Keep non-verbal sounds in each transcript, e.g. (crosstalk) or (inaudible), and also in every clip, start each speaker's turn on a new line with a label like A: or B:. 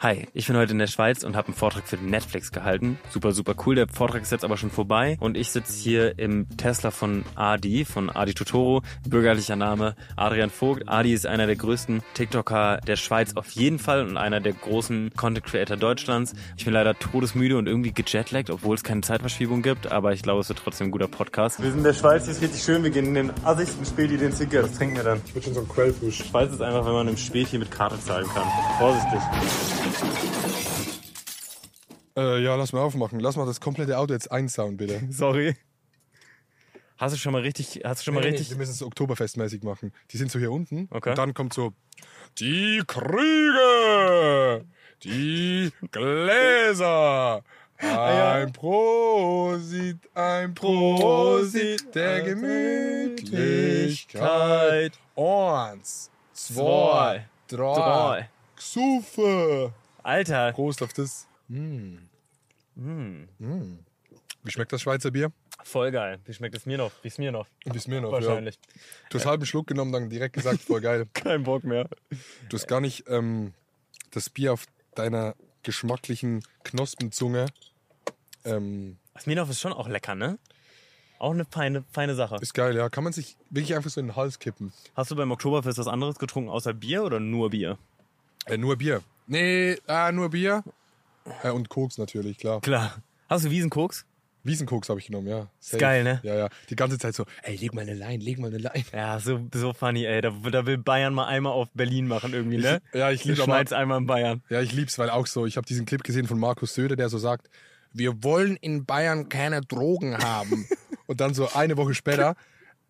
A: Hi, ich bin heute in der Schweiz und habe einen Vortrag für Netflix gehalten. Super, super cool. Der Vortrag ist jetzt aber schon vorbei und ich sitze hier im Tesla von Adi, von Adi Totoro, bürgerlicher Name Adrian Vogt. Adi ist einer der größten TikToker der Schweiz auf jeden Fall und einer der großen Content Creator Deutschlands. Ich bin leider todesmüde und irgendwie gejetlaggt, obwohl es keine Zeitverschiebung gibt, aber ich glaube, es wird trotzdem ein guter Podcast.
B: Wir sind in der Schweiz, hier ist richtig schön. Wir gehen in den Assig und Späti den Zicker. Das trinken wir dann. Ich würde schon so einen Quellfisch.
A: Schweiz ist einfach, wenn man im Späti mit Karte zahlen kann. Vorsichtig.
C: Äh, ja, lass mal aufmachen. Lass mal das komplette Auto jetzt einsauen, (laughs) bitte.
A: Sorry. Hast du schon mal richtig, hast du schon mal richtig
C: Wir müssen es Oktoberfestmäßig machen. Die sind so hier unten.
A: Okay.
C: Und dann kommt so die Krüge, die Gläser. Ein Prosit, ein Prosit der Gemütlichkeit. Eins, zwei, drei.
A: Drei.
C: Xufe.
A: Alter.
C: Prost auf das. Hm. Wie schmeckt das Schweizer Bier?
A: Voll geil. Wie schmeckt es mir noch? Wie es mir noch?
C: Bis mir noch.
A: Wahrscheinlich.
C: Ja. Du hast halben Schluck genommen, dann direkt gesagt, voll geil.
A: Kein Bock mehr.
C: Du hast gar nicht ähm, das Bier auf deiner geschmacklichen Knospenzunge. Ähm,
A: Smirnoff ist schon auch lecker, ne? Auch eine feine, feine Sache.
C: ist geil, ja. Kann man sich wirklich einfach so in den Hals kippen.
A: Hast du beim Oktoberfest was anderes getrunken außer Bier oder nur Bier?
C: Äh, nur Bier. Nee, äh, nur Bier. Äh, und Koks natürlich, klar.
A: Klar. Hast du Wiesenkoks?
C: Wiesenkoks habe ich genommen, ja. Safe.
A: geil, ne?
C: Ja, ja. Die ganze Zeit so, ey, leg mal eine Line, leg mal eine Line.
A: Ja, so, so funny, ey. Da, da will Bayern mal einmal auf Berlin machen irgendwie, ne?
C: ja, ich liebe aber-
A: Schweiz einmal in Bayern.
C: Ja, ich lieb's, weil auch so, ich habe diesen Clip gesehen von Markus Söder, der so sagt, wir wollen in Bayern keine Drogen
A: (laughs)
C: haben. Und dann so eine Woche später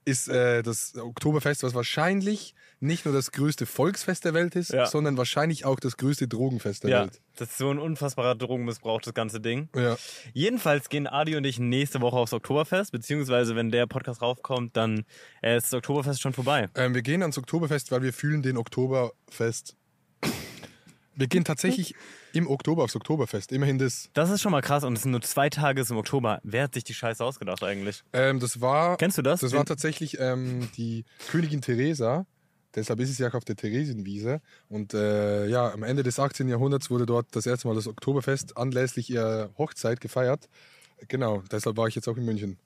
C: ist äh, das Oktoberfest, was wahrscheinlich nicht nur das größte Volksfest der Welt ist,
A: Ja.
C: sondern wahrscheinlich auch das größte Drogenfest der
A: Ja,
C: Welt.
A: das ist so ein unfassbarer Drogenmissbrauch, das ganze Ding.
C: Ja.
A: Jedenfalls gehen Adi und ich nächste Woche aufs Oktoberfest, beziehungsweise wenn der Podcast raufkommt, dann äh, ist das Oktoberfest schon vorbei.
C: Ähm, wir gehen ans Oktoberfest, weil wir fühlen den Oktoberfest. Wir gehen tatsächlich im Oktober aufs Oktoberfest. Immerhin das.
A: Das ist schon mal krass und es sind nur zwei Tage bis im Oktober. Wer hat sich die Scheiße ausgedacht eigentlich?
C: Ähm, das war.
A: Kennst du das?
C: Das war tatsächlich ähm, die Königin Theresa. Deshalb ist es ja auch auf der Theresienwiese. Und äh, ja, am Ende des 18. Jahrhunderts wurde dort das erste Mal das Oktoberfest anlässlich ihrer Hochzeit gefeiert. Genau, deshalb war ich jetzt auch in München.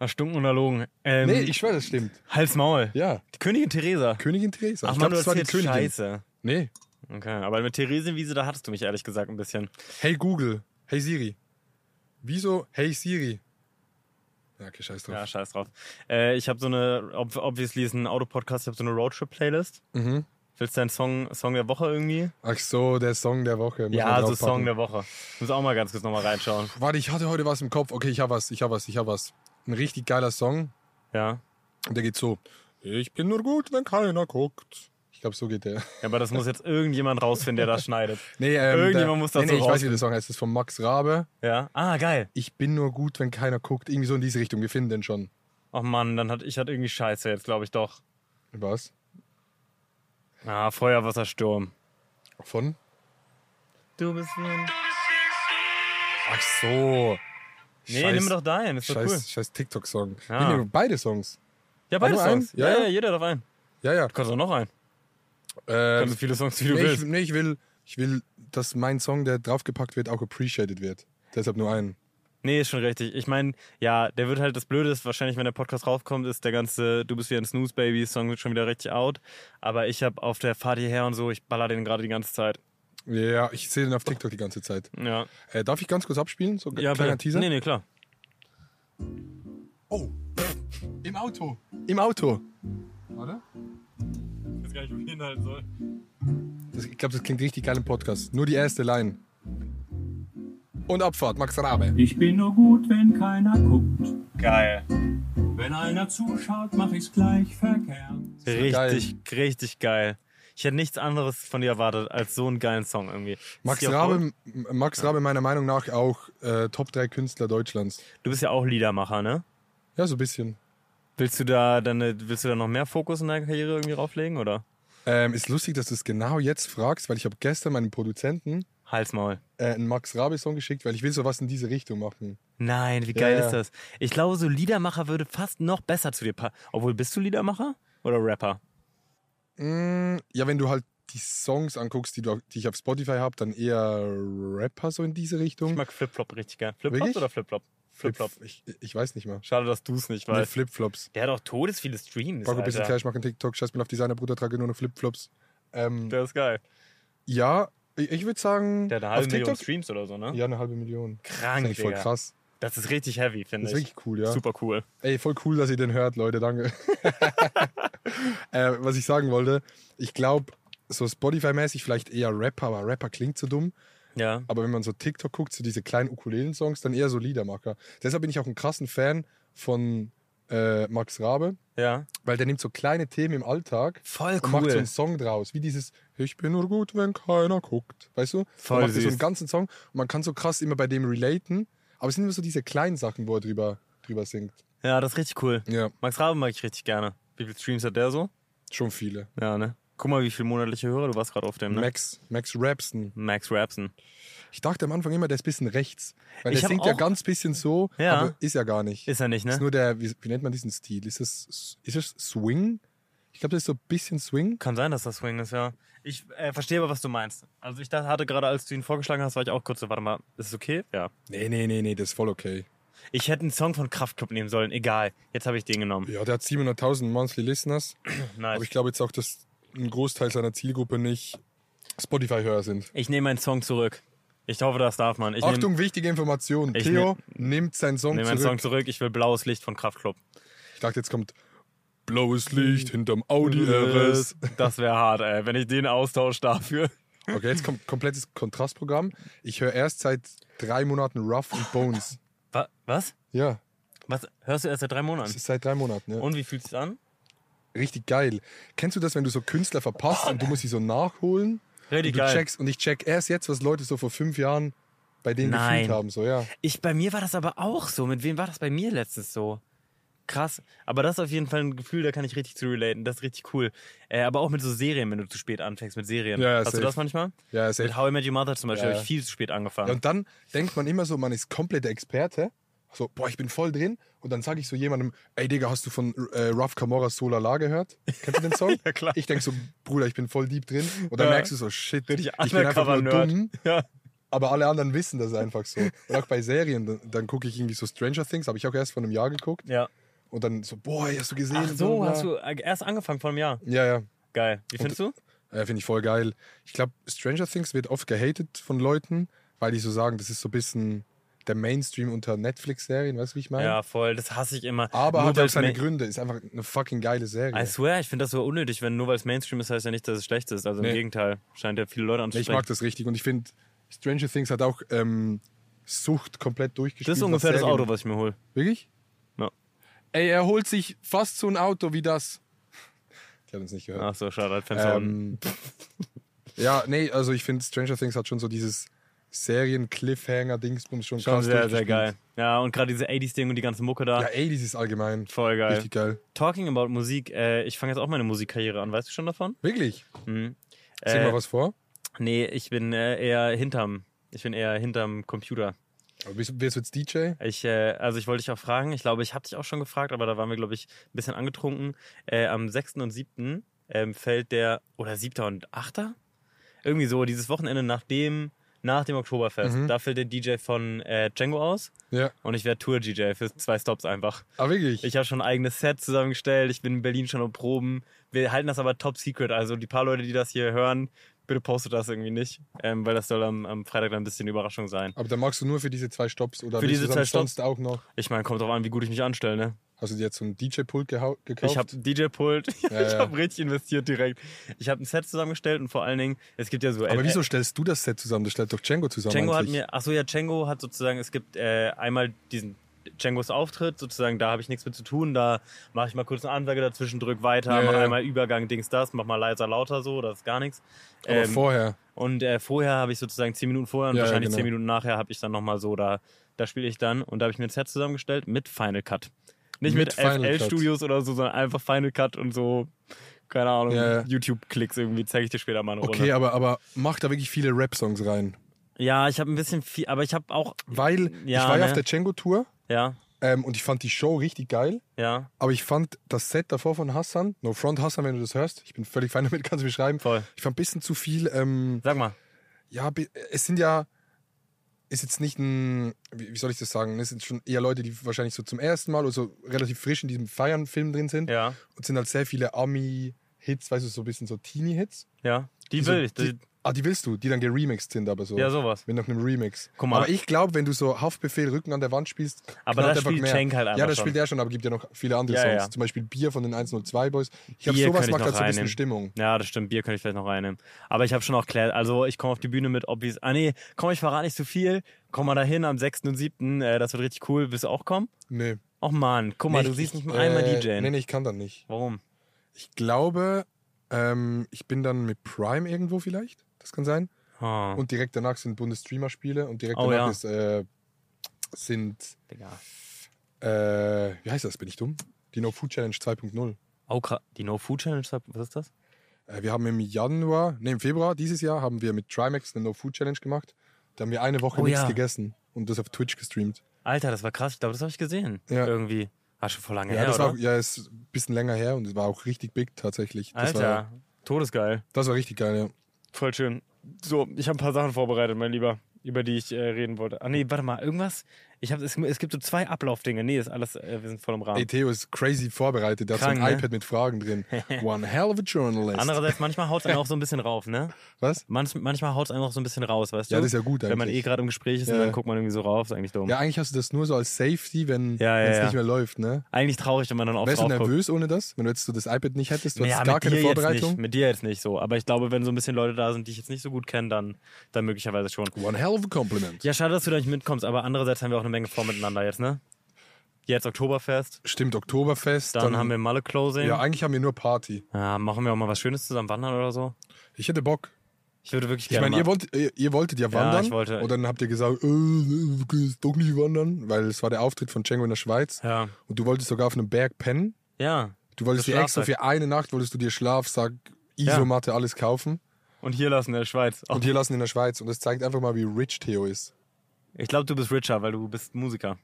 A: Ach, stunken und erlogen. Ähm,
C: Nee, ich schwöre, das stimmt.
A: Hals Maul.
C: Ja,
A: Die Königin Theresa.
C: Königin Theresa.
A: Ach
C: ich
A: man,
C: glaub,
A: du
C: das war die
A: erzählst
C: Königin.
A: Scheiße.
C: Nee.
A: Okay, aber mit Theresienwiese, da hattest du mich ehrlich gesagt ein bisschen.
C: Hey Google, hey Siri. Wieso hey Siri? Ja, okay, scheiß drauf.
A: Ja, scheiß drauf. Äh, ich habe so eine, ob- obviously ist ein Autopodcast, ich habe so eine Roadtrip-Playlist.
C: Mhm.
A: Willst du deinen Song, Song der Woche irgendwie?
C: Ach so, der Song der Woche. muss man halt
A: ja, so
C: draufpacken.
A: Song der Woche. Muss auch mal ganz kurz nochmal reinschauen.
C: Warte, ich hatte heute was im Kopf. Okay, ich hab was, ich hab was, ich hab was. Ein richtig geiler Song.
A: Ja.
C: Und der geht so: Ich bin nur gut, wenn keiner guckt. Ich glaube, so geht der.
A: ja aber das muss jetzt irgendjemand rausfinden, der das schneidet.
C: (laughs) Nee, ähm,
A: Irgendjemand
C: der,
A: muss
C: nee,
A: dazu
C: nee, ich weiß,
A: rausfinden.
C: wie der Song heißt. Das ist von Max Rabe.
A: Ja. Ah, geil.
C: Ich bin nur gut, wenn keiner guckt. Irgendwie so in diese Richtung. Wir finden den schon.
A: Oh Mann, dann hat ich hatte irgendwie Scheiße jetzt, glaube ich doch.
C: Was?
A: Ah, Feuerwassersturm.
C: Von?
A: Du bist wie ein.
C: Ach so.
A: Nee,
C: Scheiß-
A: nimm doch deinen, ist doch
C: Scheiß,
A: cool.
C: scheiß TikTok-Song.
A: Ah.
C: Nee, nee, beide Songs.
A: Ja, beide
C: Nur einen?
A: Songs. Ja,
C: Ja,
A: ja,
C: ja.
A: jeder darf einen. Du
C: Ja, ja.
A: kannst auch noch einen.
C: Äh,
A: Kannst so viele Songs, wie du
C: nee, ich,
A: willst.
C: nee, ich will, ich will, dass mein Song, der draufgepackt wird, auch appreciated wird. Deshalb nur einen.
A: Nee, ist schon richtig. Ich meine, ja, der wird halt das Blöde ist, wahrscheinlich, wenn der Podcast raufkommt, ist der ganze Du bist wie ein Snooze Baby Song schon wieder richtig out. Aber ich habe auf der Fahrt hierher und so, ich baller den gerade die ganze Zeit.
C: Ja, ich sehe den auf TikTok die ganze Zeit.
A: Ja.
C: Äh, darf ich ganz kurz abspielen? So ein
A: ja
C: kleiner
A: bitte.
C: Teaser?
A: Nee, nee, klar.
C: Oh, im Auto. Im Auto. Warte.
A: Ich weiß gar nicht, wo ich hinhalten soll.
C: Das, ich glaube, das klingt richtig geil im Podcast. Nur die erste Line. Und Abfahrt, Max Rabe.
D: Ich bin nur gut, wenn keiner guckt.
A: Geil.
D: Wenn einer zuschaut, mach ich's gleich verkehrt.
A: Richtig,
C: geil.
A: richtig geil. Ich hätte nichts anderes von dir erwartet als so einen geilen Song irgendwie.
C: Max
A: Ist dir auch-
C: Rabe, M- Max Rabe meiner Meinung nach auch äh, Top 3 Künstler Deutschlands.
A: Du bist ja auch Liedermacher, ne?
C: Ja, so ein bisschen.
A: Willst du da deine, willst du da noch mehr Fokus in deiner Karriere irgendwie drauflegen oder?
C: Ähm, ist lustig, dass du es genau jetzt fragst, weil ich habe gestern meinem Produzenten
A: Halsmaul.
C: äh, einen Max Rabe-Song geschickt, weil ich will sowas in diese Richtung machen.
A: Nein, wie geil
C: Ja, ja.
A: ist das? Ich glaube, so Liedermacher würde fast noch besser zu dir passen. Obwohl, bist du Liedermacher oder Rapper?
C: Mm, ja, wenn du halt die Songs anguckst, die, du, auf- die ich auf Spotify habe, dann eher Rapper so in diese
A: Ich
C: Richtung.
A: mag Flipflop richtig gern. Flipflop
C: Wirklich?
A: oder Flipflop? Flipflop.
C: Ich, ich weiß nicht mehr.
A: Schade, dass du es nicht
C: Nee,
A: weißt.
C: Flipflops.
A: Der hat auch todes viele Streams.
C: Paco, ein bisschen
A: Alter.
C: Cash, mach einen TikTok, scheiß mal auf Designer, Bruder, trage nur noch Flipflops. Ähm,
A: Der ist geil.
C: ja, ich, ich würde sagen,
A: Der hat eine
C: auf
A: halbe Million
C: TikTok.
A: Streams oder so, ne?
C: Ja, eine halbe Million. Das ist
A: Krank,
C: eigentlich voll
A: Digga.
C: krass.
A: Das ist richtig heavy, finde
C: Das
A: ich.
C: ist wirklich cool, ja.
A: Super cool.
C: Ey, voll cool, dass ihr den hört, Leute,
A: (laughs)
C: danke. äh, was ich sagen wollte, ich glaube, so Spotify-mäßig vielleicht eher Rapper, aber Rapper klingt zu dumm.
A: Ja.
C: Aber wenn man so TikTok guckt, so diese kleinen Ukulelen-Songs, dann eher so Liedermacher. Deshalb bin ich auch ein krassen Fan von äh, Max Rabe,
A: Ja.
C: weil der nimmt so kleine Themen im Alltag
A: Voll
C: und macht so einen Song draus, wie dieses Ich bin nur gut, wenn keiner guckt. Weißt du?
A: Voll
C: Man macht er so
A: süß.
C: einen ganzen Song und man kann so krass immer bei dem relaten, aber es sind immer so diese kleinen Sachen, wo er drüber, drüber singt.
A: Ja, das ist richtig cool.
C: Ja,
A: Max Rabe mag ich richtig gerne. Wie viele Streams hat der so?
C: schon viele.
A: Ja, ne? Guck mal, wie viele monatliche Hörer. Du warst gerade auf dem, ne?
C: Max, Max Rapson.
A: Max Rapson.
C: Ich dachte am Anfang immer, der ist ein bisschen rechts. Weil
A: Ich
C: der
A: hab
C: singt ja
A: auch-
C: ganz bisschen so,
A: Ja.
C: aber ist ja gar nicht.
A: Ist er nicht,
C: Ist
A: ne?
C: nur der, wie, wie nennt man diesen Stil? Ist es, ist es Swing? Ich glaube, das ist so ein bisschen Swing.
A: Kann sein, dass das Swing ist, ja. Ich äh, verstehe aber, was du meinst. Also ich dachte- hatte gerade, als du ihn vorgeschlagen hast, war ich auch kurz so, warte mal, ist es okay? Ja.
C: Nee, nee, nee, nee, das ist voll okay.
A: Ich hätte einen Song von Kraftklub nehmen sollen, egal. Jetzt habe ich den genommen.
C: Ja, der hat 700.000 Monthly Listeners.
A: Nice.
C: Aber ich glaube jetzt auch, dass ein Großteil seiner Zielgruppe nicht Spotify-Hörer sind.
A: Ich nehme meinen Song zurück. Ich hoffe, das darf man. Ich
C: Achtung, wichtige Information.
A: Ich
C: Theo nimmt seinen Song
A: nehme nehm
C: zurück.
A: meinen Song zurück. Ich will blaues Licht von Kraftklub.
C: Ich dachte, jetzt kommt blaues Licht hinterm Audi RS.
A: Das wäre hart, ey, wenn ich den austausch dafür.
C: Okay, jetzt kommt komplettes Kontrastprogramm. Ich höre erst seit drei Monaten Rough und Bones.
A: Wa was?
C: Ja,
A: Was? Hörst du erst seit drei Monaten?
C: das ist äh, seit drei Monaten. Ja.
A: Und wie fühlst du es an?
C: Richtig geil. Kennst du das, wenn du so Künstler verpasst und du musst sie so nachholen?
A: ne. Richtig
C: und du
A: geil.
C: checkst und ich check erst jetzt, was Leute so vor fünf Jahren bei denen
A: Nein.
C: gefühlt haben. So, ja.
A: Ich, bei mir war das aber auch so. Mit wem war das bei mir letztens so? Krass. Aber das ist auf jeden Fall ein Gefühl, da kann ich richtig zu relaten. Das ist richtig cool. Äh, aber auch mit so Serien, wenn du zu spät anfängst mit Serien.
C: Ja, ja,
A: Hast du
C: safe.
A: das manchmal?
C: Ja, safe.
A: Mit How I Met Your Mother zum Beispiel
C: Ja,
A: habe
C: ja.
A: ich viel zu spät angefangen.
C: ja. Und dann denkt man immer so, man ist kompletter Experte. So, boah, ich bin voll drin. Und dann sage ich so jemandem, ey Digga, hast du von äh, Ruff Camorras Solar La gehört? Kennst du den Song?
A: (laughs) Ja, klar.
C: Ich denk so, Bruder, ich bin voll deep drin. Und dann
A: Ja.
C: merkst du so, shit,
A: Richtig
C: ich bin einfach nur
A: Undercover-Nerd.
C: dumm.
A: Ja.
C: Aber alle anderen wissen das einfach so. Und auch bei Serien, dann, dann gucke ich irgendwie so Stranger Things, habe ich auch erst vor einem Jahr geguckt.
A: ja.
C: Und dann so, boah, hast du gesehen?
A: Ach so,
C: Bla, bla.
A: hast du äh, erst angefangen vor einem Jahr.
C: Ja, ja.
A: Geil. Wie findest du?
C: Äh, Finde ich voll geil. Ich glaube, Stranger Things wird oft gehatet von Leuten, weil die so sagen, das ist so ein bisschen der Mainstream unter Netflix-Serien, weißt du, wie ich meine?
A: Ja, voll. Das hasse ich immer.
C: Aber
A: Nur
C: hat ja auch
A: weil's
C: seine
A: Ma-
C: Gründe. Ist einfach eine fucking geile Serie.
A: I swear, ich finde das so unnötig, wenn nur weil es Mainstream ist, heißt ja nicht, dass es schlecht ist. Also im
C: Nee.
A: Gegenteil, scheint ja viele Leute
C: Nee, ich
A: anzusprechen.
C: mag das richtig. Und ich finde, Stranger Things hat auch ähm, Sucht komplett durchgespielt.
A: das ist
C: was
A: ungefähr das
C: Serien-
A: Auto, was ich mir hole.
C: Wirklich?
A: Ja.
C: Ey, er holt sich fast so ein Auto wie das. (laughs) Die haben uns nicht gehört.
A: Ach so, schade, halt Fenster unten.
C: Ähm, ja, nee, also ich finde, Stranger Things hat schon so dieses Serien-Cliffhanger-Dingsbums schon,
A: Schon
C: krass
A: sehr, sehr
C: durchgespielt.
A: geil. Ja, und gerade diese 80s-Ding und die ganze Mucke da.
C: Ja, 80s ist allgemein
A: Voll geil.
C: richtig geil.
A: Talking about Musik, äh, ich fange jetzt auch meine Musikkarriere an. Weißt du schon davon?
C: Wirklich?
A: Mhm.
C: Zieh
A: Äh,
C: mal was vor.
A: nee, ich bin äh, eher hinterm. Ich bin eher hinterm Computer.
C: Aber Bist, wirst du jetzt DJ?
A: Ich, äh, also ich wollte dich auch fragen, ich glaube, ich habe dich auch schon gefragt, aber da waren wir, glaube ich, ein bisschen angetrunken. Äh, am 6. und 7. Ähm, fällt der, oder 7. und 8.? Irgendwie so, dieses Wochenende nach dem, nach dem Oktoberfest.
C: Mhm.
A: Da fällt der DJ von äh, Django aus
C: Ja.
A: und ich werde Tour-DJ für zwei Stops einfach.
C: Ah, wirklich?
A: Ich habe schon ein eigenes Set zusammengestellt, ich bin in Berlin schon am Proben. Wir halten das aber top secret, also die paar Leute, die das hier hören, bitte postet das irgendwie nicht, ähm, weil das soll am, am Freitag dann ein bisschen Überraschung sein.
C: Aber dann magst du nur für diese zwei Stops oder
A: Für
C: willst
A: diese
C: du
A: zwei
C: sonst- sonst auch noch?
A: Ich meine, kommt drauf an, wie gut ich mich anstelle, ne?
C: Hast du dir jetzt so ein DJ-Pult gehau- gekauft?
A: Ich habe DJ-Pult.
C: Ja,
A: (laughs) ich
C: ja.
A: habe richtig investiert direkt. Ich habe ein Set zusammengestellt und vor allen Dingen, es gibt ja so.
C: Aber
A: äh,
C: wieso stellst du das Set zusammen? Das stellt doch Django zusammen.
A: Django hat
C: eigentlich.
A: mir. Achso, ja, Django hat sozusagen. Es gibt äh, einmal diesen Django's Auftritt, sozusagen, da habe ich nichts mit zu tun. Da mache ich mal kurz eine Ansage dazwischen, drück weiter,
C: Ja,
A: mach
C: ja.
A: einmal Übergang, Dings, das, mach mal leiser, lauter, so, das ist gar nichts.
C: Aber
A: Ähm,
C: vorher.
A: und äh, vorher habe ich sozusagen zehn Minuten vorher und
C: Ja, ja,
A: wahrscheinlich
C: genau.
A: zehn Minuten nachher habe ich dann nochmal so, da, da spiele ich dann und da habe ich mir ein Set zusammengestellt mit Final Cut. Nicht mit,
C: Mit Final
A: FL
C: Cut.
A: Studios oder so, sondern einfach Final Cut und so, keine Ahnung,
C: Ja, ja.
A: YouTube-Klicks irgendwie, zeige ich dir später mal eine
C: Okay,
A: Runde.
C: aber, aber mach da wirklich viele Rap-Songs rein.
A: Ja, ich habe ein bisschen viel, aber ich habe auch,
C: Weil
A: Ja,
C: ich war
A: ne?
C: ja auf der Django-Tour
A: ja,
C: Ähm, und ich fand die Show richtig geil.
A: Ja,
C: Aber ich fand das Set davor von Hassan, No Front Hassan, wenn du das hörst, ich bin völlig fein damit, (laughs) kannst du beschreiben.
A: voll.
C: Ich fand ein bisschen zu viel, ähm,
A: Sag mal.
C: ja, bi- es sind ja, ist jetzt nicht ein, wie wie soll ich das sagen, es sind schon eher Leute, die wahrscheinlich so zum ersten Mal oder so relativ frisch in diesem Feiern-Film drin sind
A: Ja,
C: und sind halt sehr viele Ami-Hits, weißt du, so ein bisschen so Teenie-Hits.
A: ja. Die
C: so-
A: will ich. Die,
C: Ah, die willst du, die dann geremixed sind aber so.
A: ja, sowas.
C: Mit noch einem Remix.
A: Guck mal.
C: Aber ich glaube, wenn du so Haftbefehl Rücken an der Wand spielst,
A: Aber
C: knallt
A: das
C: einfach
A: spielt
C: mehr.
A: Cenk halt
C: Ja,
A: einfach
C: das
A: schon.
C: spielt er schon, aber gibt ja noch viele andere
A: Ja,
C: Songs.
A: ja.
C: Zum Beispiel Bier von den 102 Boys. Ich glaube,
A: Bier
C: sowas
A: könnte ich
C: macht
A: noch
C: halt so ein bisschen
A: reinnehmen.
C: Stimmung.
A: Ja, das stimmt. Bier könnte ich vielleicht noch reinnehmen. Aber ich habe schon auch klar, also ich komme auf die Bühne mit Obis. Ah nee, komm, ich verrate nicht zu viel. Komm mal dahin am 6. und 7. Äh, das wird richtig cool. Willst du auch kommen?
C: Nee.
A: Och man, guck mal,
C: Nee,
A: du
C: ich-
A: siehst nicht mal
C: äh,
A: einmal DJ.
C: Nee, nee, ich kann dann nicht.
A: Warum?
C: Ich glaube, ähm, ich bin dann mit Prime irgendwo vielleicht. Das kann sein.
A: Oh,
C: Und direkt danach sind Bundesstreamer-Spiele und direkt
A: Oh,
C: danach
A: ja.
C: ist, äh, sind,
A: Digga.
C: äh, wie heißt das? Bin ich dumm? Die No Food Challenge 2.0.
A: Oh, krass. Die No Food Challenge, was ist das?
C: Äh, Wir haben im Januar, nee, im Februar dieses Jahr haben wir mit Trimax eine No-Food-Challenge gemacht. Da haben wir eine Woche
A: Oh
C: nichts
A: ja.
C: gegessen und das auf Twitch gestreamt.
A: Alter, das war krass. Ich glaube, das habe ich gesehen.
C: Ja.
A: Irgendwie. War schon vor lange
C: Ja,
A: her,
C: das
A: oder?
C: war, ja, ist ein bisschen länger her und es war auch richtig big tatsächlich. Das
A: Alter,
C: war,
A: todesgeil.
C: das war richtig geil, ja.
A: Voll schön. So, ich habe ein paar Sachen vorbereitet, mein Lieber, über die ich äh, reden wollte. Ah nee, warte mal, irgendwas? Ich hab, es, es gibt so zwei Ablaufdinge. Nee, ist alles, äh, wir sind voll im Rahmen.
C: Ey, Theo ist crazy vorbereitet. Der hat so
A: Krank,
C: ein
A: ne?
C: iPad mit
A: (laughs)
C: Fragen drin. One hell of a journalist.
A: Andererseits, manchmal haut es
C: (laughs)
A: einen auch so ein bisschen rauf, ne?
C: Was?
A: Manch, manchmal haut es einen auch so ein bisschen raus, weißt
C: Ja,
A: du?
C: das ist ja gut
A: Wenn man eh
C: eigentlich.
A: gerade im Gespräch ist und
C: Ja.
A: dann guckt man irgendwie so rauf, ist eigentlich dumm.
C: Ja, eigentlich hast du das nur so als Safety, wenn es
A: Ja, ja, ja.
C: nicht mehr läuft, ne?
A: Eigentlich traurig, wenn man dann auch
C: Wärst du
A: drauf guckt.
C: nervös ohne das? Wenn du jetzt so das iPad nicht hättest, du
A: Naja,
C: hättest gar
A: mit
C: keine
A: dir Jetzt nicht,
C: Vorbereitung?
A: mit dir jetzt nicht so. Aber ich glaube, wenn so ein bisschen Leute da sind, die ich jetzt nicht so gut kenne, dann, dann möglicherweise schon.
C: One hell of a compliment.
A: Ja, schade, dass du da nicht mitkommst, aber andererseits haben wir auch eine Menge vor miteinander jetzt, ne? Jetzt Oktoberfest,
C: Stimmt, Oktoberfest.
A: dann, haben wir Malle Closing.
C: Ja,
A: Ja.
C: eigentlich haben wir nur Party.
A: machen wir auch mal was Schönes zusammen, wandern oder so.
C: Ich hätte Bock.
A: Ich würde wirklich
C: Ich
A: gerne.
C: meine, ihr,
A: mal,
C: wollt, ihr, ihr wolltet ja wandern.
A: ich wollte-
C: Und dann habt ihr gesagt, äh, du gehst doch nicht wandern, weil es war der Auftritt von Django in der Schweiz.
A: ja.
C: Und du wolltest sogar auf einem Berg pennen.
A: ja.
C: Du wolltest
A: Das
C: dir extra
A: Schlafsack.
C: für eine Nacht, wolltest du dir Schlafsack, Isomatte, alles kaufen.
A: Und hier lassen in der Schweiz. Oh,
C: Und hier lassen in der Schweiz. Und das zeigt einfach mal, wie rich Theo ist.
A: Oh, ich glaube, du bist richer, weil du bist Musiker.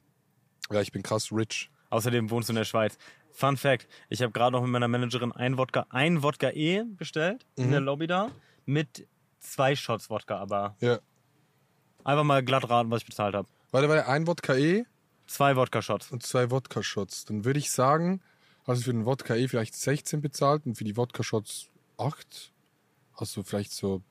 C: Ja, ich bin krass rich.
A: Außerdem wohnst du in der Schweiz. Fun Fact: Ich habe gerade noch mit meiner Managerin ein Wodka, ein Wodka E bestellt in
C: Mhm.
A: der Lobby da mit zwei Shots Wodka, aber
C: Ja.
A: einfach mal glatt raten, was ich bezahlt habe.
C: Warte, warte, ein Wodka E
A: Zwei Wodka Shots.
C: und zwei Wodka-Shots. Dann würde ich sagen, hast du für den Wodka E vielleicht 16 bezahlt und für die Wodka-Shots 8? Hast du vielleicht so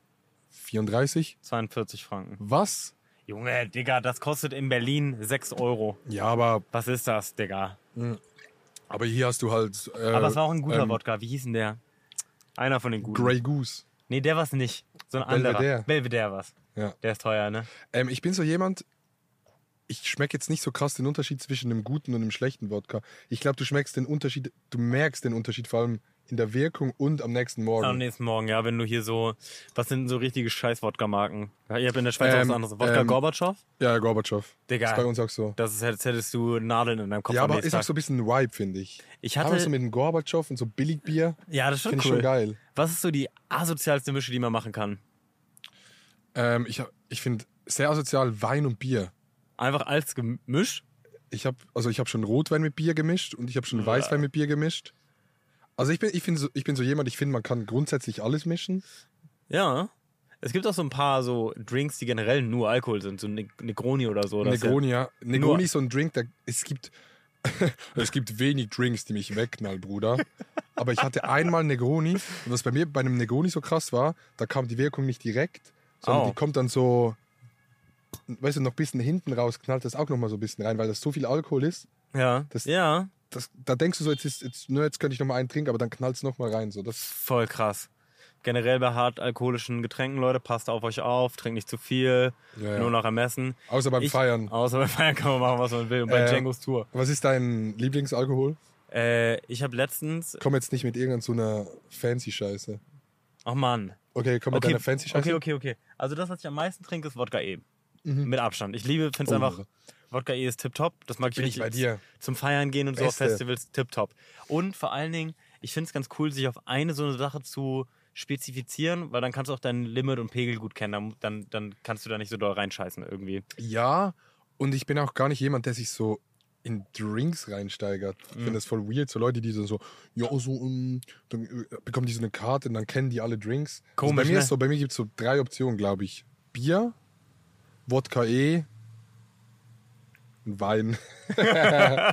C: 34?
A: 42 Franken.
C: Was?
A: Junge, Digga, das kostet in Berlin 6 Euro.
C: Ja, aber,
A: Was ist das, Digga?
C: aber hier hast du halt. Äh,
A: Aber es war auch ein guter
C: ähm,
A: Wodka. Wie hieß denn der? Einer von den guten.
C: Grey Goose.
A: Nee, der war's nicht. So ein
C: Belvedere.
A: anderer. Belvedere war's.
C: Ja.
A: Der ist teuer, ne?
C: Ähm, ich bin so jemand, ich schmecke jetzt nicht so krass den Unterschied zwischen einem guten und einem schlechten Wodka. Ich glaube, du schmeckst den Unterschied, du merkst den Unterschied vor allem in der Wirkung und am nächsten Morgen.
A: Am nächsten Morgen, ja, wenn du hier so. Was sind denn so richtige Scheiß-Wodka-Marken? Ja, Ihr habt in der Schweiz auch
C: Ähm,
A: was anderes. Wodka
C: ähm,
A: Gorbatschow?
C: Ja, Gorbatschow.
A: Digga.
C: Ist bei uns auch so.
A: Das ist, als hättest du Nadeln in deinem Kopf.
C: Ja,
A: am
C: aber
A: nächsten
C: ist auch
A: Tag.
C: so ein bisschen ein Vibe, finde ich.
A: Ich hatte-
C: Aber so mit dem Gorbatschow und so Billigbier,
A: ja, das ist schon
C: finde
A: cool.
C: ich schon geil.
A: Was ist so die asozialste Mische, die man machen kann?
C: Ähm, ich hab- ich finde sehr asozial Wein und Bier.
A: Einfach als Gemisch?
C: Ich habe also ich habe schon Rotwein mit Bier gemischt und ich habe schon Weißwein mit Bier gemischt. Also ich bin ich bin so, ich bin so jemand, ich finde man kann grundsätzlich alles mischen.
A: Ja. Es gibt auch so ein paar so Drinks, die generell nur Alkohol sind, so Neg- Negroni oder so. Das ist
C: Negroni, ja.
A: Nur-
C: Negroni ist so ein Drink, der es gibt (laughs) es gibt wenig Drinks, die mich wegknallen, Bruder. Aber ich hatte einmal Negroni und was bei mir bei einem Negroni so krass war, da kam die Wirkung nicht direkt, sondern
A: Au.
C: die kommt dann so weißt du, noch ein bisschen hinten raus, knallt das auch noch mal so ein bisschen rein, weil das so viel Alkohol ist.
A: Ja, ja.
C: Das-
A: ja.
C: Das, da denkst du so, jetzt, ist, jetzt, ne, jetzt könnte ich noch mal einen trinken, aber dann knallt es noch mal rein. So. Das,
A: Voll krass. Generell bei hart alkoholischen Getränken, Leute, passt auf euch auf, trinkt nicht zu viel,
C: Ja, ja.
A: nur nach Ermessen.
C: außer beim
A: Ich-
C: Feiern.
A: Außer bei Feiern kann man machen, was man will. Und bei
C: Äh,
A: Django's Tour.
C: Was ist dein Lieblingsalkohol?
A: Äh, ich habe letztens.
C: Komm jetzt nicht mit irgendeiner so einer fancy Scheiße.
A: Ach Mann.
C: Okay, komm mit
A: Okay,
C: deiner fancy Scheiße. Mhm.
A: okay, okay, okay. Also das, was ich am meisten trinke, ist Wodka E. Mit Abstand. Ich liebe, finde es
C: Oh.
A: einfach. Wodka E ist tipptopp. Das mag ich
C: Bin ich
A: richtig.
C: bei dir.
A: Zum Feiern gehen und so auf
C: Beste.
A: Festivals tipptopp. Und vor allen Dingen, ich finde es ganz cool, sich auf eine so eine Sache zu spezifizieren, weil dann kannst du auch dein Limit und Pegel gut kennen. Dann, dann, dann kannst du da nicht so doll reinscheißen irgendwie.
C: Ja, und ich bin auch gar nicht jemand, der sich so in Drinks reinsteigert. Ich
A: Mhm.
C: finde das voll weird. So Leute, die dann so, ja, so, ähm, dann äh, bekommen die so eine Karte und dann kennen die alle Drinks. also bei
A: Komisch,
C: mir
A: ne?
C: ist so, bei mir gibt es so drei Optionen, glaube ich. Bier, Wodka E und
A: Ähm,
C: Wein. (laughs)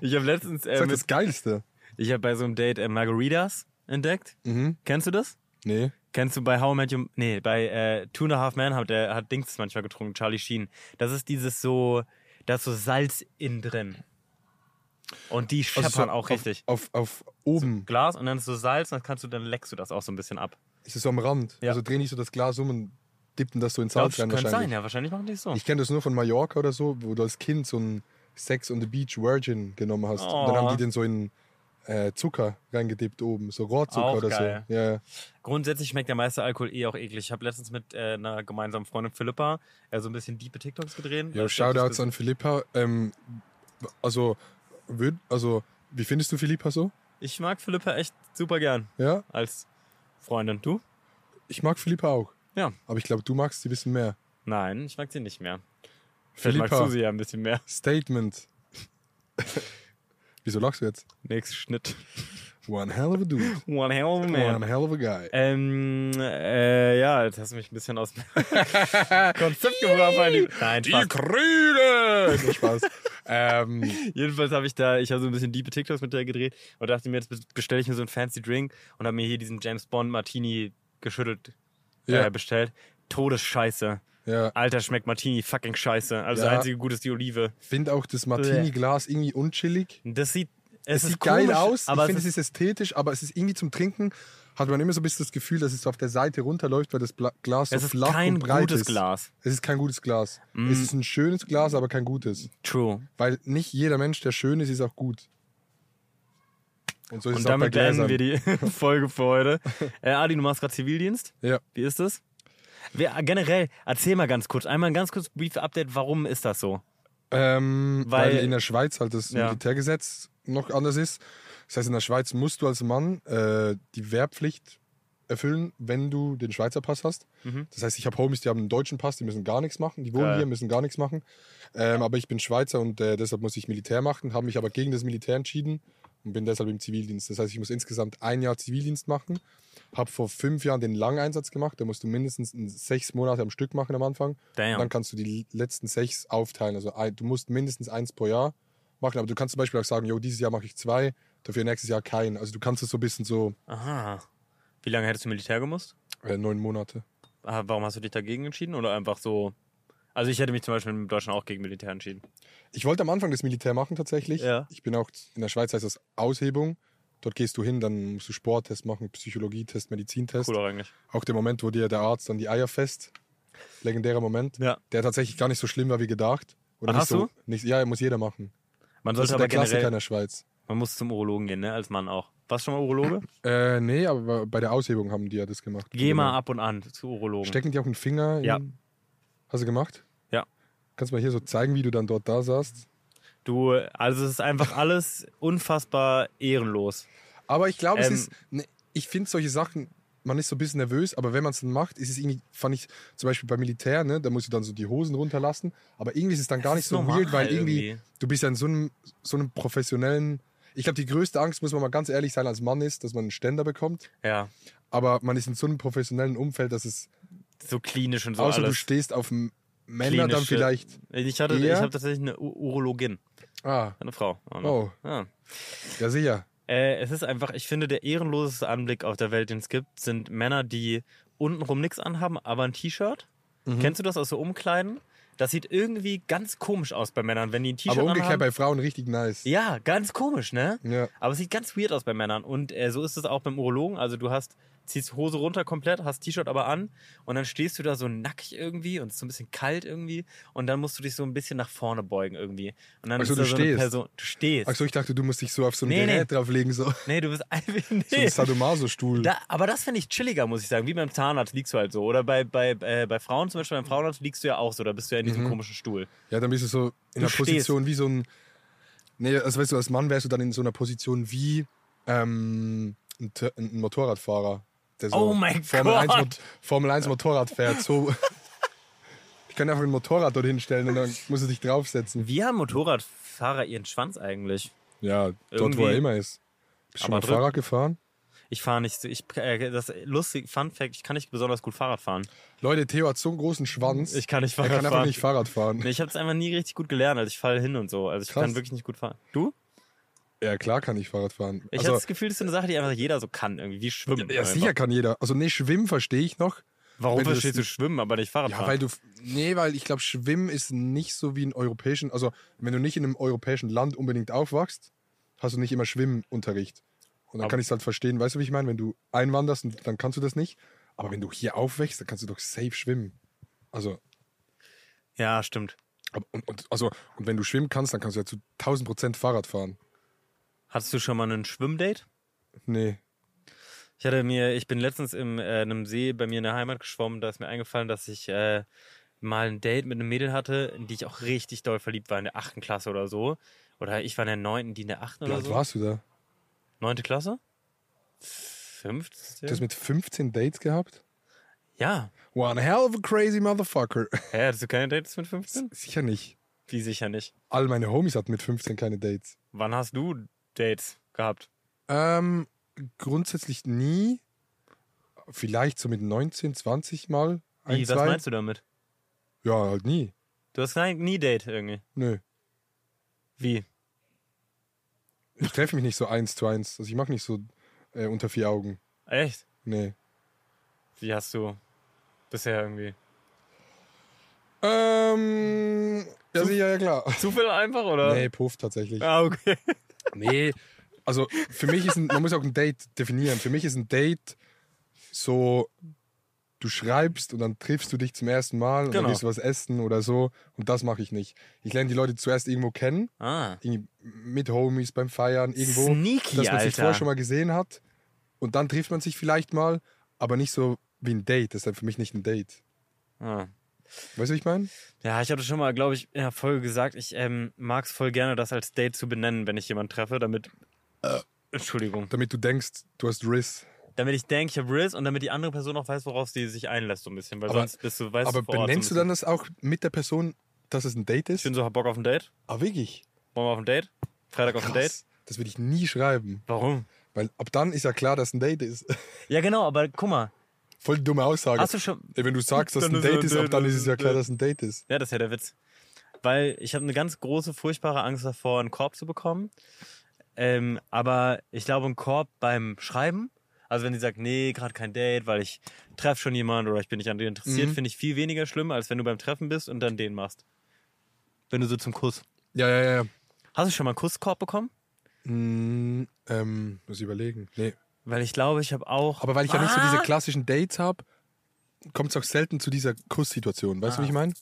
A: Ich habe letztens
C: Das
A: äh,
C: ist
A: mit,
C: das Geilste.
A: ich hab bei so einem Date äh, Margaritas entdeckt.
C: Mhm.
A: Kennst du das?
C: Nee.
A: Kennst du bei How I Met Your... Nee, bei äh, Two and a Half Men hat, der, hat Dings manchmal getrunken, Charlie Sheen. Das ist dieses so... Da ist so Salz innen drin. Und die scheppern
C: Also so
A: auch richtig.
C: Auf, auf, auf oben.
A: Glas und dann ist so Salz und dann kannst du, dann leckst du das auch so ein bisschen ab.
C: Ist es so am Rand?
A: Ja.
C: Also drehen die so das Glas um und dippen das so ins Salz rein
A: könnte
C: wahrscheinlich.
A: sein, ja. Wahrscheinlich machen die es so.
C: Ich kenne das nur von Mallorca oder so, wo du als Kind so ein Sex on the Beach Virgin genommen hast. Und dann
A: Oh.
C: haben die den so in äh, Zucker reingedippt oben, so Rohrzucker
A: Auch
C: oder
A: geil.
C: so. Ja.
A: Grundsätzlich schmeckt der meiste Alkohol eh auch eklig. Ich habe letztens mit äh, einer gemeinsamen Freundin Philippa äh, so ein bisschen diepe TikToks gedreht.
C: Ja,
A: Da steht das
C: Shoutouts an Philippa. Ähm, also, würd, also, wie findest du Philippa so?
A: Ich mag Philippa echt super gern
C: Ja,
A: als Freundin. Du?
C: ich mag Philippa auch.
A: Ja.
C: Aber ich glaube, du magst sie ein bisschen mehr.
A: Nein, ich mag sie nicht mehr. Vielleicht magst du
C: Philippa,
A: sie ja ein bisschen mehr.
C: Statement. (laughs) Wieso lachst du jetzt?
A: Nächster Schnitt. (laughs)
C: One hell of a dude.
A: One hell of a (laughs)
C: One
A: man.
C: hell of a guy.
A: Ähm, äh, ja, jetzt hast du mich ein bisschen
C: (laughs)
A: aus dem Konzept gebracht. mein Lieber. Nein, Spaß.
C: Krüde! (laughs) Nur Spaß. ähm,
A: Jedenfalls habe ich da, ich habe so ein bisschen diepe TikToks mit der gedreht und dachte mir, jetzt bestelle ich mir so einen fancy Drink und habe mir hier diesen James Bond Martini geschüttelt
C: Ja.
A: äh, bestellt. Todesscheiße.
C: ja.
A: Alter, schmeckt Martini fucking scheiße. Also
C: Ja.
A: das einzige Gute ist die Olive.
C: finde auch das Martini-Glas irgendwie unchillig.
A: Und Das sieht, es,
C: Es
A: ist
C: sieht geil
A: komisch,
C: aus,
A: aber
C: ich finde,
A: es
C: es ist ästhetisch, aber es ist irgendwie zum Trinken, hat man immer so ein bisschen das Gefühl, dass es so auf der Seite runterläuft, weil das Bla Glas so
A: es ist
C: flach
A: kein
C: und breit
A: gutes
C: ist.
A: Glas. Mm.
C: Es ist kein gutes Glas. Es ist ein schönes Glas, aber kein gutes.
A: True.
C: Weil nicht jeder Mensch, der schön ist, ist auch gut. Und so ist
A: Und
C: es auch bei
A: damit beenden
C: Gläsern.
A: wir die (laughs) Folge für
C: (laughs)
A: heute. Äh, Adi, du machst gerade Zivildienst.
C: ja.
A: Wie ist das? Wer, äh, generell, erzähl mal ganz kurz, einmal ein ganz kurz Brief-Update, warum ist das so?
C: Ähm,
A: Weil-
C: weil, in der Schweiz halt das
A: Ja.
C: Militärgesetz noch anders ist. Das heißt, in der Schweiz musst du als Mann äh, die Wehrpflicht erfüllen, wenn du den Schweizer Pass hast. Das heißt, ich habe Homies, die haben einen deutschen Pass, die müssen gar nichts machen. Die wohnen
A: Mhm. Geil.
C: hier, müssen gar nichts machen. Ähm, aber ich bin Schweizer und äh, deshalb muss ich Militär machen, habe mich aber gegen das Militär entschieden und bin deshalb im Zivildienst. Das heißt, ich muss insgesamt ein Jahr Zivildienst machen. Habe vor fünf Jahren den Langeinsatz gemacht. Da musst du mindestens in sechs Monate am Stück machen am Anfang.
A: Damn.
C: Und dann kannst du die letzten sechs aufteilen. Also ein, du musst mindestens eins pro Jahr machen. Aber du kannst zum Beispiel auch sagen, jo, dieses Jahr mache ich zwei, dafür nächstes Jahr keinen. Also du kannst es so ein bisschen so
A: Aha. Wie lange hättest du Militär gemusst?
C: äh, neun Monate.
A: Ah, Warum hast du dich dagegen entschieden? Oder einfach so. Also ich hätte mich zum Beispiel in Deutschland auch gegen Militär entschieden.
C: Ich wollte am Anfang das Militär machen tatsächlich.
A: Ja.
C: Ich bin auch, in der Schweiz heißt das Aushebung. Dort gehst du hin, dann musst du Sporttest machen, Psychologietest, Medizintest.
A: Cool auch eigentlich.
C: Auch der Moment, wo dir der Arzt dann die Eier fest, legendärer Moment,
A: Ja.
C: der tatsächlich gar nicht so schlimm war wie gedacht. Oder
A: Ach,
C: nicht
A: hast
C: so,
A: du?
C: nicht, ja, muss jeder machen.
A: Man
C: Das
A: sollte
C: ist
A: aber
C: der Klassiker ne?
A: generell.
C: in der Schweiz.
A: Man muss zum Urologen gehen, ne? Als Mann auch. Warst du schon mal Urologe?
C: Äh, nee, aber bei der Aushebung haben die ja das gemacht. Genau.
A: Geh mal ab und an zu Urologen.
C: Stecken die auch einen Finger in?
A: Ja.
C: Hast du gemacht?
A: Ja.
C: Kannst du mal hier so zeigen, wie du dann dort da saßt?
A: Du, also es ist einfach alles unfassbar ehrenlos.
C: Aber ich glaube,
A: Ähm.
C: es ist. ne, Ich finde solche Sachen, man ist so ein bisschen nervös, aber wenn man es dann macht, ist es irgendwie, fand ich zum Beispiel beim Militär, ne, da musst du dann so die Hosen runterlassen. Aber irgendwie ist es dann gar nicht
A: ist
C: so
A: normal
C: weird, weil irgendwie,
A: irgendwie.
C: du bist ja in so einem, so einem professionellen. Ich glaube, die größte Angst, muss man mal ganz ehrlich sein, als Mann ist, dass man einen Ständer bekommt.
A: Ja.
C: Aber man ist in so einem professionellen Umfeld, dass es.
A: So klinisch und so
C: außer du
A: alles.
C: stehst auf M- Männer dann
A: Klinische-
C: vielleicht.
A: Ich hatte, ich
C: Ja.
A: habe tatsächlich eine U Urologin,
C: Ah,
A: eine Frau.
C: oh,
A: Ja.
C: ja, sicher.
A: Äh, es ist einfach, ich finde, der ehrenloseste Anblick auf der Welt, den es gibt, sind Männer, die untenrum nichts anhaben, aber ein T-Shirt. Kennst du das aus so Umkleiden? Das sieht irgendwie ganz komisch aus bei Männern, wenn die ein T-Shirt
C: Aber umgekehrt
A: anhaben.
C: bei Frauen richtig nice.
A: ja, ganz komisch, ne?
C: Ja.
A: Aber es sieht ganz weird aus bei Männern. Und äh, so ist es auch beim Urologen. Also du hast, ziehst Hose runter komplett, hast T-Shirt aber an und dann stehst du da so nackig irgendwie und es ist so ein bisschen kalt irgendwie und dann musst du dich so ein bisschen nach vorne beugen irgendwie. Und dann
C: Ach so,
A: ist
C: du
A: da so eine
C: stehst.
A: Person. Du stehst.
C: Achso, ich dachte, du musst dich so auf so ein
A: Nee,
C: Gerät
A: nee.
C: drauflegen, so,
A: Nee, du bist (laughs) einfach. Nee.
C: so ein Sadomaso-Stuhl.
A: Da, aber das finde ich chilliger, muss ich sagen. Wie beim Zahnarzt liegst du halt so. Oder bei, bei, äh, bei Frauen zum Beispiel, beim Frauenarzt liegst du ja auch so. Da bist du ja in
C: Mhm.
A: diesem komischen Stuhl.
C: Ja, dann bist du so in
A: Du
C: einer Position wie so ein. Nee, also weißt du, als Mann wärst du dann in so einer Position wie ähm, ein, T- ein Motorradfahrer, der so
A: Oh mein
C: Formel,
A: Gott! (laughs)
C: 1 Mot- Formel 1 Motorrad fährt. So. Ich kann einfach ein Motorrad dort hinstellen und dann muss er sich draufsetzen.
A: Wie haben Motorradfahrer ihren Schwanz eigentlich?
C: Ja, dort, wo
A: Irgendwie-
C: er immer ist. Bist du schon
A: Aber
C: mal
A: drück-
C: Fahrrad gefahren?
A: Ich fahre nicht so. Ich, äh, das lustige Fun Fact, ich kann nicht besonders gut Fahrrad fahren.
C: Leute, Theo hat so einen großen Schwanz.
A: Ich kann nicht
C: er
A: Fahrrad
C: kann einfach
A: fahren.
C: nicht Fahrrad fahren.
A: Nee, ich habe es einfach nie richtig gut gelernt. Also ich falle hin und so. Also ich
C: Krass.
A: kann wirklich nicht gut fahren. Du?
C: Ja, klar kann ich Fahrrad fahren.
A: Ich habe
C: also,
A: das Gefühl, das ist so eine Sache, die einfach jeder so kann. Irgendwie wie Schwimmen.
C: ja,
A: einfach.
C: sicher kann jeder. Also, nee, Schwimmen verstehe ich noch.
A: Warum
C: wenn du das
A: verstehst du
C: nicht-
A: Schwimmen, aber nicht Fahrrad
C: Ja,
A: fahren?
C: weil du. Nee, weil ich glaube, Schwimmen ist nicht so wie in europäischen. Also, wenn du nicht in einem europäischen Land unbedingt aufwachst, hast du nicht immer Schwimmunterricht. Und dann
A: Aber-
C: kann ich es halt verstehen. Weißt du, wie ich meine? Wenn du einwanderst, und dann kannst du das nicht. Aber wenn du hier aufwächst, dann kannst du doch safe schwimmen. Also,
A: ja, stimmt.
C: ab- und, und, also, und wenn du schwimmen kannst, dann kannst du ja zu 1000 Prozent Fahrrad fahren.
A: Hattest du schon mal einen Schwimmdate?
C: Nee.
A: Ich hatte mir, ich bin letztens in äh, einem See bei mir in der Heimat geschwommen, da ist mir eingefallen, dass ich äh, mal ein Date mit einem Mädel hatte, in die ich auch richtig doll verliebt war in der achten Klasse oder so. Oder ich war in der neunten, die in der achten
C: Wie
A: oder
C: alt
A: so.
C: warst du da?
A: Neunte Klasse?
C: Du hast
A: Fünfte?
C: mit 15 Dates gehabt?
A: Ja.
C: One hell of a crazy motherfucker. (laughs)
A: Hä, hattest du keine Dates mit 15?
C: Sicher nicht.
A: Wie sicher nicht.
C: All meine Homies hatten mit 15 keine Dates.
A: Wann hast du Dates gehabt?
C: Ähm, grundsätzlich nie. Vielleicht so mit 19, 20 mal. Ein,
A: Wie,
C: zwei.
A: was meinst du damit?
C: du? Ja, halt nie.
A: Du hast kein, nie Date irgendwie.
C: Nö.
A: Wie?
C: Ich treffe mich nicht so eins zu eins. Also ich mache nicht so äh, unter vier Augen.
A: Echt?
C: Nee.
A: Wie hast du bisher irgendwie?
C: Ähm, ja, sicher, ja klar.
A: Zufall einfach oder?
C: Nee, Puff tatsächlich.
A: Ah, okay.
C: Nee, also für mich ist ein, man muss auch ein Date definieren. Für mich ist ein Date so, du schreibst und dann triffst du dich zum ersten Mal und
A: Genau.
C: dann gehst du was essen oder so. Und das mache ich nicht. Ich lerne die Leute zuerst irgendwo kennen,
A: Ah.
C: irgendwie mit Homies beim Feiern, irgendwo,
A: Sneaky,
C: dass man sich vorher
A: Alter.
C: schon mal gesehen hat. Und dann trifft man sich vielleicht mal, aber nicht so wie ein Date. Das ist dann für mich nicht ein Date.
A: ah.
C: Weißt du, wie ich meine?
A: Ja, ich hatte schon mal, glaube ich, in der Folge gesagt, ich ähm, mag es voll gerne, das als Date zu benennen, wenn ich jemanden treffe, damit. äh, Entschuldigung.
C: Damit du denkst, du hast Riss.
A: Damit ich denke, ich habe Riz und damit die andere Person auch weiß, worauf sie sich einlässt, so ein bisschen. Weil
C: Aber-
A: sonst bist du, weißt
C: Aber
A: du, vor Ort so ein
C: benennst du
A: bisschen.
C: dann das auch mit der Person, dass es ein Date
A: Ich
C: ist?
A: bin so, hab Bock auf ein Date?
C: Ah, wirklich?
A: Wollen wir auf ein Date? Freitag auf ein Date?
C: Krass. Das würde ich nie schreiben,
A: Warum?
C: weil ab dann ist ja klar, dass ein Date ist. (laughs)
A: Ja, genau, aber guck mal.
C: Voll dumme Aussage.
A: Hast du schon.
C: Ey, wenn du sagst, dass
A: Dann
C: ein
A: ist ja
C: Date
A: ein
C: ist,
A: Date,
C: ab dann
A: das
C: ist es
A: ist
C: ja
A: ein
C: klar,
A: Date.
C: dass ein Date ist.
A: Ja, das ist ja der Witz. Weil ich habe eine ganz große, furchtbare Angst davor, einen Korb zu bekommen. Ähm, aber ich glaube, ein Korb beim Schreiben, also wenn die sagt, nee, gerade kein Date, weil ich treffe schon jemanden oder ich bin nicht an dir interessiert, finde ich viel weniger schlimm, als wenn du beim Treffen bist und dann den machst. Wenn du so zum Kuss.
C: Ja, ja, ja.
A: Hast du schon mal einen Kusskorb bekommen?
C: Hm, ähm, muss ich überlegen. Nee.
A: Weil ich glaube, ich habe auch.
C: Aber weil ich ja
A: Ah.
C: nicht so diese klassischen Dates habe, kommt es auch selten zu dieser Kusssituation. Weißt du, wie ich meine?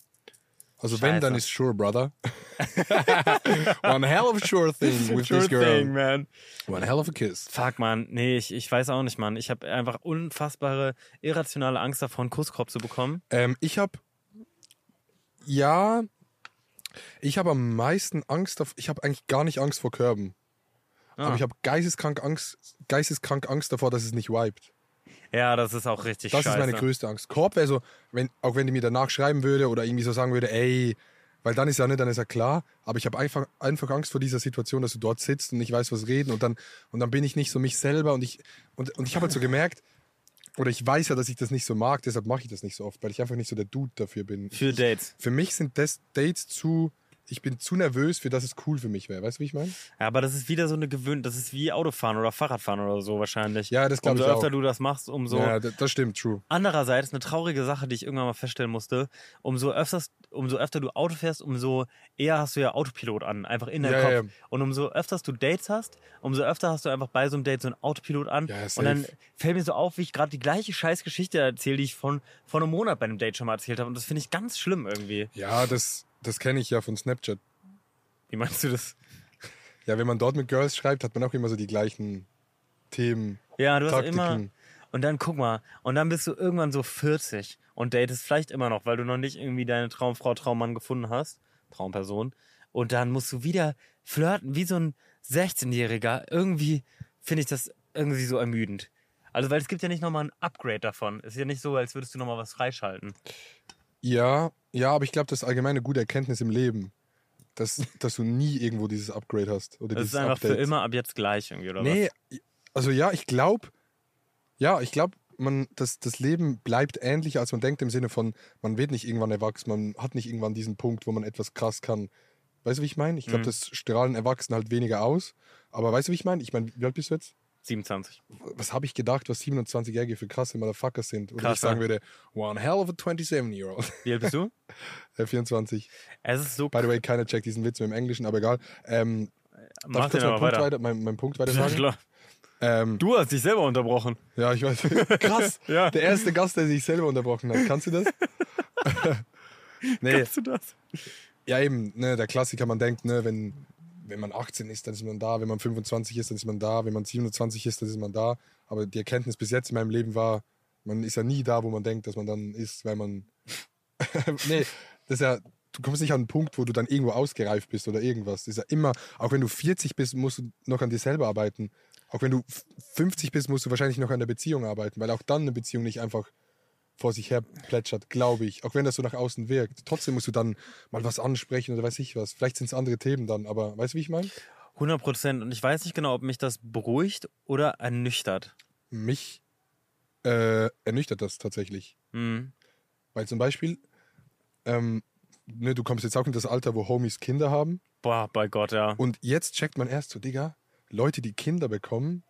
C: Also wenn, dann
A: Ah. Scheiße.
C: ist sure, brother. (laughs) One hell of a
A: (laughs)
C: sure thing with
A: Sure
C: this girl.
A: thing, man.
C: One hell of a kiss.
A: Fuck, Mann. Nee, ich, ich weiß auch nicht, Mann. Ich habe einfach unfassbare, irrationale Angst davor, einen Kusskorb zu bekommen.
C: Ähm, ich habe ja, ich habe am meisten Angst auf. Ich habe eigentlich gar nicht Angst vor Körben, aber ich habe geisteskrank Angst, geisteskrank Angst davor, dass es nicht wiped.
A: Ja, das ist auch richtig
C: Das
A: scheiße.
C: ist meine größte Angst. Korb wäre so, wenn auch wenn die mir danach schreiben würde oder irgendwie so sagen würde, ey, weil dann ist ja nicht, dann ist ja klar. Aber ich habe einfach einfach Angst vor dieser Situation, dass du dort sitzt und nicht weißt, was reden und dann und dann bin ich nicht so mich selber und ich und, und ich habe halt so gemerkt. Oder ich weiß ja, dass ich das nicht so mag, deshalb mache ich das nicht so oft, weil ich einfach nicht so der Dude dafür bin.
A: Für Dates.
C: Für mich sind das Dates zu. Ich bin zu nervös, für das es cool für mich wäre. Weißt du, wie ich meine?
A: Ja, aber das ist wieder so eine Gewöhnung. Das ist wie Autofahren oder Fahrradfahren oder so wahrscheinlich.
C: Ja, das glaub
A: Umso
C: ich auch.
A: öfter du das machst, umso.
C: Ja, das, das stimmt, true.
A: Andererseits, eine traurige Sache, die ich irgendwann mal feststellen musste, umso, öfters, umso öfter du Auto fährst, umso eher hast du ja Autopilot an, einfach in deinem
C: Ja, ja,
A: Kopf. Und umso öfters du Dates hast, umso öfter hast du einfach bei so einem Date so einen Autopilot an.
C: Ja, safe.
A: und dann fällt mir so auf, wie ich gerade die gleiche Scheißgeschichte erzähle, die ich von, vor einem Monat bei einem Date schon mal erzählt habe. Und das finde ich ganz schlimm irgendwie.
C: Ja, das, das kenne ich ja von Snapchat.
A: Wie meinst du das?
C: Ja, wenn man dort mit Girls schreibt, hat man auch immer so die gleichen Themen.
A: Ja, du hast
C: Taktiken.
A: immer. Und dann guck mal, und dann bist du irgendwann so 40 und datest vielleicht immer noch, weil du noch nicht irgendwie deine Traumfrau, Traummann gefunden hast, Traumperson. Und dann musst du wieder flirten wie so ein 16-Jähriger. Irgendwie finde ich das irgendwie so ermüdend. Also, weil es gibt ja nicht nochmal ein Upgrade davon. Es ist ja nicht so, als würdest du nochmal was freischalten.
C: Ja, Ja, aber ich glaube, das ist allgemein eine gute Erkenntnis im Leben, dass, dass du nie irgendwo dieses Upgrade hast oder
A: Das
C: dieses
A: ist einfach
C: Update.
A: für immer ab jetzt gleich irgendwie, oder
C: Nee, also ja, ich glaube, ja, ich glaube, man, das, das Leben bleibt ähnlich, als man denkt, im Sinne von, man wird nicht irgendwann erwachsen, man hat nicht irgendwann diesen Punkt, wo man etwas krass kann. Weißt du, wie ich meine? Ich glaube,
A: Mhm.
C: das strahlen Erwachsene halt weniger aus. Aber weißt du, wie ich meine? Ich meine, wie alt bist du jetzt?
A: was? 27.
C: Was habe ich gedacht, was 27-Jährige für krasse Motherfuckers sind? Oder ich
A: Krasser.
C: sagen würde, one hell of a 27-year-old.
A: Wie alt bist du?
C: (laughs) Äh, 24.
A: Es ist so
C: By the way, keiner checkt diesen Witz mit dem Englischen, aber egal. Ähm, darf
A: Mach
C: ich
A: den
C: kurz meinen
A: aber
C: Punkt
A: weiter.
C: weiter, mein, meinen Punkt weiter
A: Ja,
C: sagen?
A: klar.
C: Ähm,
A: Du hast dich selber unterbrochen.
C: Ja, ich weiß. (laughs) Krass.
A: Ja.
C: Der erste Gast, der sich selber unterbrochen hat. Kannst du das? nee,
A: Kannst du das?
C: ja eben, ne, der Klassiker, man denkt, ne, wenn, wenn man 18 ist, dann ist man da, wenn man 25 ist, dann ist man da, wenn man 27 ist, dann ist man da. Aber die Erkenntnis bis jetzt in meinem Leben war, man ist ja nie da, wo man denkt, dass man dann ist, weil man. nee, das ist ja. Du kommst nicht an einen Punkt, wo du dann irgendwo ausgereift bist oder irgendwas. Das ist ja immer, auch wenn du 40 bist, musst du noch an dir selber arbeiten. Auch wenn du f- 50 bist, musst du wahrscheinlich noch an der Beziehung arbeiten, weil auch dann eine Beziehung nicht einfach vor sich her plätschert, glaube ich. Auch wenn das so nach außen wirkt. Trotzdem musst du dann mal was ansprechen oder weiß ich was. Vielleicht sind es andere Themen dann, aber weißt du, wie ich meine?
A: 100 Prozent. Und ich weiß nicht genau, ob mich das beruhigt oder ernüchtert.
C: Mich äh, ernüchtert das tatsächlich.
A: Mhm.
C: Weil zum Beispiel, ähm, ne, du kommst jetzt auch in das Alter, wo Homies Kinder haben.
A: Boah, bei Gott, ja.
C: Und jetzt checkt man erst so, Digga, Leute, die Kinder bekommen,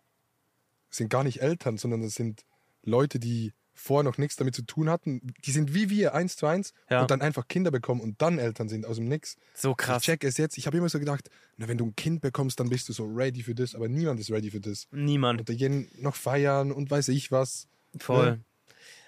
C: sind gar nicht Eltern, sondern das sind Leute, die vorher noch nichts damit zu tun hatten. Die sind wie wir, eins zu eins,
A: Ja.
C: und dann einfach Kinder bekommen und dann Eltern sind aus dem Nix.
A: So krass.
C: Ich check es jetzt. Ich habe immer so gedacht, na, wenn du ein Kind bekommst, dann bist du so ready für das, aber niemand ist ready für das.
A: Niemand.
C: (laughs) Und da gehen noch feiern und weiß ich was.
A: Voll.
C: Ne?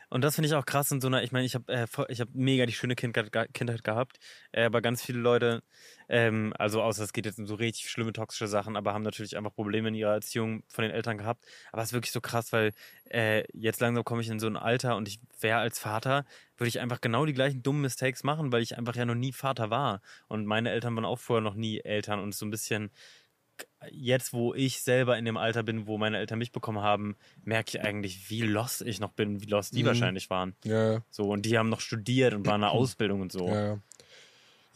A: Und das finde ich auch krass in so einer, ich meine, ich habe äh, voll- ich hab mega die schöne Kindheit, ge- Kindheit gehabt, äh, aber ganz viele Leute, ähm, also außer es geht jetzt um so richtig schlimme toxische Sachen, aber haben natürlich einfach Probleme in ihrer Erziehung von den Eltern gehabt. Aber es ist wirklich so krass, weil äh, jetzt langsam komme ich in so ein Alter und ich wäre als Vater, würde ich einfach genau die gleichen dummen Mistakes machen, weil ich einfach ja noch nie Vater war. Und meine Eltern waren auch vorher noch nie Eltern und so ein bisschen jetzt, wo ich selber in dem Alter bin, wo meine Eltern mich bekommen haben, merke ich eigentlich, wie lost ich noch bin, wie lost die
C: Mhm.
A: wahrscheinlich waren.
C: Ja,
A: So, und die haben noch studiert und waren in
C: (clears throat)
A: der Ausbildung und so.
C: ja.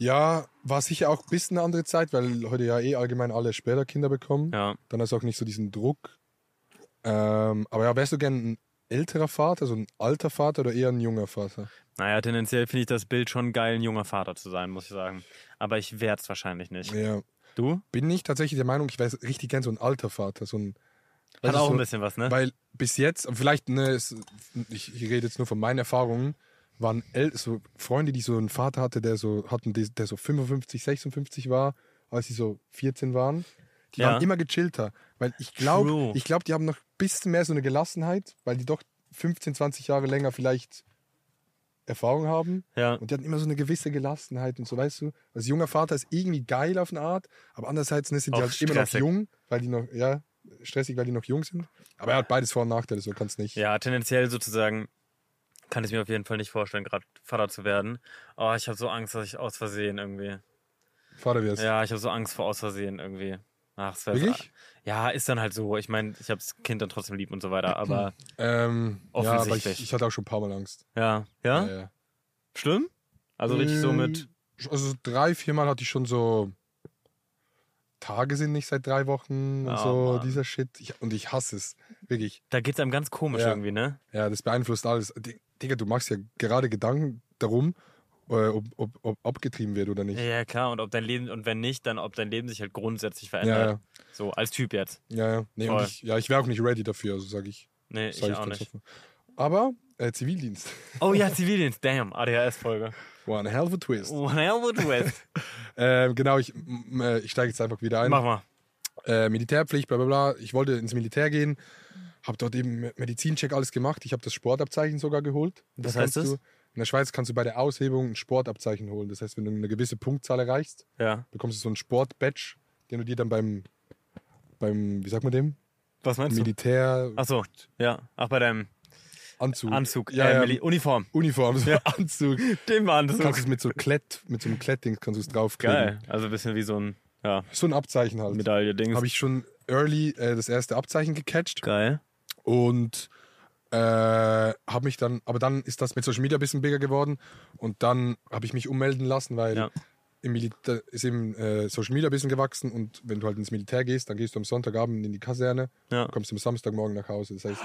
C: Ja, war sicher auch ein bisschen eine andere Zeit, weil heute ja eh allgemein alle später Kinder bekommen.
A: Ja.
C: Dann hast du auch nicht so diesen Druck. Ähm, aber ja, wärst du gern ein älterer Vater, so ein alter Vater oder eher ein junger Vater?
A: Naja, tendenziell finde ich das Bild schon geil, ein junger Vater zu sein, muss ich sagen. Aber ich werde es wahrscheinlich nicht.
C: Ja.
A: Du?
C: Bin ich tatsächlich der Meinung, ich wäre richtig gern so ein alter Vater, so ein.
A: Hat
C: weißt du,
A: auch
C: Also so,
A: ein bisschen was, ne?
C: Weil bis jetzt, und vielleicht, ne, es, ich, ich rede jetzt nur von meinen Erfahrungen, waren El so Freunde, die so einen Vater hatte, der so hatten, die- der so 55, 56 war, als sie so 14 waren. Die
A: Ja.
C: waren immer gechillter. Weil ich glaube,
A: True.
C: ich glaube, die haben noch ein bisschen mehr so eine Gelassenheit, weil die doch 15, 20 Jahre länger vielleicht Erfahrung haben.
A: Ja.
C: Und die hatten immer so eine gewisse Gelassenheit und so, weißt du. Als junger Vater ist irgendwie geil auf eine Art, aber andererseits ne, sind die
A: Auch
C: halt immer noch
A: stressig.
C: jung, weil die noch, ja, stressig, weil die noch jung sind. Aber er hat beides Vor- und Nachteile, so kannst nicht.
A: Ja, tendenziell sozusagen kann ich mir auf jeden Fall nicht vorstellen, gerade Vater zu werden. Oh, ich habe so Angst, dass ich aus Versehen irgendwie.
C: Vater wirst.
A: Ja, ich habe so Angst vor aus Versehen irgendwie. Ach, es wär-
C: Wirklich?
A: Ja, ist dann halt so. Ich meine, ich habe das Kind dann trotzdem lieb und so weiter,
C: (clears throat)
A: aber
C: Ähm, ja, aber ich,
A: Offensichtlich.
C: ich hatte auch schon ein paar Mal Angst.
A: ja. Ja?
C: Ja, ja.
A: Schlimm? Also richtig so mit.
C: Also drei, vier Mal hatte ich schon so Tage sind nicht seit drei Wochen und
A: Ah,
C: so,
A: Mann.
C: dieser Shit. Ich, und ich hasse es. Wirklich.
A: Da geht's einem ganz komisch
C: Ja.
A: irgendwie, ne?
C: Ja, das beeinflusst alles. Dig- Digga, du machst ja gerade Gedanken darum, äh, ob, ob, ob abgetrieben wird oder nicht.
A: Ja, klar. Und ob dein Leben, und wenn nicht, dann ob dein Leben sich halt grundsätzlich
C: ja,
A: verändert.
C: ja.
A: So, als Typ jetzt.
C: Ja, ja. Nee, und
A: Voll.
C: ich, ja, ich wäre auch nicht ready dafür, also sage ich.
A: Nee,
C: Sag
A: Ne, ich auch
C: ganz
A: nicht.
C: offen. Aber äh, Zivildienst. (laughs)
A: Oh ja, Zivildienst, damn, ADHS-Folge.
C: One hell of a twist.
A: One hell of a twist.
C: Ähm, genau, ich, m- äh, ich steige jetzt einfach wieder ein.
A: Mach mal.
C: Äh, Militärpflicht, bla bla bla. Ich wollte ins Militär gehen, habe dort eben Me- Medizincheck alles gemacht. Ich habe das Sportabzeichen sogar geholt.
A: Was heißt
C: kannst
A: das?
C: Du, in der Schweiz kannst du bei der Aushebung ein Sportabzeichen holen. Das heißt, wenn du eine gewisse Punktzahl erreichst,
A: Ja.
C: bekommst du so einen Sportbadge, den du dir dann beim, beim wie sagt man dem?
A: Was meinst du?
C: Militäranzug.
A: Ach so, ja. Ach, bei deinem Anzug.
C: Ja,
A: äh,
C: ja,
A: Mili- Uniform.
C: Uniform, so (laughs) Anzug.
A: Dem Anzug.
C: kannst du es mit so Klett, mit so einem Klettding kannst du es draufkleben.
A: Geil. Also ein bisschen wie so ein ja,
C: So ein Abzeichen halt.
A: Medaille-Dings.
C: Habe ich schon early äh, das erste Abzeichen gecatcht
A: Geil.
C: und Äh, habe mich dann, aber dann ist das mit Social Media ein bisschen bigger geworden und dann habe ich mich ummelden lassen, weil
A: Ja.
C: im Militär ist eben äh, Social Media ein bisschen gewachsen und wenn du halt ins Militär gehst, dann gehst du am Sonntagabend in die Kaserne,
A: Ja.
C: kommst am Samstagmorgen nach Hause. Das heißt,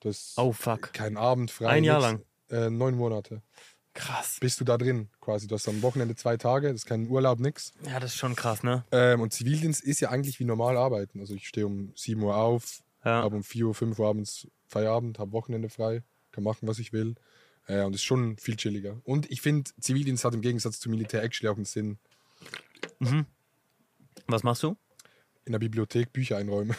C: du hast
A: Oh, fuck.
C: keinen Abend frei.
A: Ein Jahr
C: nix. Äh, neun Monate.
A: Krass.
C: Bist du da drin quasi. Du hast am Wochenende zwei Tage, das ist kein Urlaub, nix.
A: Ja, das ist schon krass, ne?
C: Ähm, und Zivildienst ist ja eigentlich wie normal arbeiten. Also ich stehe um 7 Uhr auf,
A: Ja.
C: habe um 4 Uhr, 5 Uhr abends Feierabend, habe Wochenende frei, kann machen, was ich will. Äh, und ist schon viel chilliger. Und ich finde, Zivildienst hat im Gegensatz zum Militär actually auch einen Sinn.
A: Was machst du?
C: In der Bibliothek Bücher einräumen.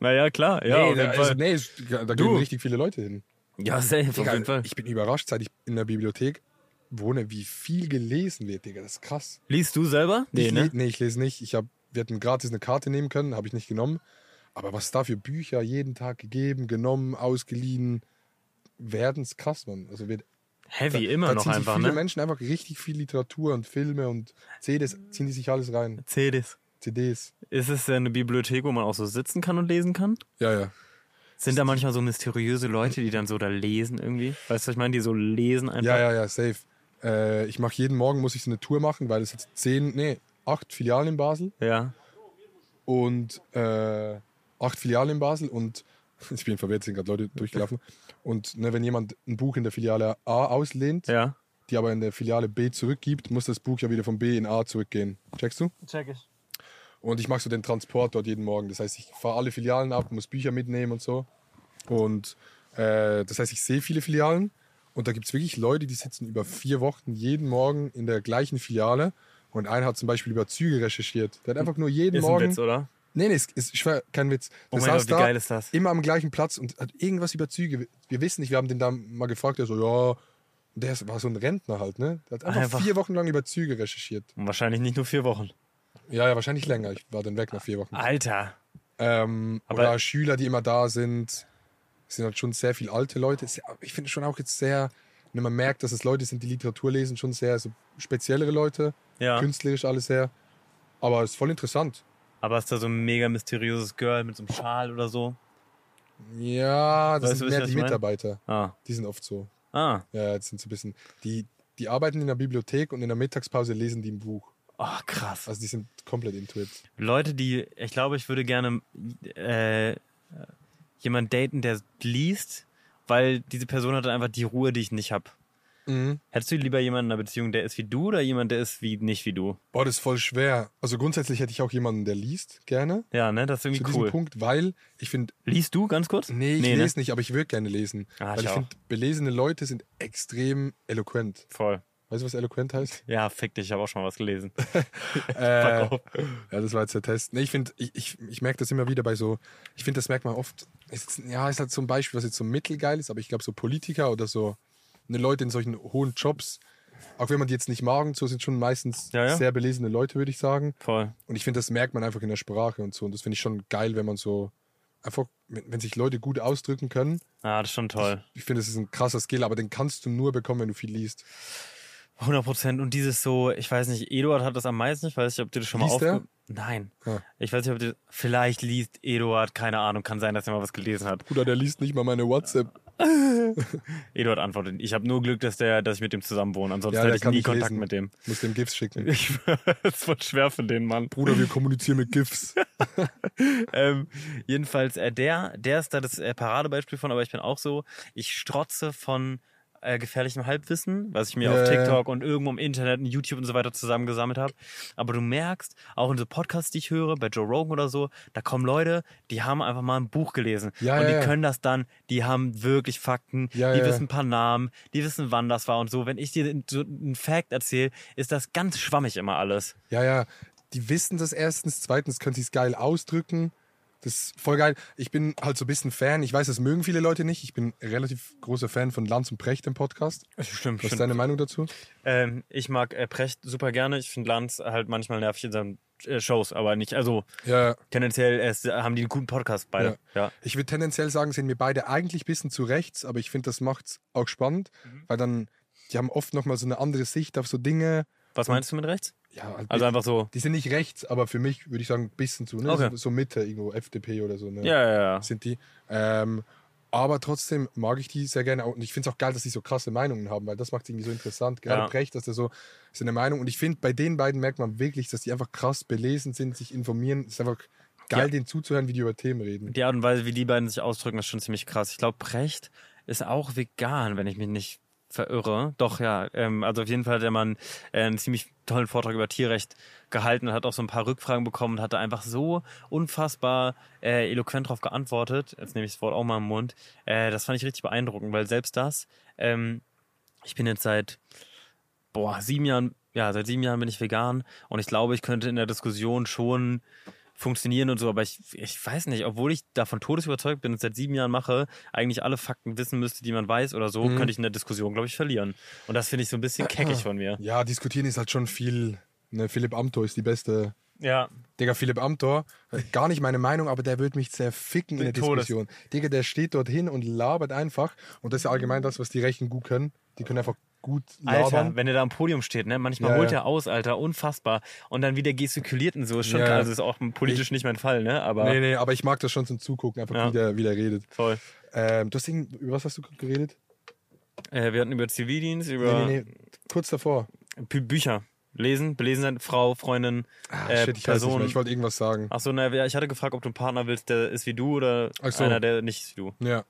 A: Naja, klar. Ja,
C: nee,
A: auf jeden
C: da, also,
A: Fall.
C: nee, es- da da
A: Du.
C: gehen richtig viele Leute hin.
A: Ja, safe, auf
C: Digga,
A: jeden Fall.
C: Ich bin überrascht, seit ich in der Bibliothek wohne, wie viel gelesen wird, Digga. Das ist krass.
A: Liest du selber?
C: ich le- nee, ich lese nicht. Ich hab, wir hätten gratis eine Karte nehmen können, habe ich nicht genommen. Aber was da für Bücher jeden Tag gegeben, genommen, ausgeliehen, werden es krass, Mann. Also wird,
A: Heavy,
C: da,
A: immer
C: da
A: noch
C: ziehen
A: einfach,
C: sich viele
A: ne?
C: Menschen einfach richtig viel Literatur und Filme und CDs, ziehen die sich alles rein.
A: CDs.
C: CDs.
A: Ist es denn eine Bibliothek, wo man auch so sitzen kann und lesen kann?
C: Ja, ja.
A: Sind da manchmal so mysteriöse Leute, die dann so da lesen irgendwie? Weißt du, was ich meine, die so lesen einfach.
C: Ja, ja, ja, safe. Äh, ich mache jeden Morgen, muss ich so eine Tour machen, weil es jetzt zehn, nee, acht Filialen in Basel.
A: ja.
C: und äh, acht Filialen in Basel und (laughs) ich bin verwirrt, sind gerade Leute durchgelaufen. Und ne, wenn jemand ein Buch in der Filiale A auslehnt,
A: Ja.
C: die aber in der Filiale B zurückgibt, muss das Buch ja wieder von B in A zurückgehen. Checkst du?
A: Check ich.
C: Und ich mache so den Transport dort jeden Morgen. Das heißt, ich fahre alle Filialen ab, muss Bücher mitnehmen und so. Und äh, das heißt, ich sehe viele Filialen. Und da gibt es wirklich Leute, die sitzen über vier Wochen jeden Morgen in der gleichen Filiale. Und einer hat zum Beispiel über Züge recherchiert. Der hat einfach nur jeden
A: Hm. Ist
C: Morgen
A: ein Witz, oder?
C: Nee, nee, ist, ist schwer, kein Witz.
A: Oh
C: Der
A: mein Gott,
C: saß
A: wie geil ist das?
C: Immer am gleichen Platz und hat irgendwas über Züge. Wir wissen nicht, wir haben den da mal gefragt, der so, ja. Und der ist- war so ein Rentner halt, ne? Der hat einfach,
A: Einfach-
C: vier Wochen lang über Züge recherchiert.
A: Und wahrscheinlich nicht nur vier Wochen.
C: Ja, ja, wahrscheinlich länger. Ich war dann weg nach vier Wochen.
A: Alter.
C: Ähm,
A: Ah. Aber-
C: oder Schüler, die immer da sind. Es sind halt schon sehr viel alte Leute. Ist ja- Ich finde schon auch jetzt sehr, wenn man merkt, dass es Leute sind, die Literatur lesen, schon sehr so speziellere Leute.
A: Ja.
C: Künstlerisch alles sehr. Aber es ist voll interessant.
A: Aber ist da so ein mega mysteriöses Girl mit so einem Schal oder so?
C: Ja, das
A: Weißt du,
C: sind
A: was
C: mehr
A: ich
C: die
A: meine?
C: Mitarbeiter.
A: Ah.
C: Die sind oft so.
A: Ah.
C: Ja, jetzt sind so ein bisschen. Die, die arbeiten in der Bibliothek und in der Mittagspause lesen die ein Buch.
A: Oh, krass.
C: Also die sind komplett into it.
A: Leute, die, ich glaube, ich würde gerne äh, jemand daten, der liest, weil diese Person hat dann einfach die Ruhe, die ich nicht habe. Hättest du lieber jemanden in einer Beziehung, der ist wie du oder jemand, der ist wie nicht wie du?
C: Boah, das ist voll schwer. Also grundsätzlich hätte ich auch jemanden, der liest, gerne.
A: Ja, ne? Das ist
C: Zu
A: irgendwie
C: diesem
A: cool.
C: Punkt, weil ich finde,
A: Liest du ganz kurz?
C: nee, ich
A: ne?
C: lese nicht, aber ich würde gerne lesen.
A: Ah,
C: weil
A: ich
C: ich
A: auch.
C: finde, belesene Leute sind extrem eloquent.
A: Voll.
C: Weißt du, was eloquent heißt?
A: (laughs) Ja, fick dich, ich habe auch schon mal was gelesen.
C: Äh,
A: auf.
C: ja, das war jetzt der Test. Nee, ich finde, ich, ich, ich merke das immer wieder bei so, ich finde, das merkt man oft. Ist, ja, ist halt so ein Beispiel, was jetzt so mittelgeil ist, aber ich glaube, so Politiker oder so ne, Leute in solchen hohen Jobs, auch wenn man die jetzt nicht mag, und so sind schon meistens
A: Ja, ja.
C: sehr belesene Leute, würde ich sagen.
A: (laughs) Voll.
C: Und ich finde, das merkt man einfach in der Sprache und so. Und das finde ich schon geil, wenn man so einfach, wenn, wenn sich Leute gut ausdrücken können.
A: Ah, das ist schon toll.
C: Ich finde, das ist ein krasser Skill, aber den kannst du nur bekommen, wenn du viel liest.
A: 100 Prozent. Und dieses so, ich weiß nicht, Eduard hat das am meisten. Ich weiß nicht, ob dir das schon
C: Liest
A: mal
C: er? Ah.
A: aufge... Nein.
C: Ja.
A: Ich weiß nicht, ob dir... Vielleicht liest Eduard, keine Ahnung. Kann sein, dass er mal was gelesen hat.
C: Bruder, der liest nicht mal meine WhatsApp.
A: Eduard antwortet, ich habe nur Glück, dass, der, dass ich mit dem zusammen wohne. Ansonsten
C: Ja,
A: hätte
C: der
A: ich
C: kann
A: nie
C: nicht
A: Kontakt
C: lesen.
A: mit dem. (laughs)
C: Muss dem GIFs schicken.
A: Ich, (laughs) das wird schwer für den Mann.
C: Bruder, wir kommunizieren mit GIFs.
A: Ähm, jedenfalls, äh, der, der ist da das äh, Paradebeispiel von, aber ich bin auch so, ich strotze von äh, gefährlichem Halbwissen, was ich mir
C: Ja,
A: auf
C: ja, ja.
A: TikTok und irgendwo im Internet und YouTube und so weiter zusammengesammelt habe. Aber du merkst, auch in so Podcasts, die ich höre, bei Joe Rogan oder so, da kommen Leute, die haben einfach mal ein Buch gelesen.
C: Ja,
A: und
C: ja,
A: die
C: ja.
A: können das dann, die haben wirklich Fakten,
C: Ja,
A: die
C: ja, ja.
A: wissen ein paar Namen, die wissen, wann das war und so. Wenn ich dir so einen Fact erzähle, ist das ganz schwammig immer alles.
C: Ja, ja. Die wissen das erstens, zweitens können sie es geil ausdrücken. Das ist voll geil. Ich bin halt so ein bisschen Fan. Ich weiß, das mögen viele Leute nicht. Ich bin relativ großer Fan von Lanz und Precht im Podcast.
A: Stimmt,
C: Was ist deine Meinung dazu?
A: Ähm, ich mag äh, Precht super gerne. Ich finde Lanz halt manchmal nervig in seinen äh, Shows, aber nicht. Also
C: Ja,
A: tendenziell erst, äh, haben die einen guten Podcast beide. Ja.
C: Ich würde tendenziell sagen, sind wir beide eigentlich ein bisschen zu rechts, aber ich finde, das macht's auch spannend,
A: Mhm.
C: weil dann, die haben oft nochmal so eine andere Sicht auf so Dinge.
A: Was meinst du mit rechts?
C: Ja, halt
A: Also einfach so.
C: die sind nicht rechts, aber für mich würde ich sagen, ein bisschen zu, ne?
A: Okay.
C: So Mitte, irgendwo FDP oder so, ne?
A: Ja, ja, ja.
C: sind die. Ähm, Aber trotzdem mag ich die sehr gerne. Und ich finde es auch geil, dass die so krasse Meinungen haben, weil das macht irgendwie so interessant. Gerade
A: Ja.
C: Brecht, dass der so seine Meinung. Und ich finde, bei den beiden merkt man wirklich, dass die einfach krass belesen sind, sich informieren. Es ist einfach geil,
A: Ja.
C: denen zuzuhören, wie die über Themen reden.
A: Die Art und Weise, wie die beiden sich ausdrücken, ist schon ziemlich krass. Ich glaube, Precht ist auch vegan, wenn ich mich nicht verirre. Doch, ja. Ähm, also auf jeden Fall hat der Mann äh, einen ziemlich tollen Vortrag über Tierrecht gehalten und hat auch so ein paar Rückfragen bekommen und hat da einfach so unfassbar äh, eloquent drauf geantwortet. Jetzt nehme ich das Wort auch mal im Mund. Äh, das fand ich richtig beeindruckend, weil selbst das, ähm, ich bin jetzt seit boah, sieben Jahren, ja, seit sieben Jahren bin ich vegan und ich glaube, ich könnte in der Diskussion schon funktionieren und so, aber ich, ich weiß nicht, obwohl ich davon todesüberzeugt bin und seit sieben Jahren mache, eigentlich alle Fakten wissen müsste, die man weiß oder
C: Mhm.
A: so, könnte ich in der Diskussion, glaube ich, verlieren. Und das finde ich so ein bisschen
C: Ah.
A: keckig von mir.
C: Ja, diskutieren ist halt schon viel. Ne, Philipp Amthor ist die beste
A: Ja,
C: Digga, Philipp Amthor, äh, gar nicht meine Meinung, aber der wird mich zerficken in der
A: Den Todes.
C: Diskussion. Digga, der steht dorthin und labert einfach. Und das ist ja allgemein das, was die Rechten gut können. Die können einfach gut
A: Alter,
C: labern.
A: wenn er da am Podium steht, ne? Manchmal
C: Ja,
A: holt
C: ja.
A: er aus, Alter, unfassbar. Und dann wieder gestikuliert und so, ist schon
C: Ja,
A: klar,
C: ja.
A: also ist auch politisch nicht mein Fall, ne? Aber
C: nee, nee, aber ich mag das schon zum Zugucken, einfach
A: Ja.
C: wie, der, wie der redet.
A: voll.
C: Ähm, du hast irgend- über was hast du geredet?
A: Äh, wir hatten über Zivildienst, über
C: Nee, nee, nee. Kurz davor.
A: Bü- Bücher. Lesen, belesen sein, Frau, Freundin, äh,
C: Ah, shit, ich weiß nicht
A: Person. Ah.
C: mehr. Ich wollte irgendwas sagen.
A: Ach so, naja, ich hatte gefragt, ob du einen Partner willst, der ist wie du oder
C: Ach so.
A: einer, der nicht ist wie du.
C: Ja.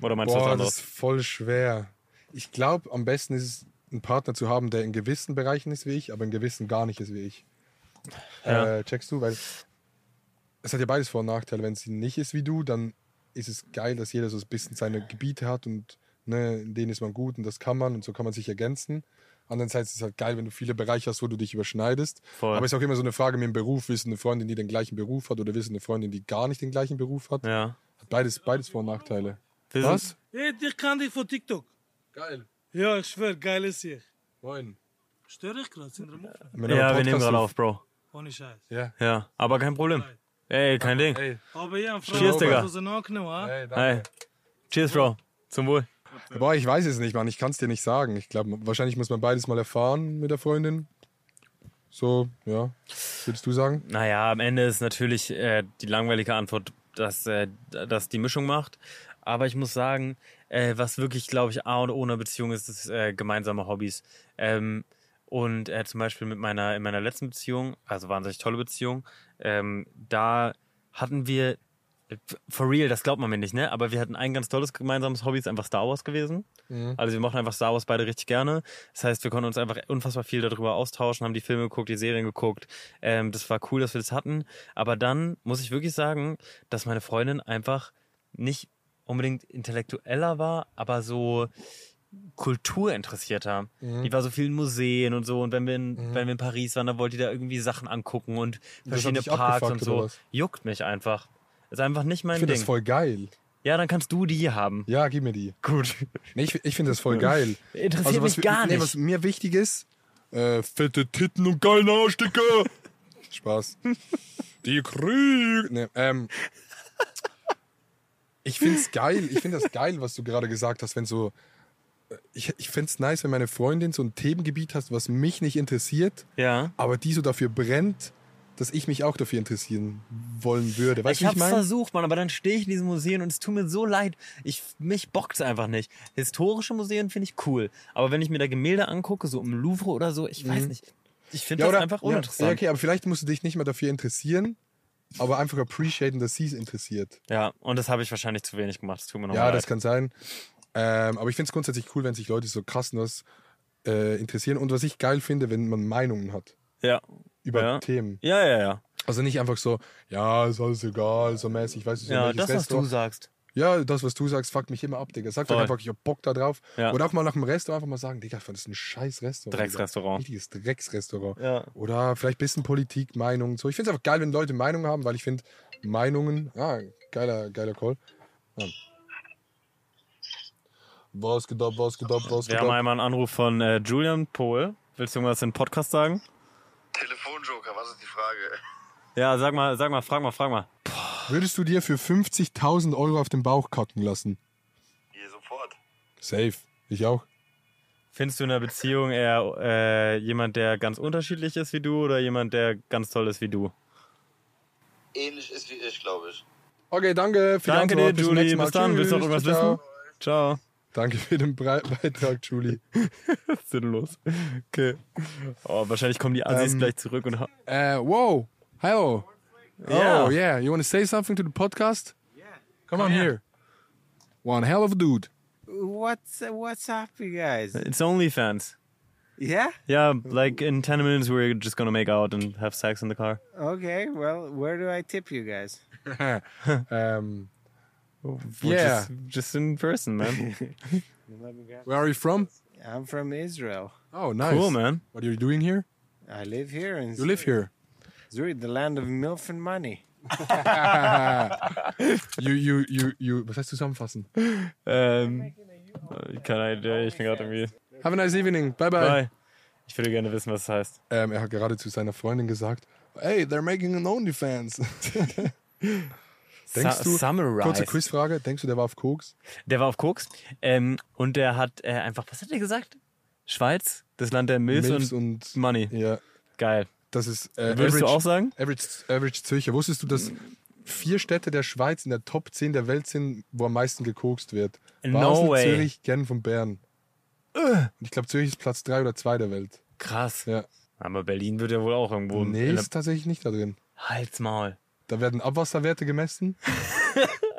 A: Oder meinst du was
C: Boah,
A: anderes?
C: das ist voll schwer. Ich glaube, am besten ist es, einen Partner zu haben, der in gewissen Bereichen ist wie ich, aber in gewissen gar nicht ist wie ich.
A: Ja.
C: Äh, checkst du? Weil es hat ja beides Vor- und Nachteile. Wenn sie nicht ist wie du, dann ist es geil, dass jeder so ein bisschen seine Gebiete hat und ne, in denen ist man gut und das kann man und so kann man sich ergänzen. Andererseits ist es halt geil, wenn du viele Bereiche hast, wo du dich überschneidest.
A: Voll.
C: Aber es ist auch immer so eine Frage mit dem Beruf. Willst du eine Freundin, die den gleichen Beruf hat oder willst du eine Freundin, die gar nicht den gleichen Beruf hat?
A: Ja.
C: Hat beides, beides Vor- und Nachteile.
A: Wir sind-
C: Was?
E: Hey, ich kann dich von TikTok.
C: Geil.
E: Ja, ich schwör, geil ist hier.
C: Moin.
E: Störe ich gerade, sind wir im Aufwärmen?
C: Wenn
A: Ja,
C: aber
A: wir nehmen
C: Podcast
A: gerade auf, Bro.
E: Ohne Scheiß.
C: Ja.
A: Ja, aber kein Problem. Ey, kein Ding.
C: Hey.
E: Aber ja, Frau,
A: Cheers, Digga.
E: du so nachgenommen, ha?
C: Hey,
A: Hey. Cheers, Bro. Zum Wohl.
C: Boah, ich weiß es nicht, Mann. Ich kann es dir nicht sagen. Ich glaube, wahrscheinlich muss man beides mal erfahren mit der Freundin. So, ja. Würdest du sagen?
A: Naja, am Ende ist natürlich äh, die langweilige Antwort, dass äh, das die Mischung macht. Aber ich muss sagen, äh, was wirklich, glaube ich, A und O in einer Beziehung ist, ist äh, gemeinsame Hobbys. Ähm, und äh, zum Beispiel mit meiner, in meiner letzten Beziehung, also wahnsinnig tolle Beziehung, ähm, da hatten wir, for real, das glaubt man mir nicht, ne? Aber wir hatten ein ganz tolles gemeinsames Hobby, ist einfach Star Wars gewesen. Also wir mochten einfach Star Wars beide richtig gerne. Das heißt, wir konnten uns einfach unfassbar viel darüber austauschen, haben die Filme geguckt, die Serien geguckt. Ähm, das war cool, dass wir das hatten. Aber dann muss ich wirklich sagen, dass meine Freundin einfach nicht unbedingt intellektueller war, aber so kulturinteressierter. Die war so viel in Museen und so. Und wenn wir in, wenn wir in Paris waren, dann wollte die da irgendwie Sachen angucken und
C: hat
A: verschiedene
C: dich
A: Parks
C: abgefuckt
A: und
C: oder
A: so.
C: was?
A: Juckt mich einfach. Ist einfach nicht
C: Ich
A: mein
C: finde das
A: Ding.
C: voll geil.
A: Ja, dann kannst du die haben.
C: Ja, gib mir die.
A: Gut.
C: Nee, ich ich finde das voll geil. Also
A: Interessiert
C: was
A: mich gar
C: Nee,
A: nicht.
C: was mir wichtig ist, äh, fette Titten und geile
A: (laughs)
C: Arschdicke. Spaß. Die Krieg. Nee, ähm, ich find's geil. Ich find das geil, was du gerade gesagt hast, wenn so. äh, Ich, ich find's nice, wenn meine Freundin so ein Themengebiet hat, was mich nicht interessiert,
A: (laughs) Ja.
C: aber die so dafür brennt, dass ich mich auch dafür interessieren wollen würde. Weißt
A: ich
C: du, wie ich
A: hab's
C: meine?
A: versucht, Mann, aber dann stehe ich in diesen Museen und es tut mir so leid. Ich, mich bockt's einfach nicht. Historische Museen finde ich cool. Aber wenn ich mir da Gemälde angucke, so im Louvre oder so, ich weiß nicht. Ich finde das einfach
C: Mhm. Ja,
A: uninteressant. Ja,
C: okay, aber vielleicht musst du dich nicht mal dafür interessieren, aber einfach appreciaten, dass sie es interessiert.
A: und das habe ich wahrscheinlich zu wenig gemacht. Das tut mir nochmal
C: Ja,
A: leid.
C: das kann sein. Ähm, aber ich finde es grundsätzlich cool, wenn sich Leute so krass in was äh, interessieren. Und was ich geil finde, wenn man Meinungen hat
A: ja.
C: über
A: Ja.
C: Themen.
A: ja, ja, ja.
C: Also nicht einfach so, ja, ist alles egal, so mäßig, weißt du, so
A: Ja,
C: welches
A: das, was du
C: Restaurant-
A: sagst.
C: Ja, das, was du sagst, fuckt mich immer ab, Digga. Sag doch
A: Voll.
C: einfach, ich hab Bock da drauf.
A: Ja.
C: Oder auch mal nach dem Restaurant einfach mal sagen, Digga, das ist ein scheiß Restaurant. Digga.
A: Drecksrestaurant.
C: Richtiges Drecksrestaurant.
A: Ja.
C: Oder vielleicht ein bisschen Politik, Meinungen. So. Ich finde es einfach geil, wenn Leute Meinungen haben, weil ich finde Meinungen, ah, geiler, geiler Call. Ja. Was geht ab, was geht ab, was
A: Wir
C: geht
A: haben
C: ab?
A: einmal einen Anruf von äh, Julian Pohl. Willst du irgendwas in den Podcast sagen?
F: Telefonjoker, was ist die Frage?
A: Ja, sag mal, sag mal, frag mal, frag mal.
C: Würdest du dir für 50.000 Euro auf den Bauch kacken lassen?
F: Hier sofort.
C: Safe. Ich auch.
A: Findest du in einer Beziehung eher äh, jemand, der ganz unterschiedlich ist wie du oder jemand, der ganz toll ist wie du?
F: Ähnlich ist wie ich, glaube ich.
C: Okay, danke für
A: Danke
C: die
A: dir,
C: Antwort. zum
A: Julie.
C: nächsten Mal.
A: Bis dann. Willst du noch
C: Tschüss,
A: irgendwas wissen? Ciao.
C: ciao.
A: (laughs)
C: Danke für den Brei- (laughs) Beitrag, Julie.
A: Sinnlos. Okay. Oh, wahrscheinlich kommen die Assis
C: Ähm,
A: gleich zurück und ha
C: Äh, wow. Hello.
A: Yeah.
C: Oh, yeah. You want to say something to the podcast? Yeah. Come on here. One hell of a dude.
G: What's what's up, you guys?
C: Uh,
A: It's OnlyFans.
G: Yeah.
A: Yeah, like in 10 minutes we're just gonna make out and have sex in the car.
G: Okay. Well, where do I tip you guys?
C: Um,
A: We're
C: Yeah.
A: Just, just in person,
C: (laughs)
A: man.
C: where are you from?
G: I'm from Israel.
C: Oh, nice.
A: cool, man.
C: What are you doing here?
G: I live here in
C: You live here.
G: Zurich, the land of milf and money.
C: You, you, you, you. Was heißt zusammenfassen?
A: Ähm, keine Idee, ich bin gerade irgendwie.
C: Have a nice evening. Bye bye.
A: Bye. Ich würde gerne wissen, was es heißt.
C: Ähm, er hat gerade zu seiner Freundin gesagt: Hey, they're making an OnlyFans. Denkst
A: Su-
C: du?
A: Summarize.
C: Kurze Quizfrage. Denkst du, der war auf Koks?
A: Der war auf Koks ähm, und der hat äh, einfach, was hat er gesagt? Schweiz, das Land der Milch
C: Milfs
A: und,
C: und
A: Money.
C: ja,
A: Geil.
C: das ist. Äh,
A: Würdest du
C: average-
A: auch sagen?
C: Average, Average Zürcher. Wusstest du, dass vier Städte der Schweiz in der Top 10 der Welt sind, wo am meisten gekokst wird?
A: No
C: Basel,
A: way.
C: Zürich, Genf und Bern. Und ich glaube, Zürich ist Platz 3 oder 2 der Welt.
A: Krass.
C: Ja.
A: Aber Berlin wird ja wohl auch irgendwo. in
C: nee,
A: der-
C: ist tatsächlich nicht da drin.
A: Halt's Maul.
C: Da werden Abwasserwerte
A: (laughs)
C: gemessen.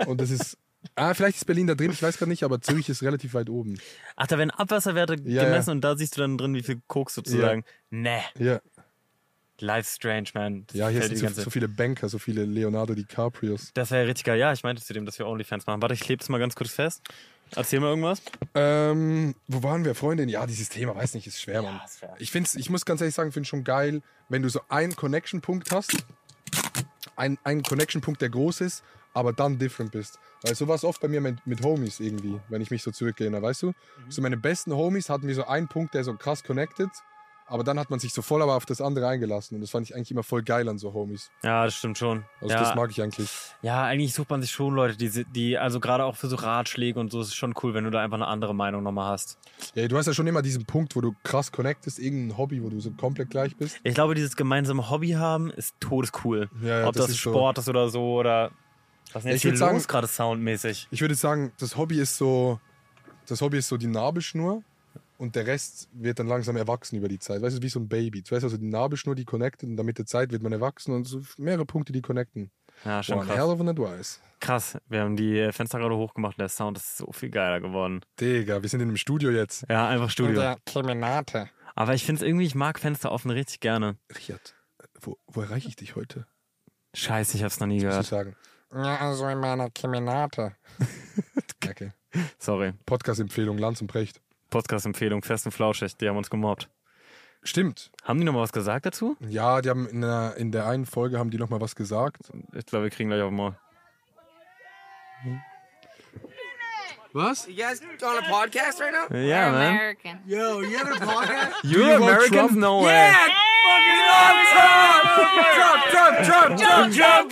C: und das ist. Ah, vielleicht ist Berlin da drin, ich weiß gar nicht, aber Zürich ist relativ weit oben.
A: Ach, da werden Abwasserwerte
C: Ja,
A: gemessen
C: ja.
A: und da siehst du dann drin, wie viel Koks sozusagen. Nee,
C: Ja,
A: life strange, man. Das
C: ja hier
A: fällt
C: sind
A: die
C: so,
A: ganze-
C: so viele Banker, so viele Leonardo DiCaprios.
A: Das wäre richtig geil. Ja, ich meinte zu dem, dass wir Onlyfans machen. Warte, ich klebe das mal ganz kurz fest. Erzähl mal irgendwas.
C: Ähm, wo waren wir, Freundin? Ja, dieses Thema, weiß nicht, ist schwer, Mann. Ich find's, ich muss ganz ehrlich sagen, finde schon geil, wenn du so einen Connection-Punkt hast, ein, einen Connection-Punkt, der groß ist, aber dann different bist. Weil so war oft bei mir mit, mit Homies irgendwie, wenn ich mich so zurückerinnere, weißt du? So meine besten Homies hatten wir so einen Punkt, der so krass connected, aber dann hat man sich so voll aber auf das andere eingelassen und das fand ich eigentlich immer voll geil an so Homies.
A: Ja, das stimmt schon.
C: Also
A: ja,
C: das mag ich eigentlich.
A: ja, eigentlich sucht man sich schon Leute, die, die also gerade auch für so Ratschläge und so ist es schon cool, wenn du da einfach eine andere Meinung nochmal hast.
C: Ja, du hast ja schon immer diesen Punkt, wo du krass connectest, irgendein Hobby, wo du so komplett gleich bist.
A: Ich glaube, dieses gemeinsame Hobby haben ist todescool.
C: Ja, ja,
A: Ob
C: das
A: das,
C: ist so.
A: Sport ist oder so oder was ist denn
C: Ja,
A: jetzt
C: ich
A: hier
C: würd sagen-
A: los gerade soundmäßig?
C: Ich würde sagen, das Hobby ist so, das Hobby ist so die Nabelschnur und der Rest wird dann langsam erwachsen über die Zeit. Weißt du, wie so ein Baby. Zuerst also die Nabelschnur, die connectet und dann mit der Zeit wird man erwachsen und so mehrere Punkte, die connecten.
A: Ja, schon
C: One
A: krass.
C: hell of an advice.
A: Krass, wir haben die äh, Fenster gerade hochgemacht und der Sound ist so viel geiler geworden.
C: Digga, wir sind in einem Studio jetzt.
A: Ja, einfach Studio.
C: Kemenate.
A: Aber ich finde es irgendwie, ich mag Fenster offen richtig gerne.
C: Richard, wo, wo erreiche ich dich heute?
A: Scheiße, ich hab's noch nie
C: Muss ich
A: gehört.
C: sagen.
G: Ja, also in meiner Kemenate.
C: (laughs) Okay.
A: Sorry.
C: Podcast-Empfehlung, Lanz und Precht.
A: Podcast-Empfehlung, fest und flauschig, die haben uns gemobbt.
C: Stimmt.
A: Haben die nochmal was gesagt dazu?
C: Ja, die haben in der, in der einen Folge haben die nochmal was gesagt.
A: Ich glaube, wir kriegen gleich auf den Maul.
C: Was?
G: Hm. You guys on a podcast right now?
A: Ja, man.
H: American.
G: Yo, you on a podcast?
A: You Americans
C: Trump?
A: know it.
C: Trump, Trump, Trump.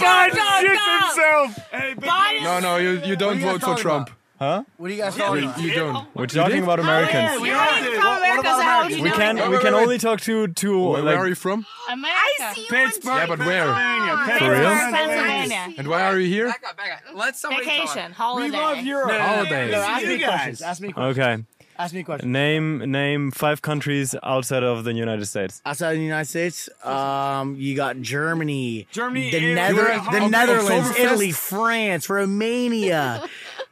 H: Bias.
C: No, no, you, you don't
G: What are you
C: vote for
G: talking
C: Trump.
G: What are you guys talking about?
C: You don't.
A: We're talking about Americans.
H: We are
G: did.
H: from
G: What- what
H: America,
G: about
H: so how would you
A: We
H: know
A: can
H: it?
A: we can
C: wait,
A: only talk to to
C: Where, where are
A: like,
C: you from?
H: America.
G: Pittsburgh,
C: Yeah, but where?
A: for real.
H: Pennsylvania.
C: And why are you here?
G: Back up, back up. Let somebody
H: Vacation. Holiday.
G: Europe.
C: Holidays.
G: ask me questions. Ask me questions.
A: Okay.
G: Ask me questions.
A: Name name five countries outside of the United States.
G: Outside of the United States, um, you got Germany,
E: Germany
G: the,
E: is-
G: Nether-
E: You were at
G: the
C: Oc-
G: Netherlands,
C: Oktoberfest?
G: (laughs) Italy, France, Romania.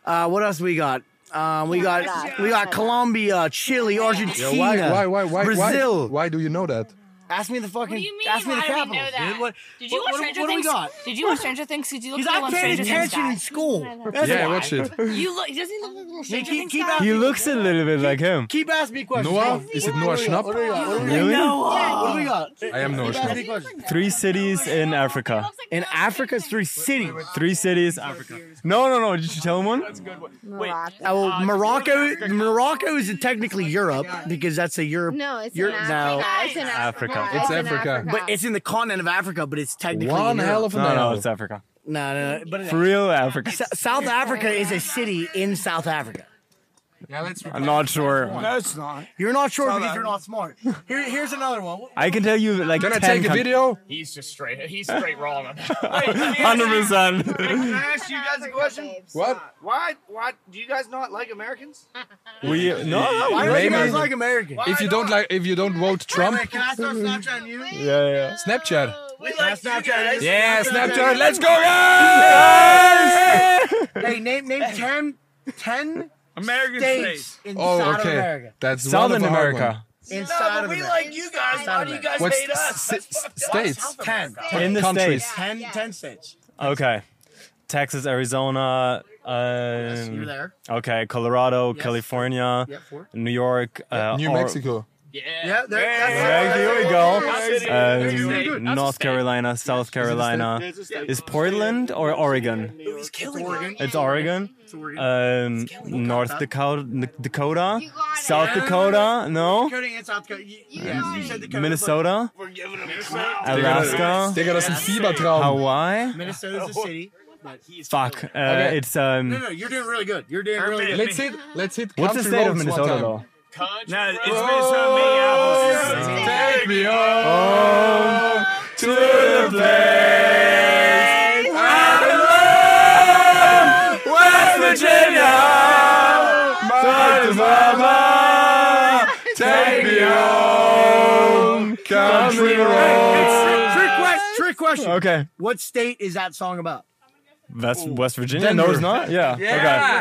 G: uh, what else we got? Um, we got we got Colombia, Chile, Argentina,
C: Why, why, why, why,
G: Brazil.
C: why? Why do you know that?
G: Ask me the fucking.
H: What do you mean?
G: Ask me the
H: How do we
G: capital.
H: know that?
G: Dude, what,
H: Did you
G: what,
H: watch
G: what,
H: Stranger
G: what do we
H: Things?
G: got?
H: Did you watch Stranger Things? Did you look
G: Because
H: at the
G: I
H: one
G: paid
H: Stranger Things
G: attention in
H: guy?
G: school. That's
C: Yeah,
G: why.
C: watch it.
H: You look. Doesn't he look like a little Stranger
G: keep-
H: Things
G: keep
H: guy?
G: out-
A: He looks a little bit like him.
G: Keep asking me questions.
C: Noah?
G: What
C: Is it Noah
G: do we got?
C: Schnapp?
G: What do we got?
A: Really?
G: What do we got?
C: I am Noah
G: Keep asking me
C: Schnapp.
G: questions.
A: Three cities in Africa.
G: In Africa, it's three cities.
A: Three cities Africa. No, no, no. Did you tell him one?
G: Uh, well, Morocco, Morocco is technically Europe because that's a Europe.
I: No, it's
G: You're-
I: in
G: no.
I: Africa. It's in
A: Africa.
I: Africa.
C: It's
I: in
C: Africa.
G: But it's in the continent of Africa, but it's technically
C: One
G: Europe.
C: hell of a
A: No, no,
C: no.
A: it's Africa.
G: no, no, no. But
A: For real Africa.
G: S- South Africa is a city in South Africa.
C: Yeah, let's
A: I'm not sure.
I: No, it's not.
G: You're not sure because you're not smart. Here, here's another one.
A: I can tell you like
C: Can I
A: 10
C: take a
A: con- (laughs)
C: video?
J: He's just straight. He's straight wrong. on that.
C: (laughs)
A: 100%.
J: Can I ask you guys a question?
C: What?
J: Why? Why do you guys not like Americans?
A: We no, no
G: Why don't you
C: Maybe-
G: guys like American?
J: Why
C: If you don't
J: not?
C: like, if you don't vote Trump,
G: Wait, can I start Snapchatting you?
A: yeah, yeah.
C: Snapchat.
J: we like Snapchat. Guys.
C: Yeah, Snapchat. Let's go, guys!
G: Hey, name name ten, 10
I: American
G: states inside
C: Oh,
G: of
C: okay.
G: America.
C: That's
A: Southern
C: one of the hard
J: No,
A: America.
G: Inside
J: but
G: of
J: we
G: America.
J: like you guys. Why do you guys
C: What's
J: hate us?
C: s-
J: That's fucked up.
C: states?
G: ten.
A: In the
C: Countries.
A: States.
G: 10, 10 states.
A: Okay. Texas, Arizona,
G: You're
A: um,
G: there.
A: okay, Colorado, California,
G: Yeah, four.
A: New York, uh,
C: New
A: or-
C: Mexico.
G: Yeah, there.
A: Yeah,
G: that's
A: here we
J: That's
A: go.
J: a
A: Um,
J: state. That's a
A: North
J: state.
A: Carolina, South Carolina. Is Portland or Oregon?
G: It's Oregon. Uh,
A: It's Oregon.
G: It's
A: Um,
G: Oregon.
A: North Dakota, N- Dakota,
H: You got it.
A: South Dakota, no,
G: Dakota and South Dakota. You,
H: Yeah.
G: you said Dakota. but
A: Minnesota,
J: We're giving them crap.
A: Alaska,
C: Digga, das ist ein Fiebertraum.
A: Hawaii.
G: Minnesota's a city.
A: Fuck, uh,
C: Okay.
A: it's
G: No,
A: um.
G: no, you're doing really good. You're doing really good.
C: Let's hit, let's hit
A: What's the
C: country
A: state of
C: roads one
A: Minnesota
C: time.
A: though?
I: No, it's
C: Oh,
I: Minneapolis.
C: take me home to the place I belong, West Virginia. My mama, take me home, country roads.
G: Trick question. Trick question.
A: Okay,
G: What state is that song about?
A: West West Virginia.
C: Denver.
A: No, it's not. Yeah.
I: Yeah.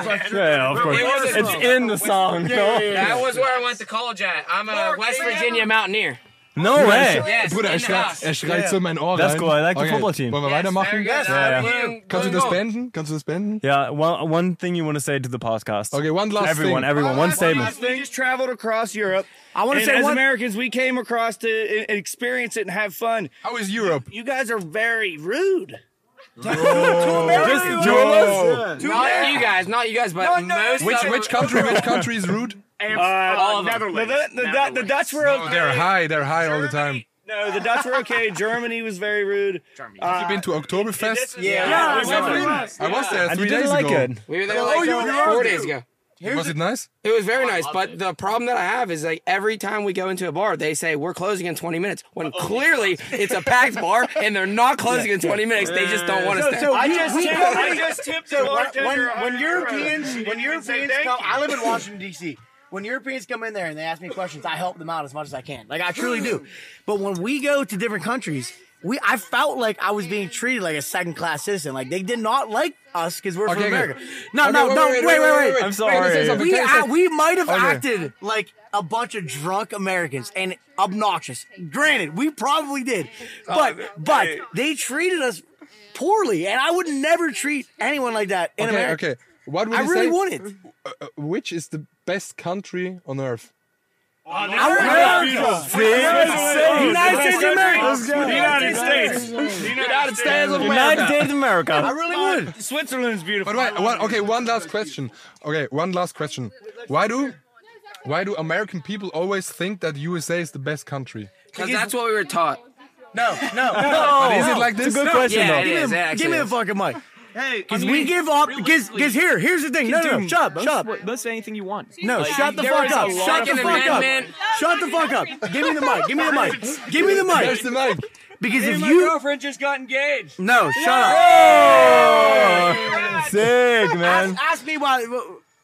A: Okay. Yeah, yeah, of course.
I: was-
A: It's in the song. No,
J: That was where I went to college at. I'm a West Virginia Mountaineer.
A: no way.
J: Yes,
C: Bruder, er,
J: in the
C: schreit,
J: house.
C: er schreit so in mein Ohr rein.
A: That's cool, I like the
C: okay,
A: football team.
C: Wollen wir
J: Yes,
C: weitermachen?
J: very good.
A: Yeah,
J: I'm
A: yeah.
J: doing-
C: Kannst du
J: doing
C: das
J: well.
C: beenden? Kannst du das beenden?
A: Yeah. Well, one thing you want to say to the podcast.
C: Okay, one last
A: everyone,
C: thing.
A: everyone,
J: Oh,
A: one statement.
J: We just traveled across Europe.
G: I want to
J: And
G: say
J: as
G: one.
J: Americans, we came across to e- experience it and have fun.
C: How is Europe?
J: You guys are very rude.
A: Just the two of us?
J: Not you guys, not you guys, but most
C: Which
J: of
C: which country? Which country is (laughs) rude?
J: all Netherlands. The, the, the, the Dutch were okay.
C: Oh, They're high. They're high all the time.
J: No, the Dutch were okay. Germany was very rude.
C: Have you been to Oktoberfest?
J: Yeah,
G: Yeah,
J: we went-
C: I was there
A: And
C: three
A: you
C: days
A: didn't like
C: ago.
A: it.
J: we were there
I: Oh,
J: like
C: you were
J: four
C: there
J: days ago.
C: Was it nice?
J: It was
K: Oh,
J: very nice, but the problem that I have is like every time we go into a bar, they say we're closing in 20 minutes when
K: Oh,
J: clearly it's a packed bar and they're
K: (laughs)
J: not closing in 20 minutes. They just don't want us there.
G: I just tipped. I
I: just tipped the
G: when, when, when Europeans, when
I: say
G: Europeans
I: thank
G: come,
I: you.
G: I live in Washington D.C. When Europeans come in there and they ask me questions, I help them out as much as I can. Like I truly do. But when we go to different countries, we I felt like I was being treated like a second class citizen. Like they did not like us because we're
C: Okay,
G: from
C: okay.
G: America. No,
C: Okay,
G: no,
C: wait,
G: no,
C: wait,
G: wait,
C: wait, wait,
G: wait, wait.
C: wait.
A: I'm
C: Wait, let's say
A: sorry.
C: something.
G: We
C: Okay, so-
G: act- we might have
C: Okay.
G: acted like a bunch of drunk Americans and obnoxious. Granted, we probably did, but but they treated us poorly, and I would never treat anyone like that in
C: Okay,
G: America.
C: okay. What would
G: I
C: you
G: really
C: say?
G: wouldn't.
C: Uh, Which is the best country on earth?
G: I would United States of America.
I: United States. United States.
A: United States of
G: I
A: America.
G: really would.
I: Switzerland's beautiful.
C: But wait, one, okay, one last question. Okay, one last question. Why do why do American people always think that USA is the best country?
J: Because that's what we were taught.
G: No, (laughs) no, no.
C: But is it like this?
A: It's a good question
J: Yeah,
A: though.
J: it is.
G: Give me-
J: actually
G: Give me the
J: is.
G: fucking mic.
I: Hey,
G: Because we give up. Because here, here's the thing. No, no, no. Shut up, shut up.
I: Let's say anything you want.
G: No, shut the
J: there
G: fuck
J: is a
G: up.
J: lot
G: Shut
J: of
G: the fuck up.
J: amendment.
G: Shut the fuck up. Give me the mic. Give me the mic. Give me the
C: There's the
G: mic.
C: mic.
G: Because if you
I: girlfriend just got engaged.
G: no, shut up.
A: Oh, sick man.
G: Ask, ask me why.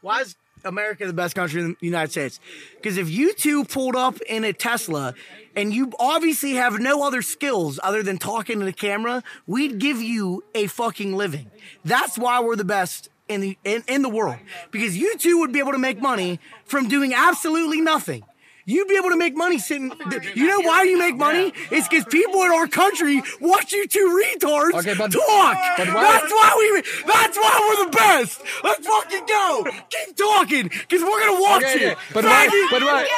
G: Why is America the best country in the United States? Because if you two pulled up in a Tesla and you obviously have no other skills other than talking to the camera, we'd give you a fucking living. That's why we're the best. In the in, in the world, because you two would be able to make money from doing absolutely nothing. You'd be able to make money sitting. You know why you make money? It's because people in our country watch you two retards
C: Okay, but-
G: talk.
C: but why-
G: That's why we. That's why we're the best. Let's fucking go. Keep talking, cause we're gonna watch
C: Okay,
G: you.
C: okay, But why?
G: Fucking-
C: But why?
H: Go!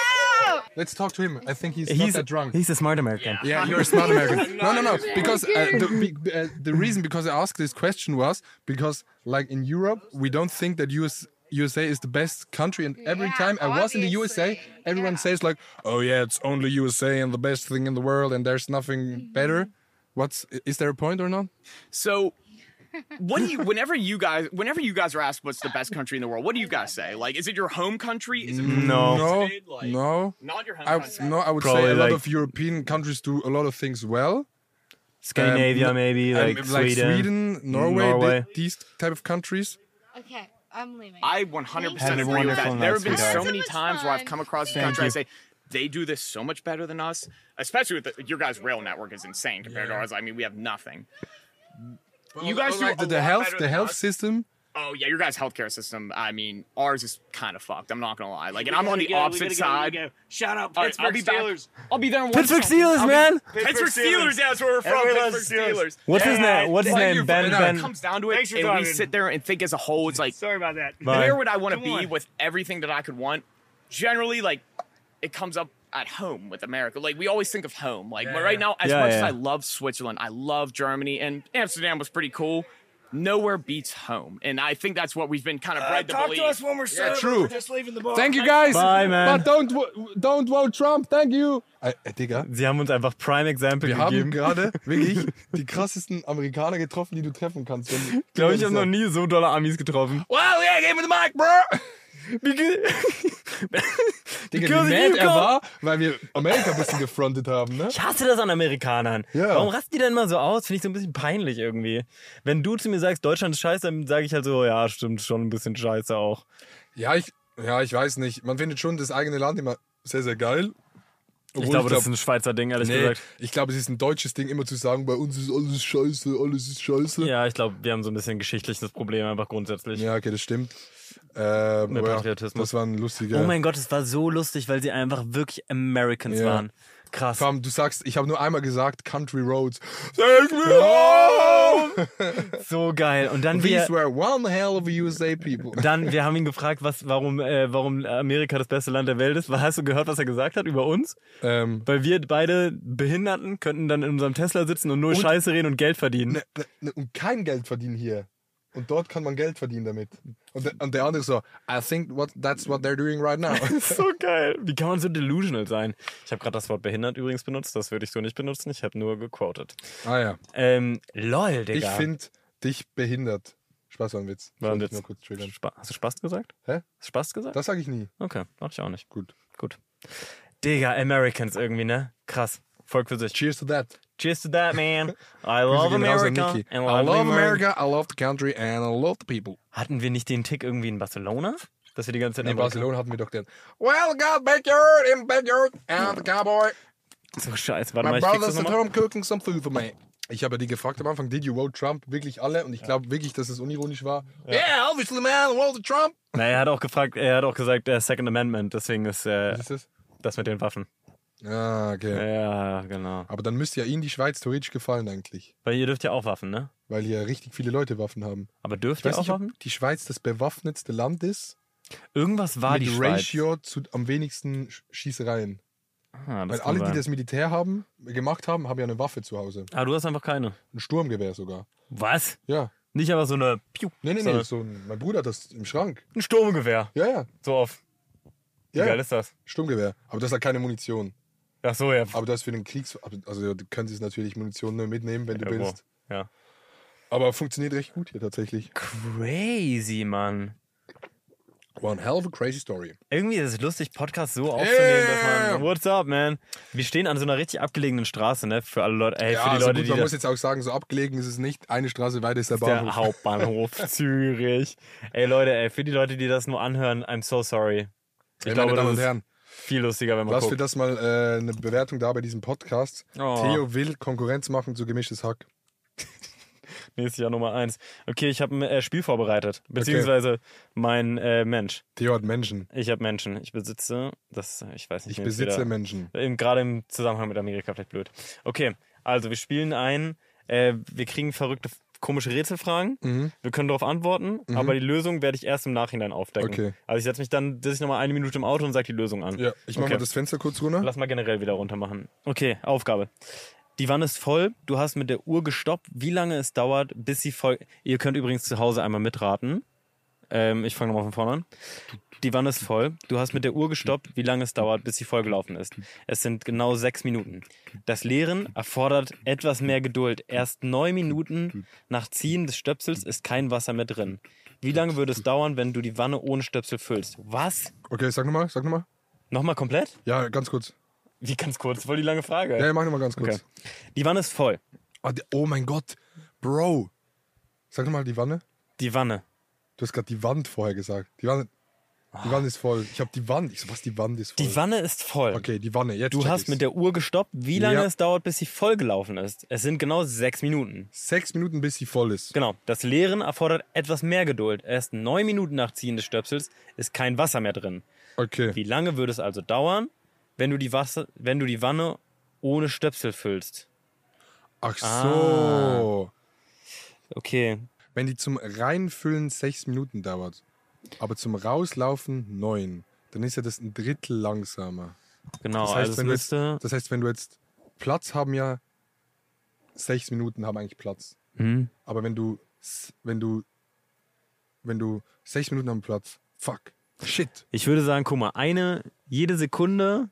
C: Let's talk to him. I think he's, not
A: He's
C: that drunk.
A: He's a smart American.
K: (laughs)
C: Yeah, you're a smart American. No, no, no. Because uh, the, be, uh, the reason because I asked this question was because, like in Europe, we don't think that US, USA is the best country. And every
H: Yeah,
C: time I was in the USA,
H: obviously.
C: everyone
H: Yeah.
C: says like, "Oh yeah, it's only USA and the best thing
K: Mm-hmm.
C: in the world, and there's nothing better." What's is there a point or not?
I: So
K: what do you? Whenever you guys, whenever you guys are asked what's the best country in the world, what do you guys say? Like, is it your home country? Is it
I: Mm.
C: No,
K: Like,
C: no.
K: Not your home
C: I,
K: country.
C: no, I would
A: Probably
C: say a lot
A: like-
C: of European countries do a lot of things well.
A: Scandinavia,
C: Um,
A: maybe,
C: um,
A: like Sweden.
C: Sweden, Norway, th-
A: Norway.
C: these type of countries.
H: Okay, I'm leaving.
K: I 100
C: Have
K: percent
C: a
K: agree with
C: wonderful
K: that.
C: night,
K: There have been
C: sweetheart.
K: so many times where I've come across the
C: Thank
K: country. I
C: you.
K: say they do this so much better than us, especially with the, your guys' rail network is insane compared to ours. I mean, we have nothing. you guys do
C: like
K: a
C: the, the
K: lot
C: health,
K: better
C: the
K: than
C: health
K: us.
C: system.
K: Oh yeah, your guys' healthcare system. I mean, ours is kind of fucked. I'm not gonna lie. Like, and I'm on
I: gotta
K: the
I: go, we
K: opposite
I: gotta go, we gotta
K: side.
I: go. Shout out
K: All right, I'll be
I: Pittsburgh
K: back.
I: Steelers. I'll be there. In one
K: Pittsburgh
I: second.
K: Steelers,
I: I'll be-
K: man.
I: Pittsburgh,
K: Pittsburgh
I: Steelers.
K: Steelers, yeah, that's where we're from.
I: Everyone
K: Pittsburgh
I: loves
K: Steelers.
A: What's his
I: Yeah,
A: name? What's his
I: fuck
A: name?
I: your
A: Ben.
I: vote.
A: Ben.
K: comes down to it,
I: Thanks for
K: and we
I: talking.
K: sit there and think as a whole. It's like,
I: sorry about that.
A: Bye.
K: where would I want to
I: Come
K: be
I: on.
K: with everything that I could want? Generally, like, it comes up at home with America. Like, we always think of home. Like, but right now, as
A: Yeah,
K: much as
A: yeah.
K: I love Switzerland, I love Germany, and Amsterdam was pretty cool. Nowhere beats home, and I think that's what we've been kind of
I: Uh,
K: bred to
I: talk
K: believe.
I: to us when we're sober.
C: true.
I: We're just leaving the bar.
C: Thank you guys.
A: Bye, man.
C: But don't wo- don't vote Trump. Thank you. Äh, äh, Digga,
A: Sie haben uns einfach Prime Example
C: wir haben
A: gegeben.
C: gerade (laughs) wirklich die krassesten Amerikaner getroffen, die du treffen kannst.
A: (laughs)
C: Wenn-
A: Ich glaube, ich habe noch nie so dolle Amis getroffen.
I: Well, yeah, give me the mic, bro.
C: (laughs) Digga,
A: Because
C: wie mad
A: you
C: er
A: go-
C: war, weil wir Amerika ein bisschen gefrontet haben, ne?
A: Ich hasse das an Amerikanern.
C: Ja.
A: Warum rasten die denn immer so aus? Finde ich so ein bisschen peinlich irgendwie. Wenn du zu mir sagst, Deutschland ist scheiße, dann sage ich halt so, ja, stimmt, schon ein bisschen scheiße auch.
C: Ja, ich, ja, ich weiß nicht. Man findet schon das eigene Land immer sehr, sehr geil. Obwohl
A: ich glaube, das ist ein Schweizer Ding, ehrlich
C: nee,
A: gesagt.
C: ich glaube, es ist ein deutsches Ding, immer zu sagen, bei uns ist alles scheiße, alles ist scheiße.
A: Ja, ich glaube, wir haben so ein bisschen geschichtliches Problem einfach grundsätzlich.
C: Ja, okay, das stimmt. Ähm,
A: Mehr
C: aber ja,
A: Patriotismus.
C: Das war ein lustiger.
A: Oh mein Gott, es war so lustig, weil sie einfach wirklich Americans
C: Ja.
A: waren. Krass.
C: Vor allem, du sagst, ich habe nur einmal gesagt, Country Roads. (laughs) Take me home!
A: So geil. Und dann wir,
C: These were one hell of a USA
A: (laughs)
C: people.
A: dann, wir haben ihn gefragt, was, warum, äh, warum Amerika das beste Land der Welt ist. Hast du gehört, was er gesagt hat über uns?
C: ähm,
A: Weil wir beide Behinderten könnten dann in unserem Tesla sitzen und nur Scheiße reden und Geld verdienen.
C: ne, ne, ne, und kein Geld verdienen hier. Und dort kann man Geld verdienen damit. Und, der- und der andere so, I think what, that's what they're doing
A: (laughs)
C: right now.
A: (laughs) So geil. Wie kann man so delusional sein? Ich habe gerade das Wort behindert übrigens benutzt. Das würde ich so nicht benutzen. Ich habe nur gequotet.
C: ah ja.
A: Ähm, lol,
C: Ich
A: Digga.
C: finde dich behindert. Spaß war ein Witz. Ich
A: War ein
C: wollte
A: Witz.
C: Nur kurz triggern.
A: Spa hast du Spaß gesagt?
C: Hä?
A: Hast du Spaß gesagt?
C: Das sage ich nie.
A: okay, mach ich auch nicht.
C: Gut.
A: Gut. Digga, Americans irgendwie, ne? Krass. Volk für sich.
C: Cheers to that.
A: Cheers to
C: (laughs)
A: that, man. I
C: Grüße
A: love
C: gehen raus an
A: America.
C: Niki.
A: and
C: I love
A: lovely America.
C: America, I love the country and I love the people.
A: Hatten wir nicht den Tick irgendwie in Barcelona? Dass wir die ganze Zeit
C: In
A: Amerika-
C: Barcelona hatten wir doch den Well, God, backyard, in backyard, and the cowboy.
A: So scheiße. Warte mal,
C: My
A: ich krieg's das
C: brother's at
A: nochmal.
C: home cooking some food for me. Ich habe die gefragt am Anfang, did you vote Trump? Wirklich alle? Und ich glaube wirklich, dass es unironisch war. Yeah, obviously, man, I voted Trump.
A: Na, er hat auch gefragt, er hat auch gesagt, äh, Second Amendment, deswegen ist äh,
C: Was ist das?
A: das mit den Waffen.
C: Ah, okay.
A: Ja, genau.
C: Aber dann müsste ja Ihnen die Schweiz theoretisch gefallen eigentlich.
A: Weil ihr dürft ja auch Waffen, ne?
C: Weil hier richtig viele Leute Waffen haben.
A: Aber dürft ihr
C: Ich weiß
A: auch
C: nicht,
A: Waffen?
C: ob die Schweiz das bewaffnetste Land ist.
A: Irgendwas war
C: mit
A: Ah, die
C: Ratio zu am wenigsten Sch- Schießereien.
A: Schweiz. Ah, das
C: Weil
A: kann
C: alle, die
A: sein.
C: das Militär haben, gemacht haben, haben ja eine Waffe zu Hause.
A: ah, du hast einfach keine.
C: Ein Sturmgewehr sogar.
A: Was?
C: Ja.
A: Nicht einfach so eine Piu,
C: Nee, nee,
A: sondern
C: nee. So ein, mein Bruder hat das im Schrank.
A: ein Sturmgewehr.
C: Ja, ja.
A: So auf. Wie
C: ja.
A: geil ist das?
C: Sturmgewehr. Aber das hat keine Munition.
A: Ach so, ja.
C: Aber das für den Kriegs... Also du könntest natürlich Munition nur mitnehmen, wenn du
A: Irgendwo.
C: willst.
A: Ja.
C: Aber funktioniert recht gut hier tatsächlich.
A: Crazy, Mann.
C: One hell of a crazy story.
A: Irgendwie ist es lustig, Podcasts so aufzunehmen, dass
C: Yeah.
A: man. What's up, man? Wir stehen an so einer richtig abgelegenen Straße, ne? Für alle Leute, ey,
C: ja,
A: für die
C: also
A: Leute,
C: gut,
A: die
C: man
A: da-
C: muss jetzt auch sagen, so abgelegen ist es nicht. Eine Straße weiter ist der
A: der
C: Bahnhof. (laughs)
A: Hauptbahnhof Zürich. Ey Leute, ey, für die Leute, die das nur anhören, I'm so sorry. Ich
C: Ey,
A: glaube,
C: meine Damen
A: das
C: und
A: ist
C: Herren,
A: viel lustiger, wenn man
C: Lass wir
A: guckt.
C: das mal äh, eine Bewertung da bei diesem Podcast.
A: Oh.
C: Theo will Konkurrenz machen zu gemischtes Hack.
A: Nächstes Jahr Nummer eins. Okay, ich habe ein äh, Spiel vorbereitet, beziehungsweise mein äh, Mensch.
C: Theo hat Menschen.
A: Ich habe Menschen. Ich besitze, das, äh, ich weiß nicht.
C: Ich
A: mir ist
C: besitze
A: wieder-
C: Menschen.
A: Im- Gerade im Zusammenhang mit Amerika vielleicht blöd. Okay, also wir spielen ein, äh, wir kriegen verrückte, komische Rätselfragen.
C: Mhm.
A: Wir können darauf antworten, aber die Lösung werde ich erst im Nachhinein aufdecken.
C: Okay.
A: Also ich setze mich dann, sitze ich nochmal eine Minute im Auto und sage die Lösung an.
C: Ja, ich mache
A: Okay.
C: mal das Fenster kurz runter.
A: Lass mal generell wieder runter machen. Okay, Aufgabe. Die Wanne ist voll, du hast mit der Uhr gestoppt, wie lange es dauert, bis sie voll. Ihr könnt übrigens zu Hause einmal mitraten. Ähm, ich fange nochmal von vorne an. Die Wanne ist voll. Du hast mit der Uhr gestoppt, wie lange es dauert, bis sie voll gelaufen ist. Es sind genau sechs Minuten. Das Leeren erfordert etwas mehr Geduld. Erst neun Minuten nach Ziehen des Stöpsels ist kein Wasser mehr drin. Wie lange würde es dauern, wenn du die Wanne ohne Stöpsel füllst? Was?
C: Okay, sag nochmal, sag nochmal.
A: Nochmal komplett?
C: Ja, ganz kurz.
A: Wie ganz kurz? Voll die lange Frage.
C: Ja, mach nochmal ganz kurz.
A: Die Wanne ist voll.
C: Oh, die- oh mein Gott, Bro. Sag nochmal die Wanne.
A: Die Wanne.
C: Du hast gerade die Wand vorher gesagt. Die Wanne, die Wanne ist voll. Ich habe die Wand. Ich so, was, die Wand ist voll?
A: Ah. Die Wanne ist voll.
C: Okay, die Wanne, jetzt
A: Du
C: check
A: hast
C: ich's.
A: mit der Uhr gestoppt, wie lange
C: Ja.
A: es dauert, bis sie voll gelaufen ist. Es sind genau sechs Minuten.
C: Sechs Minuten, bis sie voll ist.
A: Genau. Das Leeren erfordert etwas mehr Geduld. Erst neun Minuten nach Ziehen des Stöpsels ist kein Wasser mehr drin.
C: Okay.
A: Wie lange würde es also dauern, wenn du die, Wasser, wenn du die Wanne ohne Stöpsel füllst?
C: Ach
A: Ah.
C: so.
A: Okay.
C: Wenn die zum Reinfüllen sechs Minuten dauert, aber zum Rauslaufen neun, dann ist ja das ein Drittel langsamer.
A: Genau,
C: das heißt,
A: also es
C: wenn du jetzt,
A: müsste-
C: das heißt, wenn du jetzt Platz haben ja sechs Minuten haben eigentlich Platz.
A: Mhm.
C: Aber wenn du s- wenn du wenn du sechs Minuten haben Platz, fuck, shit.
A: Ich würde sagen, guck mal, eine, jede Sekunde,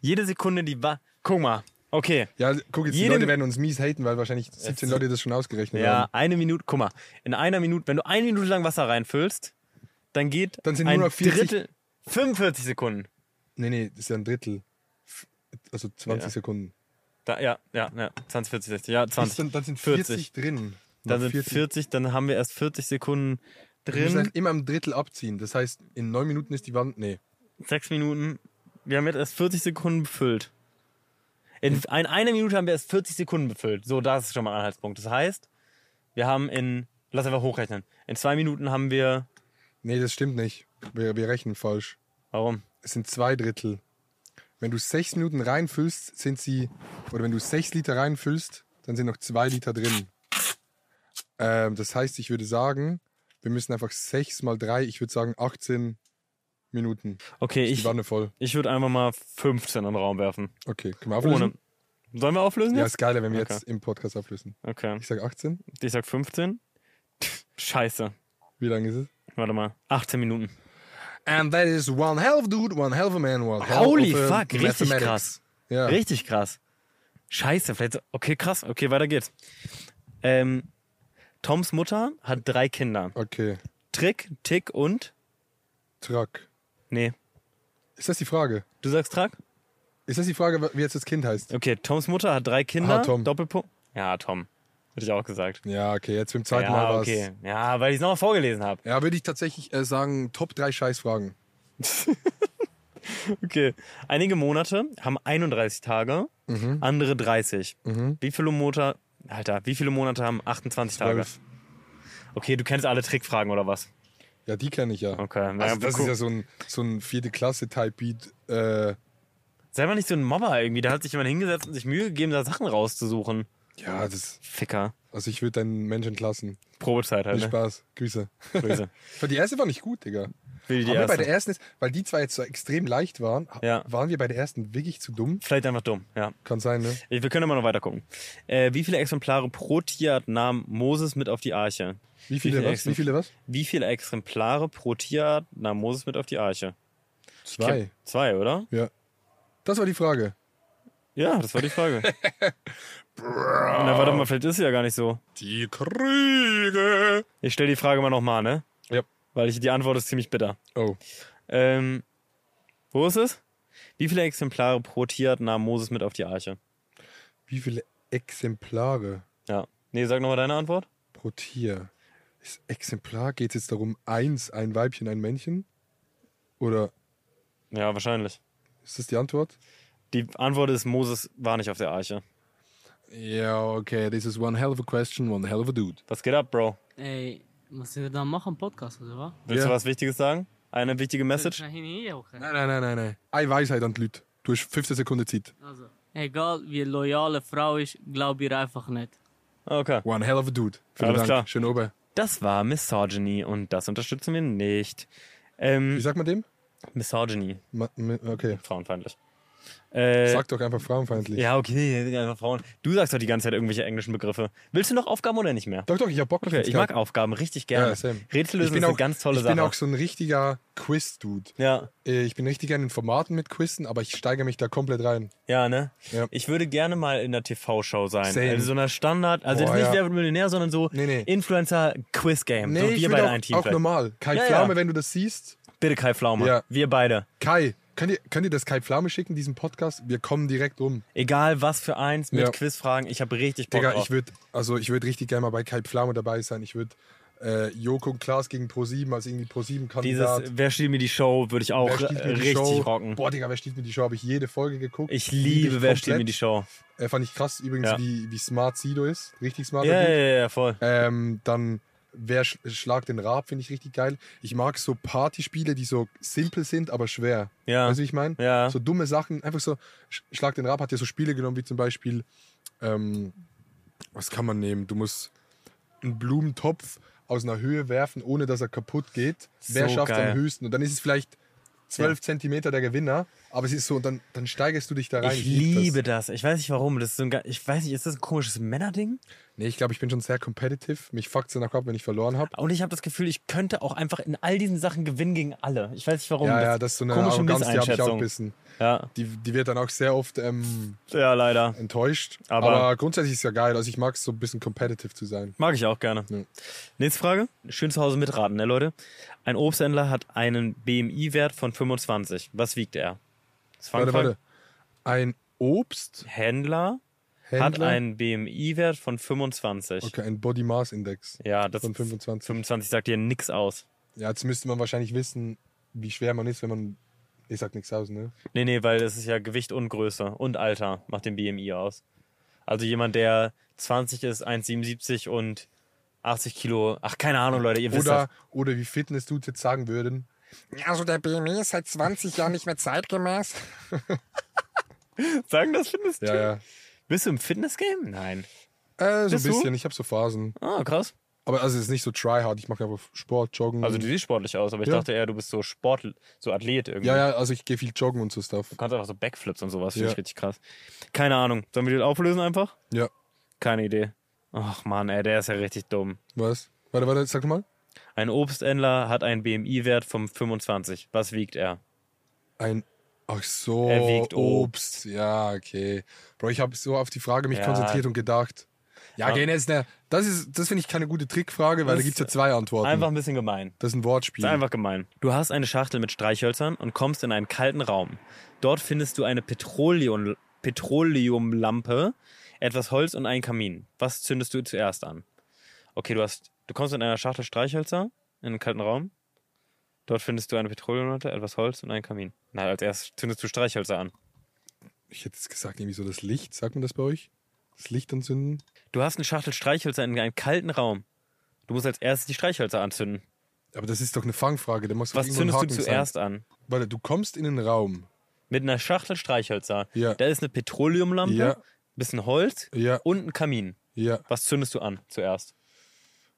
A: jede Sekunde die Wanne. Guck mal. Okay.
C: Ja, guck jetzt, die
A: Jede-
C: Leute werden uns mies haten, weil wahrscheinlich 17 Leute das schon ausgerechnet
A: Ja,
C: haben.
A: eine Minute, guck mal, in einer Minute, wenn du eine Minute lang Wasser reinfüllst, dann geht
C: Dann sind nur
A: ein
C: noch 40
A: Drittel, 45 Sekunden.
C: Nee, nee, das ist ja ein Drittel. F- Also 20
A: Ja.
C: Sekunden.
A: Da, ja, ja, ja, 20, 40, 60, ja, 20.
C: Ist dann- dann sind 40 drin.
A: Dann
C: Noch
A: sind 40.
C: 40.
A: dann haben wir erst 40 Sekunden
C: Wir müssen
A: drin,
C: halt immer im Drittel abziehen. Das heißt, in neun Minuten ist die Wand. Nee.
A: 6 Minuten, wir haben jetzt erst 40 Sekunden befüllt. In, in einer Minute haben wir erst 40 Sekunden befüllt. So, da ist schon mal ein Anhaltspunkt. Das heißt, wir haben in, lass einfach hochrechnen, in zwei Minuten haben wir,
C: Nee, das stimmt nicht. Wir, wir rechnen falsch.
A: Warum?
C: Es sind zwei Drittel. Wenn du sechs Minuten reinfüllst, sind sie. Oder wenn du sechs Liter reinfüllst, dann sind noch zwei Liter drin. Ähm, das heißt, ich würde sagen, wir müssen einfach sechs mal drei, ich würde sagen 18 Minuten.
A: okay,
C: Ist
A: ich,
C: Die Wanne voll.
A: ich würde einfach mal 15 in den Raum werfen.
C: Okay, können wir auflösen?
A: Ohne. Sollen wir auflösen?
C: Ja,
A: jetzt?
C: ist geiler, wenn wir
A: Okay.
C: jetzt im Podcast auflösen.
A: Okay.
C: Ich sag 18.
A: Ich sag 15. Scheiße.
C: Wie lange ist es?
A: Warte mal. 18 Minuten.
C: And that is one hell of a dude, one hell of a man, one hell
A: Holy
C: of a
A: fuck, richtig
C: mathematics.
A: krass.
C: Ja.
A: Richtig krass. Scheiße, vielleicht. so- Okay, krass. Okay, weiter geht's. Ähm, Toms Mutter hat drei Kinder.
C: Okay.
A: Trick, Tick und.
C: Truck.
A: Nee.
C: Ist das die Frage?
A: Du sagst Truck?
C: Ist das die Frage, wie jetzt das Kind heißt?
A: Okay, Toms Mutter hat drei Kinder.
C: Ah, Tom.
A: Doppelpunkt. Ja, Tom. Hätte ich auch gesagt.
C: Ja, okay, jetzt beim zweiten
A: ja,
C: Mal war
A: okay. Ja, weil ich es nochmal vorgelesen habe.
C: Ja, würde ich tatsächlich äh, sagen, Top 3 Scheißfragen.
A: Okay. Einige Monate haben 31 Tage,
C: Mhm.
A: andere 30.
C: Mhm.
A: Wie viele Monate, Alter, wie viele Monate haben 28
C: Zwölf.
A: Tage? Okay, du kennst alle Trickfragen oder was?
C: Ja, die kenne ich ja.
A: Okay.
C: Also,
A: ja,
C: das
A: guck.
C: ist ja so ein, so ein vierte Klasse Type Beat. Äh,
A: Sei mal nicht so ein Mobber irgendwie. Da hat sich jemand hingesetzt und sich Mühe gegeben, da Sachen rauszusuchen.
C: ja, das.
A: Ficker.
C: Also ich würde deinen Menschen klassen.
A: Probezeit halt.
C: Viel
A: Ne?
C: Spaß. Grüße. (laughs)
A: Grüße.
C: Weil die erste war nicht gut, Digga.
A: Will die
C: Aber bei
A: erste.
C: der ersten ist, weil die zwei jetzt so extrem leicht waren, ha-
A: Ja.
C: waren wir bei der ersten wirklich zu dumm.
A: Vielleicht einfach dumm, ja.
C: Kann sein, ne?
A: Wir können immer noch weiter gucken. Äh, wie viele Exemplare pro Tierart nahm Moses mit auf die Arche?
C: Wie viele was? Wie
A: Exemplare-
C: viele was?
A: Wie viele Exemplare pro Tierart nahm Moses mit auf die Arche?
C: Zwei.
A: Zwei, oder?
C: Ja. Das war die Frage.
A: Ja, das war die Frage. Na, warte mal, vielleicht ist sie ja gar nicht so.
C: Die Kriege.
A: Ich stelle die Frage mal nochmal, ne?
C: Ja.
A: Weil ich, die Antwort ist ziemlich bitter.
C: Oh.
A: Ähm, wo ist es? Wie viele Exemplare pro Tierart nahm Moses mit auf die Arche?
C: Wie viele Exemplare
A: Ja. Nee, sag nochmal deine Antwort.
C: pro Tier? Ist Exemplar geht es jetzt darum, eins, ein Weibchen, ein Männchen? Oder
A: Ja, wahrscheinlich.
C: ist das die Antwort?
A: Die Antwort ist, Moses war nicht auf der Arche.
C: Ja, okay, this is one hell of a question, one hell of a dude.
A: Was geht ab, Bro?
L: Ey, was wir da machen, Podcast, oder was?
A: Willst
C: Ja.
A: du was Wichtiges sagen? Eine wichtige Message?
L: Nein, nein,
C: Nein, nein, nein, nein, nein. Eine Weisheit an die Leute. Du hast 15 Sekunden Zeit.
L: Also, egal wie loyal eine Frau ist, glaub ihr einfach nicht.
A: Ah, Okay.
C: One hell of a dude. Vielen
A: Alles
C: Dank.
A: klar.
C: Schön oben.
A: Das war Misogyny und das unterstützen wir nicht. Ähm,
C: Wie sagt man dem?
A: Misogyny.
C: Ma- mi- Okay.
A: Frauenfeindlich. Äh,
C: Sag doch einfach frauenfeindlich.
A: Ja, okay, sind einfach Frauen. Du sagst doch die ganze Zeit irgendwelche englischen Begriffe. Willst du noch Aufgaben oder nicht mehr?
C: Doch, doch, ich hab Bock
A: okay,
C: jetzt
A: Ich
C: grad.
A: mag Aufgaben richtig gerne.
C: Ja, same.
A: Rätsel
C: Ich
A: lösen
C: bin
A: ist eine
C: auch-
A: ganz tolle
C: ich
A: Sache.
C: bin auch so ein richtiger Quiz-Dude.
A: Ja.
C: Äh, Ich bin richtig gerne in Formaten mit Quizzen, aber ich steige mich da komplett rein.
A: Ja, ne? Ich würde gerne mal in der TV-Show sein.
C: Same.
A: In so einer Standard, also
C: Boah,
A: jetzt nicht
C: ja.
A: Wer wird Millionär, sondern so Influencer-Quiz-Game. so
C: ich
A: wir
C: will
A: beide
C: auch,
A: ein Team
C: auch
A: vielleicht.
C: normal. Kai
A: Ja, ja.
C: Pflaume, wenn du das siehst.
A: Bitte Kai Pflaume.
C: Ja.
A: Wir beide.
C: Kai, könnt ihr, könnt ihr das Kai Pflaume schicken, diesen Podcast? Wir kommen direkt um.
A: Egal was für eins, mit
C: Ja.
A: Quizfragen. Ich habe richtig Bock
C: Digga,
A: drauf.
C: ich würde also ich würd richtig gerne mal bei Kai Pflaume dabei sein. Ich würde äh, Joko und Klaas gegen Pro7 als irgendwie
A: Dieses
C: Pro7-Kandidat.
A: Wer stiehlt mir die Show, würde ich auch äh, richtig
C: Show?
A: rocken.
C: Boah, Digga, wer steht mir die Show? Habe ich jede Folge geguckt.
A: Ich liebe Wer steht mir die Show.
C: Äh, fand ich krass übrigens,
A: Ja.
C: wie, wie smart Sido ist. Richtig smart.
A: Ja, ja, ja, ja, voll.
C: Ähm, dann Wer sch schlagt den Rab, finde ich richtig geil. Ich mag so Partyspiele, die so simpel sind, aber schwer.
A: Ja.
C: Weißt du, wie ich meine?
A: Ja.
C: So dumme Sachen, einfach so, Sch- Schlag den Rab hat ja so Spiele genommen, wie zum Beispiel, ähm, was kann man nehmen? Du musst einen Blumentopf aus einer Höhe werfen, ohne dass er kaputt geht. Wer
A: So
C: schafft es
A: geil.
C: am höchsten? Und dann ist es vielleicht 12
A: Ja.
C: Zentimeter der Gewinner, aber es ist so, und dann, dann steigerst du dich da rein.
A: Ich
C: lieb
A: liebe das. Ich weiß nicht warum. Das ist so ein, ge- ich weiß nicht, ist das ein komisches Männerding?
C: Nee, ich glaube, ich bin schon sehr competitive. Mich fuckt es danach ab, wenn ich verloren habe.
A: Und ich habe das Gefühl, ich könnte auch einfach in all diesen Sachen gewinnen gegen alle. Ich weiß nicht warum.
C: Ja, ja, das ist so eine
A: Um komische
C: Arroganz, die habe ich auch ein
A: Misseinschätzung.
C: bisschen.
A: Ja.
C: Die, die wird dann auch sehr oft ähm,
A: ja, leider.
C: enttäuscht.
A: Aber-
C: Aber, grundsätzlich ist es ja geil. Also ich mag es so ein bisschen competitive zu sein.
A: Mag ich auch gerne. Nächste Frage. Schön zu Hause mitraten, ne Leute? Ein Obsthändler hat einen BMI-Wert von 25. Was wiegt er? Das war eine
C: Warte,
A: Frage.
C: warte. Ein Obst?
A: Händler, hat
C: Händler?
A: einen BMI-Wert von 25.
C: Okay, ein Body Mass Index.
A: Ja, das
C: Von 25.
A: 25 sagt dir nix aus.
C: Ja, jetzt müsste man wahrscheinlich wissen, wie schwer man ist, wenn man. Ich sag nichts aus, ne?
A: Nee, nee, weil es ist ja Gewicht und Größe und Alter macht den BMI aus. Also jemand, der 20 ist, 1,77 und 80 Kilo. Ach, keine Ahnung, Leute, ihr wisst
C: Oder, oder wie Fitness-Dudes jetzt sagen würden. Also der BMI ist seit 20 Jahren nicht mehr zeitgemäß.
A: das. (laughs) Sagen das findest du?
C: Ja, ja.
A: Bist du im Fitness-Game? Nein.
C: Äh, so ein
A: Bist du?
C: bisschen. Ich habe so Phasen.
A: Ah, krass.
C: Aber also es ist nicht so tryhard. Ich mache einfach Sport, Joggen.
A: Also du siehst sportlich aus, aber ich
C: Mhm. Ja.
A: dachte eher, du bist so Sport, so Athlet irgendwie.
C: ja, ja, also ich gehe viel joggen und so Stuff.
A: Du kannst einfach so Backflips und sowas, finde
C: Ja.
A: ich richtig krass. Keine Ahnung. Sollen wir den auflösen einfach?
C: Ja.
A: Keine Idee. Ach Mann, ey, der ist ja richtig dumm.
C: Was? Warte, warte, sag mal.
A: Ein Obsthändler hat einen BMI-Wert von 25. Was wiegt er?
C: Ein. Ach so.
A: Er wiegt
C: Obst. Ja, okay. Bro, ich habe so auf die Frage mich
A: Ja.
C: konzentriert und gedacht. Ja,
A: Ja.
C: gehen jetzt. Ne, das ist, das finde ich keine gute Trickfrage, weil
A: Das
C: da gibt's ja zwei Antworten.
A: Einfach ein bisschen gemein.
C: das ist ein Wortspiel.
A: Ist einfach gemein. Hm. Du hast eine Schachtel mit Streichhölzern und kommst in einen kalten Raum. Dort findest du eine Petroleum Petroleumlampe, etwas Holz und einen Kamin. Was zündest du zuerst an? Okay, du hast, du kommst in einer Schachtel Streichhölzer in einen kalten Raum. Dort findest du eine Petroleumlampe, etwas Holz und einen Kamin. Na, als erstes zündest du Streichhölzer an.
C: Ich hätte jetzt gesagt, irgendwie so das Licht. Sagt man das bei euch? Das Licht anzünden?
A: Du hast eine Schachtel Streichhölzer in einem kalten Raum. Du musst als erstes die Streichhölzer anzünden.
C: Aber das ist doch eine Fangfrage. Da muss doch
A: Was
C: irgendwo ein
A: zündest du
C: Haken
A: zuerst
C: sein.
A: an?
C: Warte, du kommst in den Raum.
A: Mit einer Schachtel Streichhölzer.
C: Ja.
A: Da ist eine Petroleumlampe,
C: Ja.
A: bisschen Holz
C: Ja.
A: und ein Kamin.
C: Ja.
A: Was zündest du an zuerst?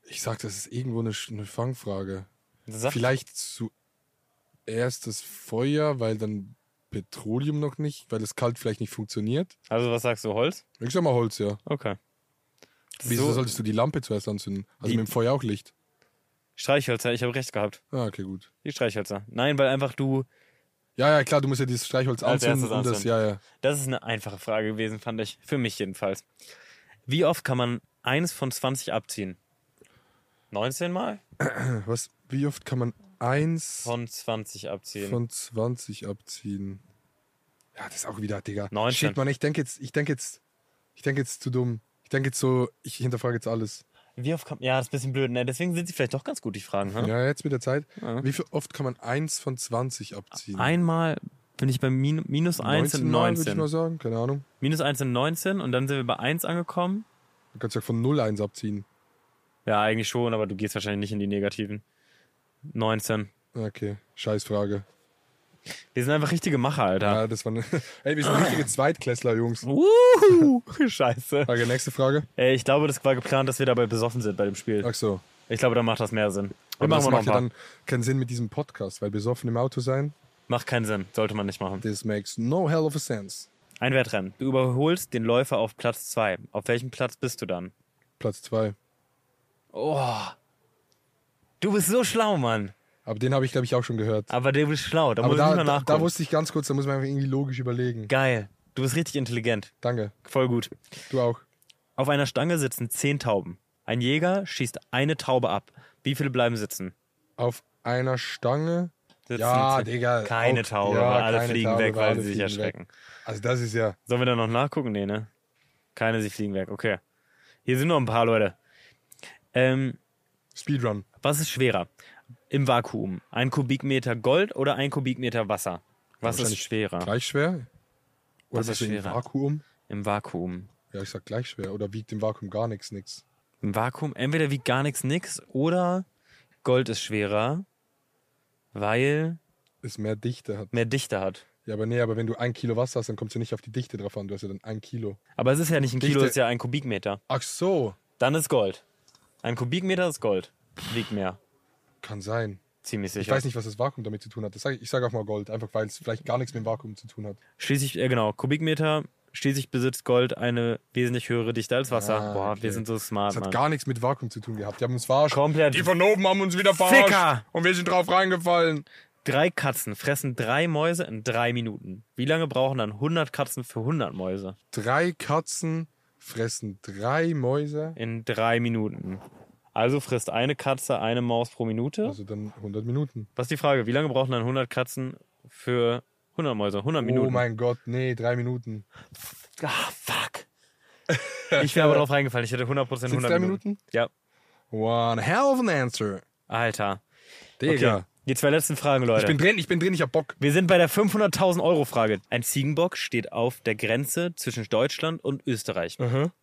C: Ich sag, das ist irgendwo eine, Sch- eine Fangfrage.
A: Sag-
C: Vielleicht zuerst das Feuer, weil dann Petroleum noch nicht, weil das kalt vielleicht nicht funktioniert.
A: Also was sagst du, Holz?
C: Ich sag mal Holz, ja.
A: Okay.
C: Wieso
A: So-
C: solltest du die Lampe zuerst anzünden? Also
A: Die-
C: mit dem Feuer auch Licht.
A: Streichhölzer, ich habe recht gehabt.
C: Ah, okay, gut.
A: Die Streichhölzer. Nein, weil einfach du
C: Ja, ja, klar, du musst ja dieses Streichholz
A: als
C: anzünden.
A: erstes
C: Und das,
A: anzünden.
C: ja, ja.
A: Das ist eine einfache Frage gewesen, fand ich. Für mich jedenfalls. Wie oft kann man eins von 20 abziehen? 19 Mal?
C: Was, wie oft kann man eins
A: Von 20 abziehen.
C: von 20 abziehen? Ja, das ist auch wieder, Digga.
A: 19.
C: Shit, Mann, ich denke jetzt, ich denke jetzt, ich denke jetzt zu dumm. Ich denke jetzt so, ich hinterfrage jetzt alles.
A: Wie oft kann Ja, das ist ein bisschen blöd. Ne? Deswegen sind sie vielleicht doch ganz gut, die Fragen. Hm?
C: Ja, jetzt mit der Zeit. Wie viel oft kann man 1 von 20 abziehen?
A: Einmal bin ich bei min minus 1 sind
C: Mal, würde ich
A: 19.
C: mal sagen. Keine Ahnung.
A: Minus 1 sind 19 und dann sind wir bei 1 angekommen.
C: Du kannst ja von 0 1 abziehen.
A: Ja, eigentlich schon, aber du gehst wahrscheinlich nicht in die negativen. 19.
C: Ah, Okay, scheiß Frage.
A: Wir sind einfach richtige Macher, Alter.
C: Ja, Ah, das war eine (laughs) Ey, wir sind richtige Zweitklässler, Jungs.
A: Wuhu, (laughs) scheiße.
C: Okay, nächste Frage.
A: Ey, ich glaube, das war geplant, dass wir dabei besoffen sind bei dem Spiel.
C: Ach so.
A: Ich glaube, da macht das mehr Sinn. Wir
C: Aber
A: machen
C: das
A: wir noch ein
C: macht ja
A: paar.
C: dann keinen Sinn mit diesem Podcast, weil besoffen im Auto sein
A: Macht keinen Sinn. Sollte man nicht machen.
C: This makes no hell of a sense.
A: Ein Wettrennen. Du überholst den Läufer auf Platz 2. Auf welchem Platz bist du dann?
C: Platz 2.
A: Oh. Du bist so schlau, Mann.
C: Aber den habe ich, glaube ich, auch schon gehört.
A: Aber der bist schlau. Da
C: Aber
A: muss ich
C: da,
A: nicht mehr
C: da,
A: nachgucken.
C: da wusste ich ganz kurz, da muss man einfach irgendwie logisch überlegen.
A: Geil. Du bist richtig intelligent.
C: Danke.
A: Voll gut.
C: Du auch.
A: Auf einer Stange sitzen zehn Tauben. Ein Jäger schießt eine Taube ab. Wie viele bleiben sitzen?
C: Auf einer Stange.
A: sitzen
C: ja,
A: zehn-
C: Digga.
A: Keine
C: auch-
A: Taube,
C: ja,
A: weil alle
C: keine
A: fliegen
C: Taube,
A: weg, weil
C: alle
A: sie sich
C: fliegen weg.
A: erschrecken.
C: Also das ist ja.
A: Sollen wir da noch nachgucken? Nee, ne? Keine, sie fliegen weg. Okay. Hier sind noch ein paar Leute. Ähm,
C: Speedrun.
A: Was ist schwerer? Im Vakuum. Ein Kubikmeter Gold oder ein Kubikmeter Wasser? Was ist
C: Wahrscheinlich
A: schwerer?
C: Gleich schwer?
A: Was
C: Oder
A: ist
C: bist du im
A: schwerer?
C: Vakuum?
A: Im Vakuum.
C: Ja, ich sag gleich schwer. Oder wiegt im Vakuum gar nichts, nix.
A: Im Vakuum entweder wiegt gar nichts nix oder Gold ist schwerer, weil
C: Es mehr Dichte hat.
A: mehr Dichte hat.
C: Ja, aber nee, aber wenn du ein Kilo Wasser hast, dann kommst du nicht auf die Dichte drauf an. Du hast ja dann ein Kilo.
A: Aber es ist ja nicht ein Kilo,
C: Dichte-
A: es ist ja ein Kubikmeter.
C: Ach so.
A: Dann ist Gold. Ein Kubikmeter ist Gold. Wiegt mehr.
C: Kann sein.
A: Ziemlich sicher.
C: Ich weiß nicht, was das Vakuum damit zu tun hat. Das sag, ich- ich sage auch mal Gold, einfach weil es vielleicht gar nichts mit dem Vakuum zu tun hat.
A: Schließlich, äh, genau, Kubikmeter. Schließlich besitzt Gold eine wesentlich höhere Dichte als Wasser.
C: Ah,
A: Boah,
C: okay.
A: wir sind so smart,
C: Das hat
A: Mann.
C: gar nichts mit Vakuum zu tun gehabt. Die haben uns verarscht.
A: Komplett.
C: Die von oben haben uns wieder verarscht.
A: Ficker!
C: Und wir sind drauf reingefallen.
A: Drei Katzen fressen drei Mäuse in drei Minuten. Wie lange brauchen dann 100 Katzen für 100 Mäuse?
C: Drei Katzen fressen drei Mäuse.
A: In drei Minuten. Also frisst eine Katze eine Maus pro Minute.
C: Also dann 100 Minuten.
A: Was ist die Frage? Wie lange brauchen dann 100 Katzen für 100 Mäuse? 100 Minuten.
C: Oh mein Gott, nee, drei Minuten.
A: Ah,
C: (laughs)
A: fuck. Ich wäre aber drauf reingefallen. Ich hätte 100% 100
C: Sind's drei Minuten?
A: Ja.
C: One hell of an answer.
A: Alter.
C: Digga.
A: Okay. Die zwei letzten Fragen, Leute.
C: Ich bin drin, ich bin drin, ich hab Bock.
A: Wir sind bei der 500.000 Euro Frage. Ein Ziegenbock steht auf der Grenze zwischen Deutschland und Österreich.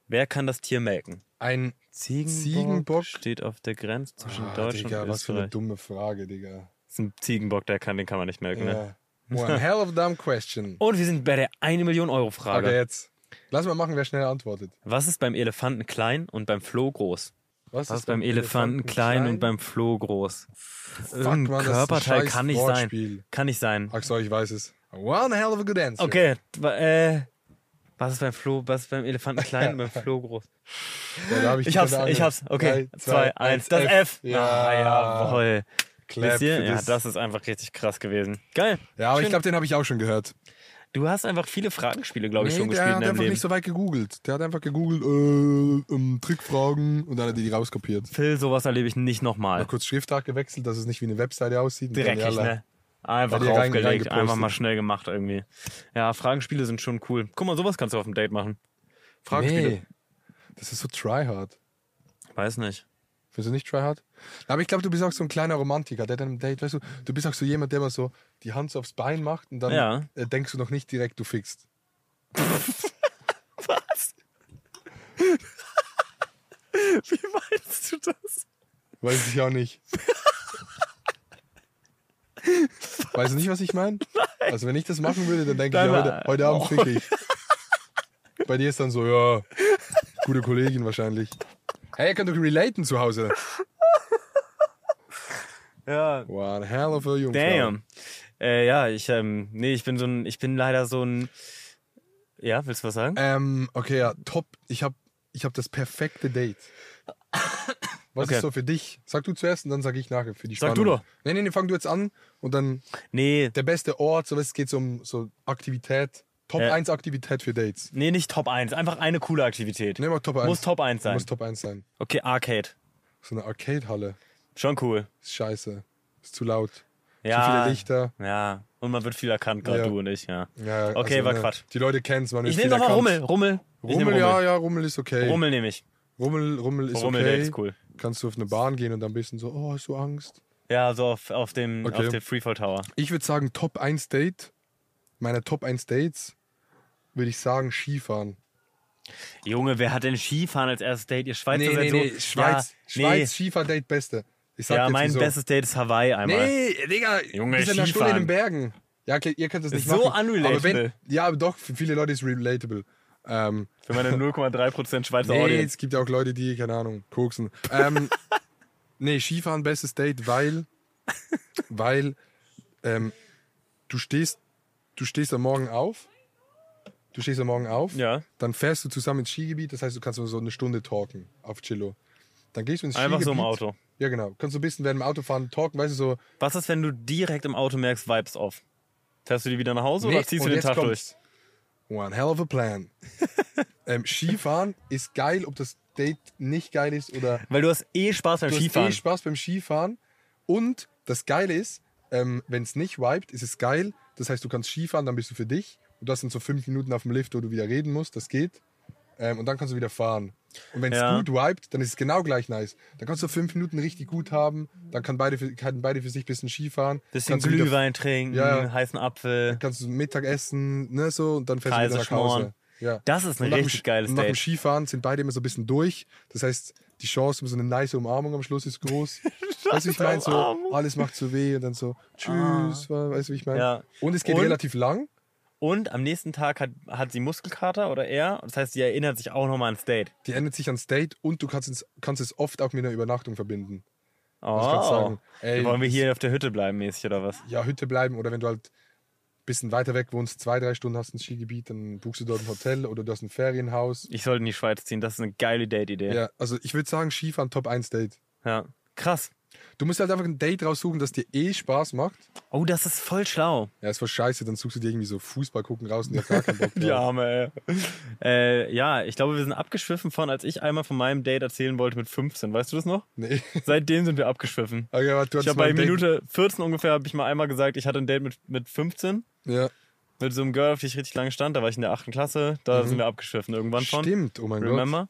A: Wer kann das Tier melken?
C: Ein
A: Ziegenbock,
C: Ziegenbock?
A: steht auf der Grenze zwischen
C: Ah,
A: Deutschland
C: Digga,
A: und
C: was für eine
A: Österreich.
C: dumme Frage, Digga.
A: Das ist ein Ziegenbock, der kann, den kann man nicht melken. Ne? (laughs)
C: Ja. One hell of a dumb question.
A: Und wir sind bei der 1 Million Euro Frage.
C: Okay, jetzt. Lass mal machen, wer schneller antwortet.
A: Was ist beim Elefanten klein und beim Floh groß?
C: Was
A: ist beim Elefanten klein, und beim Floh groß? Irgendein
C: Mann, das ist ein
A: Körperteil
C: scheiß
A: kann nicht
C: Wortspiel.
A: sein. Kann nicht sein.
C: Ach so, ich weiß es. One hell of a good answer.
A: Okay, wa- äh, was ist beim Floh, was ist beim Elefanten klein
C: (laughs)
A: und beim Floh groß?
C: Ja, da hab ich
A: ich hab's,
C: keine Ahnung.
A: ich hab's. Okay,
C: Drei,
A: 2,
C: zwei,
A: 1,
C: eins,
A: das
C: F.
A: F.
C: Ja.
A: Ah, jawohl.
C: Clap
A: Wisst ihr?
C: für
A: Ja,
C: das.
A: das ist einfach richtig krass gewesen. Geil.
C: Ja, aber ich
A: Schön.
C: glaube, den habe ich auch schon gehört.
A: Du hast einfach viele Fragenspiele, glaube ich,
C: Nee,
A: schon
C: der
A: gespielt in
C: hat
A: deinem
C: einfach
A: Leben.
C: nicht so weit gegoogelt. Der hat einfach gegoogelt, äh, ähm, Trickfragen und dann hat er die rauskopiert.
A: Phil, sowas erlebe ich nicht nochmal.
C: Kurz Schriftart gewechselt, dass es nicht wie eine Webseite aussieht. und dann
A: Dreckig,
C: jalla.
A: ne? Einfach
C: Hat ihr rein-
A: draufgelegt,
C: reingepostet.
A: einfach mal schnell gemacht irgendwie. Ja, Fragenspiele sind schon cool. Guck mal, sowas kannst du auf dem Date machen. Fragenspiele.
C: Nee. Das ist so tryhard.
A: Weiß nicht.
C: Findest du nicht tryhard? Na, Aber ich glaube, du bist auch so ein kleiner Romantiker, der dann im Date, weißt du, du bist auch so jemand, der mal so die Hand so aufs Bein macht und dann
A: Ja.
C: äh, denkst du noch nicht direkt, du fixst.
A: (laughs) Wie meinst du das?
C: Weiß ich
A: (laughs)
C: auch nicht. weißt du nicht, was ich meine? Also wenn ich das machen würde, dann denke ich,
A: Dann-
C: ja, heute, heute
A: Oh.
C: Abend fick ich. Bei dir ist dann so, ja, gute Kollegin wahrscheinlich. Hey, ihr könnt doch relaten zu Hause.
A: Ja.
C: One hell of a Jungfrau.
A: Damn. Äh, ja, ich, ähm, nee, ich bin so ein, ich bin leider so ein. Ja, willst du was sagen?
C: Ähm, okay, ja, top. Ich habe ich hab das perfekte Date. Was
A: Okay.
C: ist so für dich? Sag du zuerst und dann sag ich nachher für die
A: Sag
C: Spannung.
A: du doch.
C: Nee, nee, nee, fang du jetzt an und dann
A: Nee,
C: der beste Ort, so es geht so um so Aktivität, Top
A: Äh.
C: 1 Aktivität für Dates.
A: nee, nicht Top 1. Einfach eine coole Aktivität.
C: Nee, mal Top 1.
A: Muss Top 1 sein.
C: Muss Top 1 sein.
A: okay, Arcade.
C: So eine Arcade-Halle.
A: Schon cool.
C: Ist scheiße. Ist zu laut. Zu
A: Ja.
C: viele Lichter.
A: Ja. Und man wird viel erkannt, gerade
C: Ja.
A: du und ich, ja.
C: Ja,
A: okay,
C: also,
A: war
C: ne,
A: Quatsch.
C: Die Leute kennen es, man.
A: Ich
C: ist
A: nehme
C: viel
A: nochmal
C: erkannt.
A: Rummel. Rummel. Ich nehm
C: Rummel, ja, ja, Rummel ist okay.
A: Rummel nehme ich.
C: Rummel, Rummel ist
A: Rummel
C: okay.
A: Dates, cool.
C: Kannst du auf eine Bahn gehen und dann ein bisschen so, oh, hast du Angst?
A: Ja, so auf, auf dem
C: Okay.
A: auf der Freefall Tower.
C: Ich würde sagen, Top 1 Date, meiner Top 1 Dates, würde ich sagen, Skifahren.
A: Junge, wer hat denn Skifahren als erstes Date? Ihr Schweizer seid so. Ja,
C: Schweiz.
A: nee.
C: Schweiz, Skifahr-Date, beste. Ich sag
A: Ja,
C: jetzt
A: mein
C: wieso.
A: bestes Date ist Hawaii einmal.
C: Nee, Digga,
A: Junge,
C: wir sind eine Stunde in den
A: Skifahren.
C: Bergen. Ja, okay, ihr könnt das nicht
A: So
C: machen. Aber
A: unrelatable.
C: wenn, ja, aber doch, für viele Leute ist relatable. Ähm,
A: Für meine 0,3% Schweizer
C: nee,
A: Audience.
C: es gibt ja auch Leute, die, keine Ahnung, koksen.
A: (laughs)
C: Ähm, nee, Skifahren, bestes Date, weil, weil ähm, du stehst, du stehst am Morgen auf. Du stehst am Morgen auf.
A: Ja.
C: Dann fährst du zusammen ins Skigebiet. Das heißt, du kannst nur so eine Stunde talken auf Chillo. Dann gehst du ins
A: Einfach so
C: Skigebiet.
A: im Auto.
C: Ja, genau. Kannst du ein bisschen während dem Autofahren talken, weißt du, so.
A: Was ist, wenn du direkt im Auto merkst, Vibes off? Fährst du die wieder nach Hause
C: Nee,
A: oder ziehst du
C: und
A: den
C: jetzt
A: Tag
C: kommt's. One hell of
A: (laughs)
C: a plan. ähm, Skifahren ist geil, ob das Date nicht geil ist oder.
A: Weil du hast eh Spaß beim
C: du
A: Skifahren.
C: Hast eh Spaß beim Skifahren. Und das Geile ist, ähm, wenn es nicht wiped, ist es geil. Das heißt, du kannst Skifahren, dann bist du für dich. Und das sind so fünf Minuten auf dem Lift, wo du wieder reden musst. Das geht. Ähm, und dann kannst du wieder fahren. Und wenn es
A: Ja.
C: gut wiped, dann ist es genau gleich nice. Dann kannst du fünf Minuten richtig gut haben. Dann kann beide für, können beide für sich ein bisschen Skifahren.
A: Bisschen
C: Kannst du wieder-
A: Glühwein trinken,
C: Ja, ja.
A: heißen Apfel.
C: Kannst du Mittag essen, ne, so, und dann fährst du wieder nach
A: Kaiserschmarrn.
C: Hause. Ja.
A: Das ist ein
C: Und nach dem
A: richtig
C: Sch-
A: geiles
C: und Nach dem
A: Date.
C: Skifahren sind beide immer so ein bisschen durch. Das heißt, die Chance um so eine nice Umarmung am Schluss ist
A: (laughs)
C: groß. weißt du, wie ich meine? So,
A: Umarmung. Ah.
C: alles macht so weh und dann so, tschüss, we- weißt du, wie ich meine?
A: Ja.
C: Und es geht relativ lang.
A: Und am nächsten Tag hat, hat sie Muskelkater oder er. Das heißt, sie erinnert sich auch nochmal ans Date.
C: Die ändert sich ans Date und du kannst es, kannst es oft auch mit einer Übernachtung verbinden.
A: Oh.
C: Was kannst du sagen? Ey,
A: Wollen wir hier auf der Hütte bleiben mäßig oder was?
C: Ja, Hütte bleiben oder wenn du halt ein bisschen weiter weg wohnst, zwei, drei Stunden hast ein Skigebiet, dann buchst du dort ein Hotel oder du hast ein Ferienhaus.
A: Ich sollte in die Schweiz ziehen. Das ist eine geile Date-Idee.
C: Ja, also ich würde sagen, Skifahren Top 1 Date.
A: Ja. Krass.
C: Du musst halt einfach ein Date raussuchen, das dir eh Spaß macht.
A: Oh, das ist voll schlau.
C: Ja, ist voll scheiße, dann suchst du dir irgendwie so Fußball gucken raus und dir gar
A: (laughs)
C: keinen Bock drauf.
A: Die Arme, ey. Äh, ja, ich glaube, wir sind abgeschwiffen von, als ich einmal von meinem Date erzählen wollte mit 15. Weißt du das noch?
C: Nee.
A: Seitdem sind wir abgeschwiffen.
C: Okay, warte, du
A: ich
C: hattest
A: habe
C: mal
A: bei
C: ein Date-
A: Minute 14 ungefähr, habe ich mal einmal gesagt, ich hatte ein Date mit, mit 15.
C: Ja.
A: Mit so einem Girl, auf die ich richtig lange stand. Da war ich in der 8. Klasse. Da
C: Mhm.
A: sind wir abgeschwiffen irgendwann von.
C: Stimmt, oh mein Gott.
A: Remember?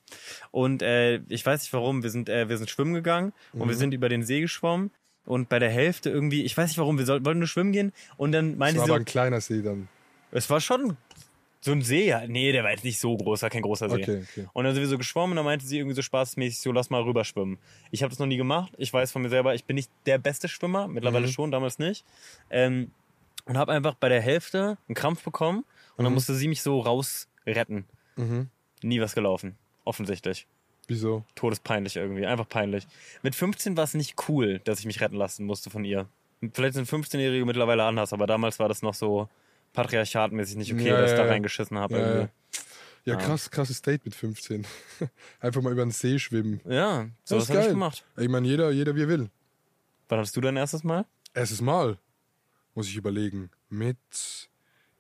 A: Und äh, ich weiß nicht warum, wir sind, äh, wir sind schwimmen gegangen und
C: Mhm.
A: wir sind über den See geschwommen. Und bei der Hälfte irgendwie, ich weiß nicht warum, wir sollten, wollten nur schwimmen gehen. Und dann
C: Das
A: meinte
C: war
A: sie so,
C: aber ein kleiner See dann.
A: es war schon so ein See, ja. Nee, der war jetzt nicht so groß, war kein großer See.
C: Okay, okay.
A: Und dann sind wir so geschwommen und dann meinte sie irgendwie so spaßmäßig, so lass mal rüberschwimmen. Ich habe das noch nie gemacht. Ich weiß von mir selber, ich bin nicht der beste Schwimmer, mittlerweile
C: Mhm.
A: schon, damals nicht. Ähm, und habe einfach bei der Hälfte einen Krampf bekommen und dann
C: Mhm.
A: musste sie mich so rausretten.
C: Mhm.
A: Nie was gelaufen, offensichtlich.
C: Wieso?
A: Todespeinlich irgendwie, einfach peinlich. Mit 15 war es nicht cool, dass ich mich retten lassen musste von ihr. Vielleicht sind 15-Jährige mittlerweile anders, aber damals war das noch so patriarchatmäßig nicht okay,
C: Ja,
A: dass ich
C: ja,
A: da
C: ja.
A: reingeschissen habe.
C: Ja, ja.
A: irgendwie.
C: Ja,
A: Ja.
C: krass, krasses Date mit 15. (laughs) Einfach mal über den See schwimmen.
A: Ja, so was
C: Das ist
A: habe ich
C: geil.
A: gemacht.
C: Ich meine, jeder, jeder wie er will.
A: Wann hattest du dein erstes Mal?
C: Erstes Mal, muss ich überlegen, mit,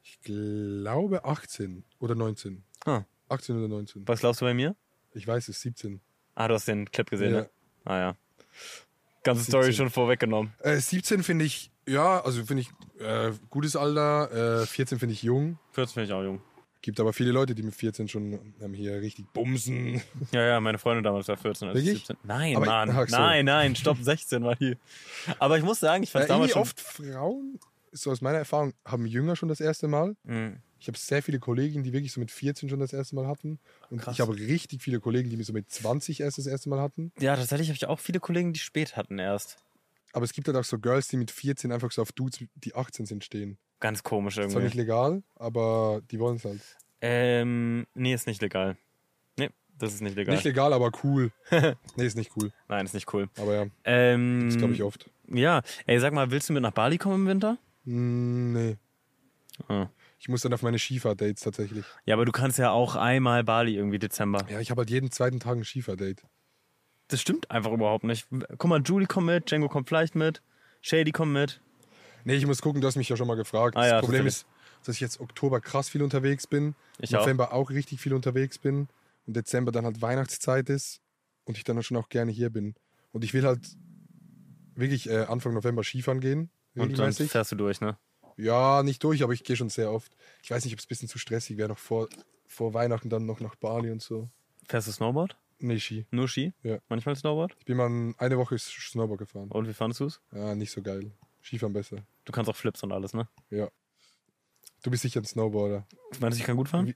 C: ich glaube, 18 oder 19.
A: Ah.
C: 18 oder 19.
A: Was glaubst du bei mir?
C: Ich weiß es, 17.
A: Ah, du hast den Clip gesehen,
C: Ja.
A: ne? Ah ja. Ganze Story
C: 17.
A: schon vorweggenommen.
C: Äh, 17 finde ich, ja, also finde ich äh, gutes Alter. Äh, 14 finde ich jung.
A: 14 finde ich auch jung.
C: Gibt aber viele Leute, die mit 14 schon ähm, hier richtig bumsen.
A: Ja, ja, meine Freundin damals war 14, als ich
C: Wirklich?
A: 17. Nein,
C: Aber-
A: Mann.
C: Ach so.
A: Nein, nein, stopp, 16 war die. Aber ich muss sagen, ich fand
C: Äh,
A: es damals
C: irgendwie
A: schon...
C: oft Frauen, so aus meiner Erfahrung, haben jünger schon das erste Mal.
A: Mhm.
C: Ich habe sehr viele Kollegen, die wirklich so mit 14 schon das erste Mal hatten. Und ich habe richtig viele Kollegen, die so mit 20 erst das erste Mal hatten.
A: Ja, tatsächlich habe ich auch viele Kollegen, die spät hatten erst.
C: Aber es gibt halt auch so Girls, die mit 14 einfach so auf Dudes, die 18 sind, stehen.
A: Ganz komisch
C: Ist zwar nicht
A: irgendwie.
C: legal, aber die wollen es halt.
A: Ähm, nee, ist nicht legal. Nee, das ist nicht legal.
C: Nicht legal, aber
A: (laughs)
C: cool. nee, ist nicht cool.
A: Nein, ist nicht cool.
C: Aber ja.
A: Ähm,
C: Das glaub ich oft.
A: Ja, ey, sag mal, willst du mit nach Bali kommen im Winter?
C: Mm, Nee.
A: Ah.
C: Ich muss dann auf meine Skifahr-Dates tatsächlich.
A: Ja, aber du kannst ja auch einmal Bali irgendwie Dezember.
C: Ja, ich habe halt jeden zweiten Tag ein Skifahr-Date.
A: Das stimmt einfach überhaupt nicht. Guck mal, Julie kommt mit, Django kommt vielleicht mit, Shady kommt mit.
C: Nee, ich muss gucken, du hast mich ja schon mal gefragt.
A: Ah
C: das
A: ja,
C: Problem
A: tatsächlich.
C: ist, dass ich jetzt Oktober krass viel unterwegs bin.
A: Ich auch.
C: November auch. richtig viel unterwegs bin. Und Dezember dann halt Weihnachtszeit ist. Und ich dann halt schon auch gerne hier bin. Und ich will halt wirklich äh, Anfang November Skifahren gehen.
A: Und dann
C: Regelmäßig.
A: fährst du durch, ne?
C: Ja, nicht durch, aber ich gehe schon sehr oft. Ich weiß nicht, ob es ein bisschen zu stressig wäre, noch vor, vor Weihnachten dann noch nach Bali und so.
A: Fährst du Snowboard?
C: Nee, Ski.
A: Nur Ski?
C: Ja.
A: Manchmal Snowboard?
C: Ich bin mal eine Woche Snowboard gefahren.
A: Und wie fandest du es?
C: Ja, nicht so geil. Skifahren besser.
A: Du kannst auch Flips und alles, ne?
C: Ja. Du bist sicher ein Snowboarder.
A: Meinst du, ich kann gut fahren?
C: Wie-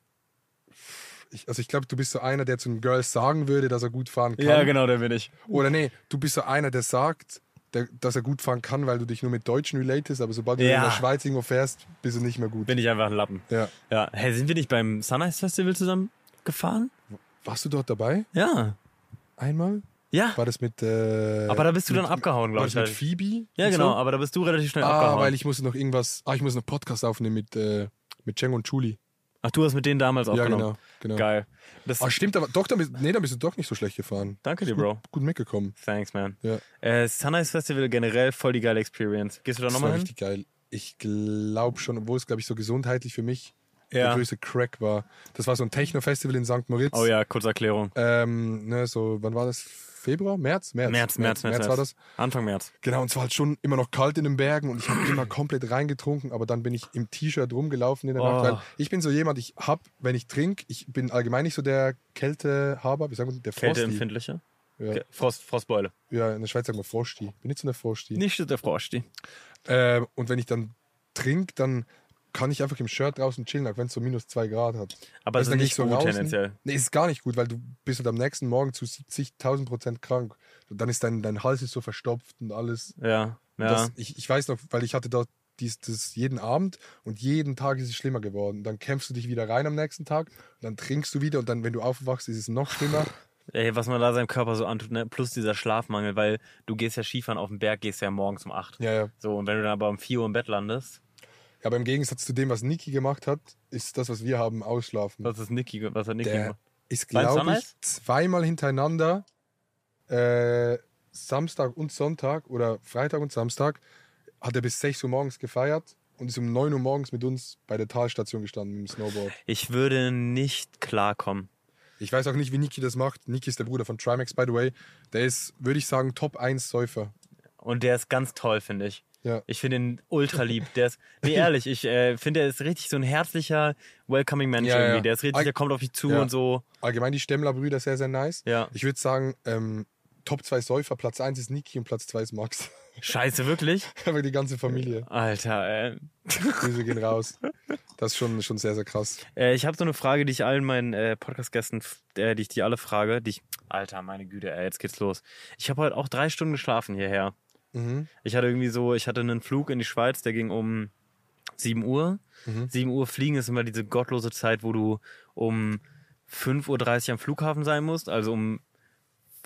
C: Ich, also ich glaube, du bist so einer, der zu den Girls sagen würde, dass er gut fahren kann.
A: Ja, genau, der bin ich.
C: Oder nee, du bist so einer, der sagt, der, dass er gut fahren kann, weil du dich nur mit Deutschen relatest, aber sobald du
A: Ja.
C: in der Schweiz irgendwo fährst, bist du nicht mehr gut.
A: Bin ich einfach ein Lappen.
C: Ja.
A: Ja. Hey, sind wir nicht beim Sunrise Festival zusammen gefahren?
C: Warst du dort dabei?
A: Ja.
C: Einmal?
A: Ja.
C: War das mit. Äh,
A: Aber da bist du dann abgehauen, glaub
C: war
A: ich,
C: das Mit
A: halt.
C: Phoebe?
A: Ja,
C: und
A: genau, aber da bist du relativ schnell
C: ah,
A: abgehauen.
C: weil ich musste noch irgendwas. Ah, ich muss noch Podcast aufnehmen mit, äh, mit Cheng und Julie.
A: Ach, du hast mit denen damals aufgenommen.
C: Ja, genau. genau.
A: Geil.
C: ah, stimmt, aber doch, da bist, nee, da bist du doch nicht so schlecht gefahren.
A: Danke dir,
C: Gut-
A: Bro.
C: Gut mitgekommen.
A: Thanks, man.
C: Ja.
A: Äh, Sunrise Festival generell voll die geile Experience. Gehst du da
C: Das
A: nochmal
C: war
A: hin?
C: richtig geil. Ich glaube schon, obwohl es, glaube ich, so gesundheitlich für mich
A: Ja.
C: der größte Crack war. Das war so ein Techno-Festival in St. Moritz.
A: Oh ja, kurze Erklärung.
C: Ähm, ne, so, wann war das? Februar? März? März,
A: März, März, März, März.
C: war das.
A: Anfang März.
C: Genau, und es war halt schon immer noch kalt in den Bergen und ich habe immer komplett reingetrunken, aber dann bin ich im T-Shirt rumgelaufen in der
A: Oh.
C: Nacht, weil ich bin so jemand, ich hab, wenn ich trinke, ich bin allgemein nicht so der Kältehaber, wie sagen wir, der Frosti.
A: Kälteempfindliche?
C: Ja.
A: Ge- Frost, Frostbeule.
C: Ja, in der Schweiz sagen wir Frosti. Bin nicht so der Frosti.
A: Nicht so der Frosti.
C: Ähm, und wenn ich dann trinke, dann kann ich einfach im Shirt draußen chillen, auch wenn es so minus zwei Grad hat.
A: Aber
C: Weißt
A: es
C: du,
A: ist
C: dann geh ich
A: nicht gut tendenziell.
C: Nee, ist gar nicht gut, weil du bist halt am nächsten Morgen zu 70.000 Prozent krank. Und dann ist dein, dein Hals ist so verstopft und alles.
A: Ja,
C: Und
A: ja.
C: Das, ich, ich weiß noch, weil ich hatte dort dies, das jeden Abend und jeden Tag ist es schlimmer geworden. Dann kämpfst du dich wieder rein am nächsten Tag, und dann trinkst du wieder und dann, wenn du aufwachst, ist es noch schlimmer.
A: Ey, was man da seinem Körper so antut, ne? plus dieser Schlafmangel, weil du gehst ja Skifahren auf den Berg, gehst ja morgens um 8.
C: Ja, ja.
A: So, und wenn du dann aber um 4 Uhr im Bett landest,
C: Ja, aber im Gegensatz zu dem, was Niki gemacht hat, ist das, was wir haben, ausschlafen.
A: was ist Niki, was hat Niki
C: Der
A: gemacht?
C: ist,
A: Beim
C: glaube ich,
A: Sunrise?
C: zweimal hintereinander, äh, Samstag und Sonntag oder Freitag und Samstag, hat er bis 6 Uhr morgens gefeiert und ist um 9 Uhr morgens mit uns bei der Talstation gestanden mit dem Snowboard.
A: Ich würde nicht klarkommen.
C: Ich weiß auch nicht, wie Niki das macht. Niki ist der Bruder von Trimax, by the way. Der ist, würde ich sagen, Top 1 Säufer.
A: Und der ist ganz toll, finde ich.
C: Ja.
A: Ich finde ihn ultra lieb. Der
C: (laughs)
A: ist, nee, ehrlich, ich äh, finde, er ist richtig so ein herzlicher, welcoming Mensch irgendwie. Der ist richtig,
C: All-
A: der kommt auf dich zu
C: Ja.
A: und so.
C: Allgemein die Stemmler Brüder sehr, sehr nice.
A: Ja.
C: Ich würde sagen, ähm, Top 2 Säufer, Platz 1 ist Niki und Platz 2 ist Max. (laughs)
A: Scheiße, wirklich?
C: Aber die ganze Familie.
A: Alter, äh, ey.
C: Grüße gehen raus. Das ist schon, schon sehr, sehr krass.
A: Äh, ich habe so eine Frage, die ich allen meinen äh, Podcast-Gästen, f- äh, die ich die alle frage, die ich. Alter, meine Güte, ey, jetzt geht's los. Ich habe heute auch drei Stunden geschlafen hierher.
C: Mhm.
A: Ich hatte irgendwie so, ich hatte einen Flug in die Schweiz, der ging um 7 Uhr.
C: Mhm.
A: 7 Uhr fliegen ist immer diese gottlose Zeit, wo du um 5.30 Uhr am Flughafen sein musst, also um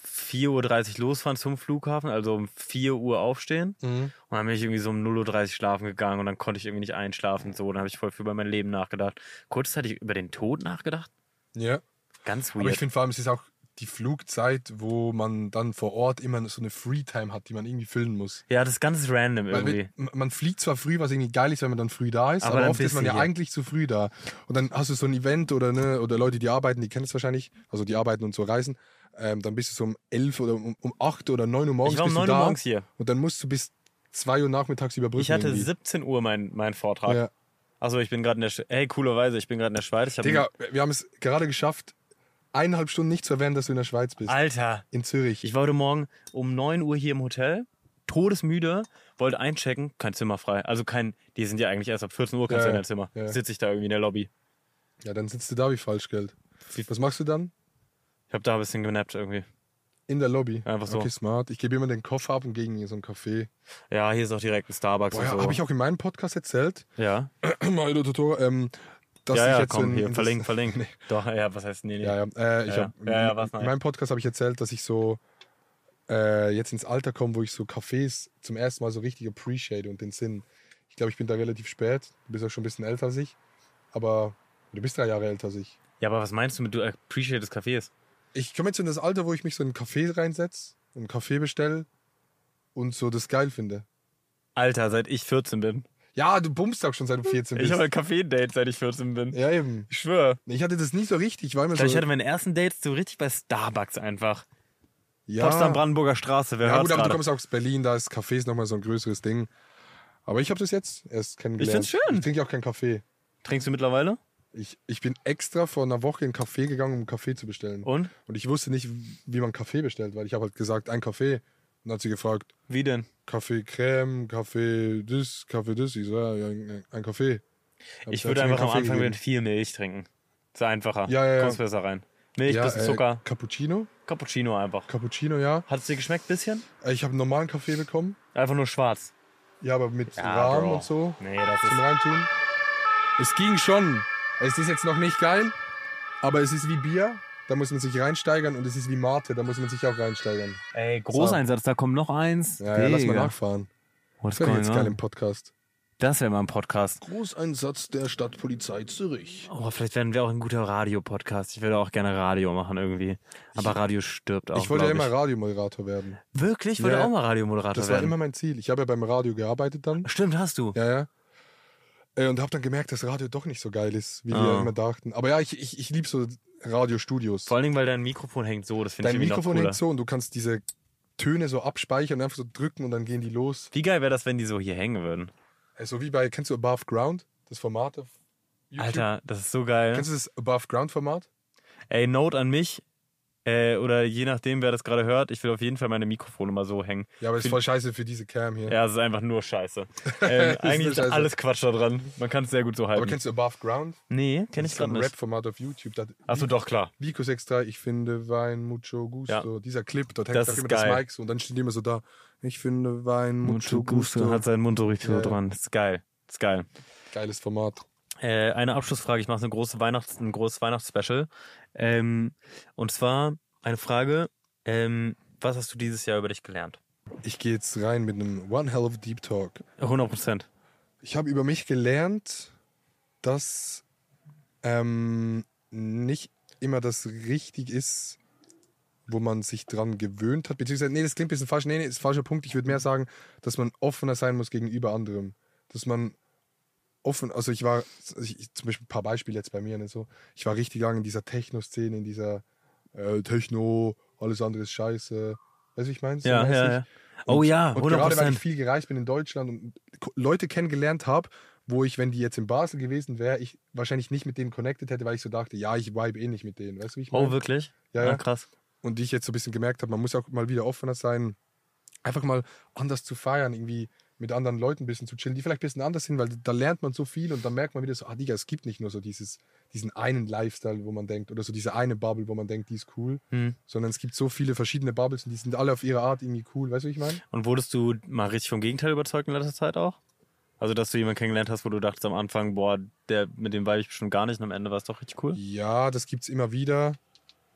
A: 4.30 Uhr losfahren zum Flughafen, also um 4 Uhr aufstehen.
C: Mhm.
A: Und dann bin ich irgendwie so um 0.30 Uhr schlafen gegangen und dann konnte ich irgendwie nicht einschlafen. So, dann habe ich voll viel über mein Leben nachgedacht. Kurzzeitig über den Tod nachgedacht.
C: Ja.
A: Ganz
C: Aber
A: weird.
C: ich finde vor allem, es ist auch die Flugzeit, wo man dann vor Ort immer so eine Free-Time hat, die man irgendwie füllen muss.
A: Ja, das ist ganz random
C: Weil
A: irgendwie.
C: man- man fliegt zwar früh, was irgendwie geil ist, wenn man dann früh da ist,
A: Aber
C: aber,
A: dann
C: oft
A: bist
C: ist man
A: du
C: ja
A: hier.
C: eigentlich zu früh da. Und dann hast du so ein Event oder, ne, oder Leute, die arbeiten, die kennen es wahrscheinlich, also die arbeiten und so reisen. Ähm, dann bist du so um 11 oder um, um 8 oder 9 Uhr morgens.
A: Ich war um
C: bist du
A: 9 Uhr
C: da
A: morgens hier.
C: Und dann musst du bis 2 Uhr nachmittags überbrücken.
A: Ich hatte
C: irgendwie.
A: 17 Uhr meinen mein Vortrag.
C: Ja.
A: Also ich bin gerade in der Sch Hey, coolerweise, ich bin gerade in der Schweiz. Ich hab-
C: Digga, wir haben es gerade geschafft, eineinhalb Stunden nicht zu erwähnen, dass du in der Schweiz bist.
A: Alter.
C: In Zürich.
A: Ich war heute Morgen um 9 Uhr hier im Hotel, todesmüde, wollte einchecken, kein Zimmer frei. Also kein, die sind ja eigentlich erst ab 14 Uhr kannst
C: Ja,
A: du in
C: ja,
A: dein Zimmer.
C: ja.
A: Sitze ich da irgendwie in der Lobby.
C: Ja, dann sitzt du da wie Falschgeld. Was machst du dann?
A: Ich habe da ein bisschen genappt irgendwie.
C: In der Lobby.
A: Einfach so.
C: Okay, smart. Ich gebe immer den Koffer ab und gehe in so ein Café.
A: Ja, hier ist auch direkt ein Starbucks
C: Boah,
A: und
C: ja,
A: so.
C: habe ich auch in meinem Podcast erzählt, (clears throat)
A: ja.
C: Mario Tutor, ähm, dass
A: ja,
C: ich
A: ja,
C: jetzt
A: komm,
C: in,
A: hier,
C: in
A: verlinkt,
C: das, (laughs)
A: verlinkt. Doch, ja, was heißt, nee, nee.
C: Ja, ja. Äh, ich
A: ja.
C: hab,
A: ja, ja, was
C: in meinem Podcast habe ich erzählt, dass ich so äh, jetzt ins Alter komme, wo ich so Cafés zum ersten Mal so richtig appreciate und den Sinn. Ich glaube, ich bin da relativ spät. Du bist auch schon ein bisschen älter als ich. Aber du bist drei Jahre älter als ich.
A: Ja, aber was meinst du mit du appreciate Cafés?
C: Ich komme jetzt in das Alter, wo ich mich so in einen Kaffee reinsetze, einen Kaffee bestelle und so das geil finde.
A: Alter, seit ich 14 bin.
C: Ja, du bummst auch schon seit du 14
A: Hm.
C: bist.
A: Ich habe ein Kaffee-Date, seit ich 14 bin.
C: Ja, Also- eben.
A: Ich schwöre.
C: Ich hatte das nicht so richtig, weil
A: Ich,
C: man
A: glaub,
C: so...
A: ich hatte meine ersten Dates so richtig bei Starbucks einfach.
C: Ja.
A: Potsdam-Brandenburger Straße, wer
C: ja,
A: hört's
C: gut, aber du
A: gerade?
C: kommst auch aus Berlin, da ist Kaffee ist nochmal so ein größeres Ding. Aber ich habe das jetzt erst kennengelernt.
A: find's schön.
C: Ich trinke auch keinen Kaffee.
A: Trinkst du mittlerweile?
C: Ich, ich bin extra vor einer Woche in einen Kaffee gegangen, um einen Kaffee zu bestellen.
A: Und?
C: Und ich wusste nicht, wie man Kaffee bestellt, weil ich habe halt gesagt, ein Kaffee. Und dann hat sie gefragt,
A: wie denn?
C: Kaffee Creme, Kaffee das, Kaffee das. Ich so, ja, ja, ein- ein Kaffee. Hab
A: Ich
C: dann
A: würde
C: zu mir
A: einfach am
C: Kaffee
A: Anfang
C: gegeben.
A: mit viel Milch trinken. Ist einfacher.
C: Ja, ja, ja.
A: Kommst besser rein. Milch,
C: Ja,
A: bisschen
C: äh,
A: Zucker.
C: Cappuccino?
A: Cappuccino einfach.
C: Cappuccino, ja. Äh,
A: Hat es dir geschmeckt, bisschen?
C: Ich habe einen normalen Kaffee bekommen.
A: Einfach nur schwarz.
C: Ja, aber mit
A: Ja,
C: Rahmen
A: Bro.
C: und so.
A: Nee, das
C: zum
A: ist-
C: Reintun. Es ging schon. Es ist jetzt noch nicht geil, aber es ist wie Bier. da muss man sich reinsteigern und es ist wie Mate, da muss man sich auch reinsteigern.
A: Ey, Großeinsatz, da kommt noch eins.
C: Ja, ja, lass mal
A: Digga.
C: nachfahren.
A: What's
C: das wäre
A: going
C: jetzt
A: on?
C: geil im Podcast.
A: Das wäre mal ein Podcast.
C: Großeinsatz der Stadtpolizei Zürich.
A: Oh, vielleicht werden wir auch ein guter Radio-Podcast. Ich würde auch gerne Radio machen irgendwie. Aber Radio stirbt auch.
C: ich wollte ja
A: glaub
C: immer Radiomoderator werden.
A: Wirklich? Ich wollte auch mal Radiomoderator
C: Das war
A: werden.
C: immer mein Ziel. Ich habe ja beim Radio
A: (laughs)
C: gearbeitet dann.
A: Stimmt, hast du.
C: Ja, ja. Äh, Und habe dann gemerkt, dass Radio doch nicht so geil ist, wie wir
A: Ah.
C: immer dachten. Aber ja, ich, ich, ich liebe so Radiostudios.
A: Vor allen Dingen, weil dein Mikrofon hängt so. Das finde ich
C: Dein
A: irgendwie
C: Mikrofon
A: noch cooler.
C: hängt so und du kannst diese Töne so abspeichern und einfach so drücken und dann gehen die los.
A: Wie geil wäre das, wenn die so hier hängen würden?
C: Äh, So wie bei, kennst du Above Ground? Das Format auf YouTube?
A: Alter, das ist so geil.
C: Kennst du das Above Ground Format?
A: Ey, Note an mich. Äh, oder je nachdem, wer das gerade hört, ich will auf jeden Fall meine Mikrofone mal so hängen.
C: Ja, aber das ist
A: Find-
C: voll scheiße für diese Cam hier.
A: Ja, es ist einfach nur
C: (laughs)
A: scheiße.
C: Das
A: Ähm,
C: ist
A: eigentlich
C: nur
A: ist
C: scheiße.
A: alles Quatsch da dran. Man kann es sehr gut so halten.
C: Aber kennst du Above Ground?
A: Nee, kenn ich
C: Das ist
A: grad
C: ein
A: nicht.
C: Rap-Format auf YouTube. Da-
A: Achso, doch, klar.
C: Vico 63, ich finde Wein mucho gusto. Dieser Clip, dort hängt
A: Das
C: auch
A: ist
C: immer
A: geil.
C: das Mic so und dann steht immer so da, ich finde Wein mucho,
A: Mucho
C: gusto.
A: Gusto hat seinen Mund so richtig
C: Ja,
A: so
C: ja.
A: dran. Das ist geil. Das ist geil.
C: Geiles Format.
A: Äh, eine Abschlussfrage. Ich mache eine große Weihnachts-, ein großes Weihnachtsspecial. Ähm, und zwar eine Frage. Ähm, was hast du dieses Jahr über dich gelernt?
C: Ich gehe jetzt rein mit einem One Hell of Deep Talk.
A: 100 Prozent.
C: Ich habe über mich gelernt, dass ähm, nicht immer das richtig ist, wo man sich dran gewöhnt hat. Beziehungsweise, nee, das klingt ein bisschen falsch. Nee, nee, ist ein falscher Punkt. Ich würde mehr sagen, dass man offener sein muss gegenüber anderem. Dass man offen, also ich war, also ich, zum Beispiel ein paar Beispiele jetzt bei mir, ne, so. ich war richtig lange in dieser Techno-Szene, in dieser äh, Techno, alles andere ist scheiße. Weißt du, wie ich meine?
A: Ja, ja, ja. Oh ja,
C: Und gerade weil
A: 100%.
C: ich viel gereist bin in Deutschland und Ko- Leute kennengelernt habe, wo ich, wenn die jetzt in Basel gewesen wäre, ich wahrscheinlich nicht mit denen connected hätte, weil ich so dachte, ja, ich vibe eh nicht mit denen. Weißt du, wie ich meine?
A: Oh, wirklich?
C: Ja, ja.
A: Ah, krass.
C: Und die ich jetzt so ein bisschen gemerkt habe, man muss auch mal wieder offener sein, einfach mal anders zu feiern, irgendwie mit anderen Leuten ein bisschen zu chillen, die vielleicht ein bisschen anders sind, weil da lernt man so viel und dann merkt man wieder so, ah, Digga, es gibt nicht nur so dieses, diesen einen Lifestyle, wo man denkt, oder so diese eine Bubble, wo man denkt, die ist cool,
A: Hm.
C: sondern es gibt so viele verschiedene Bubbles und die sind alle auf ihre Art irgendwie cool. Weißt du, wie ich meine?
A: Und wurdest du mal richtig vom Gegenteil überzeugt in letzter Zeit auch? Also, dass du jemanden kennengelernt hast, wo du dachtest am Anfang, boah, der, mit dem weibe ich bestimmt gar nicht und am Ende war es doch richtig cool?
C: Ja, das gibt es immer wieder.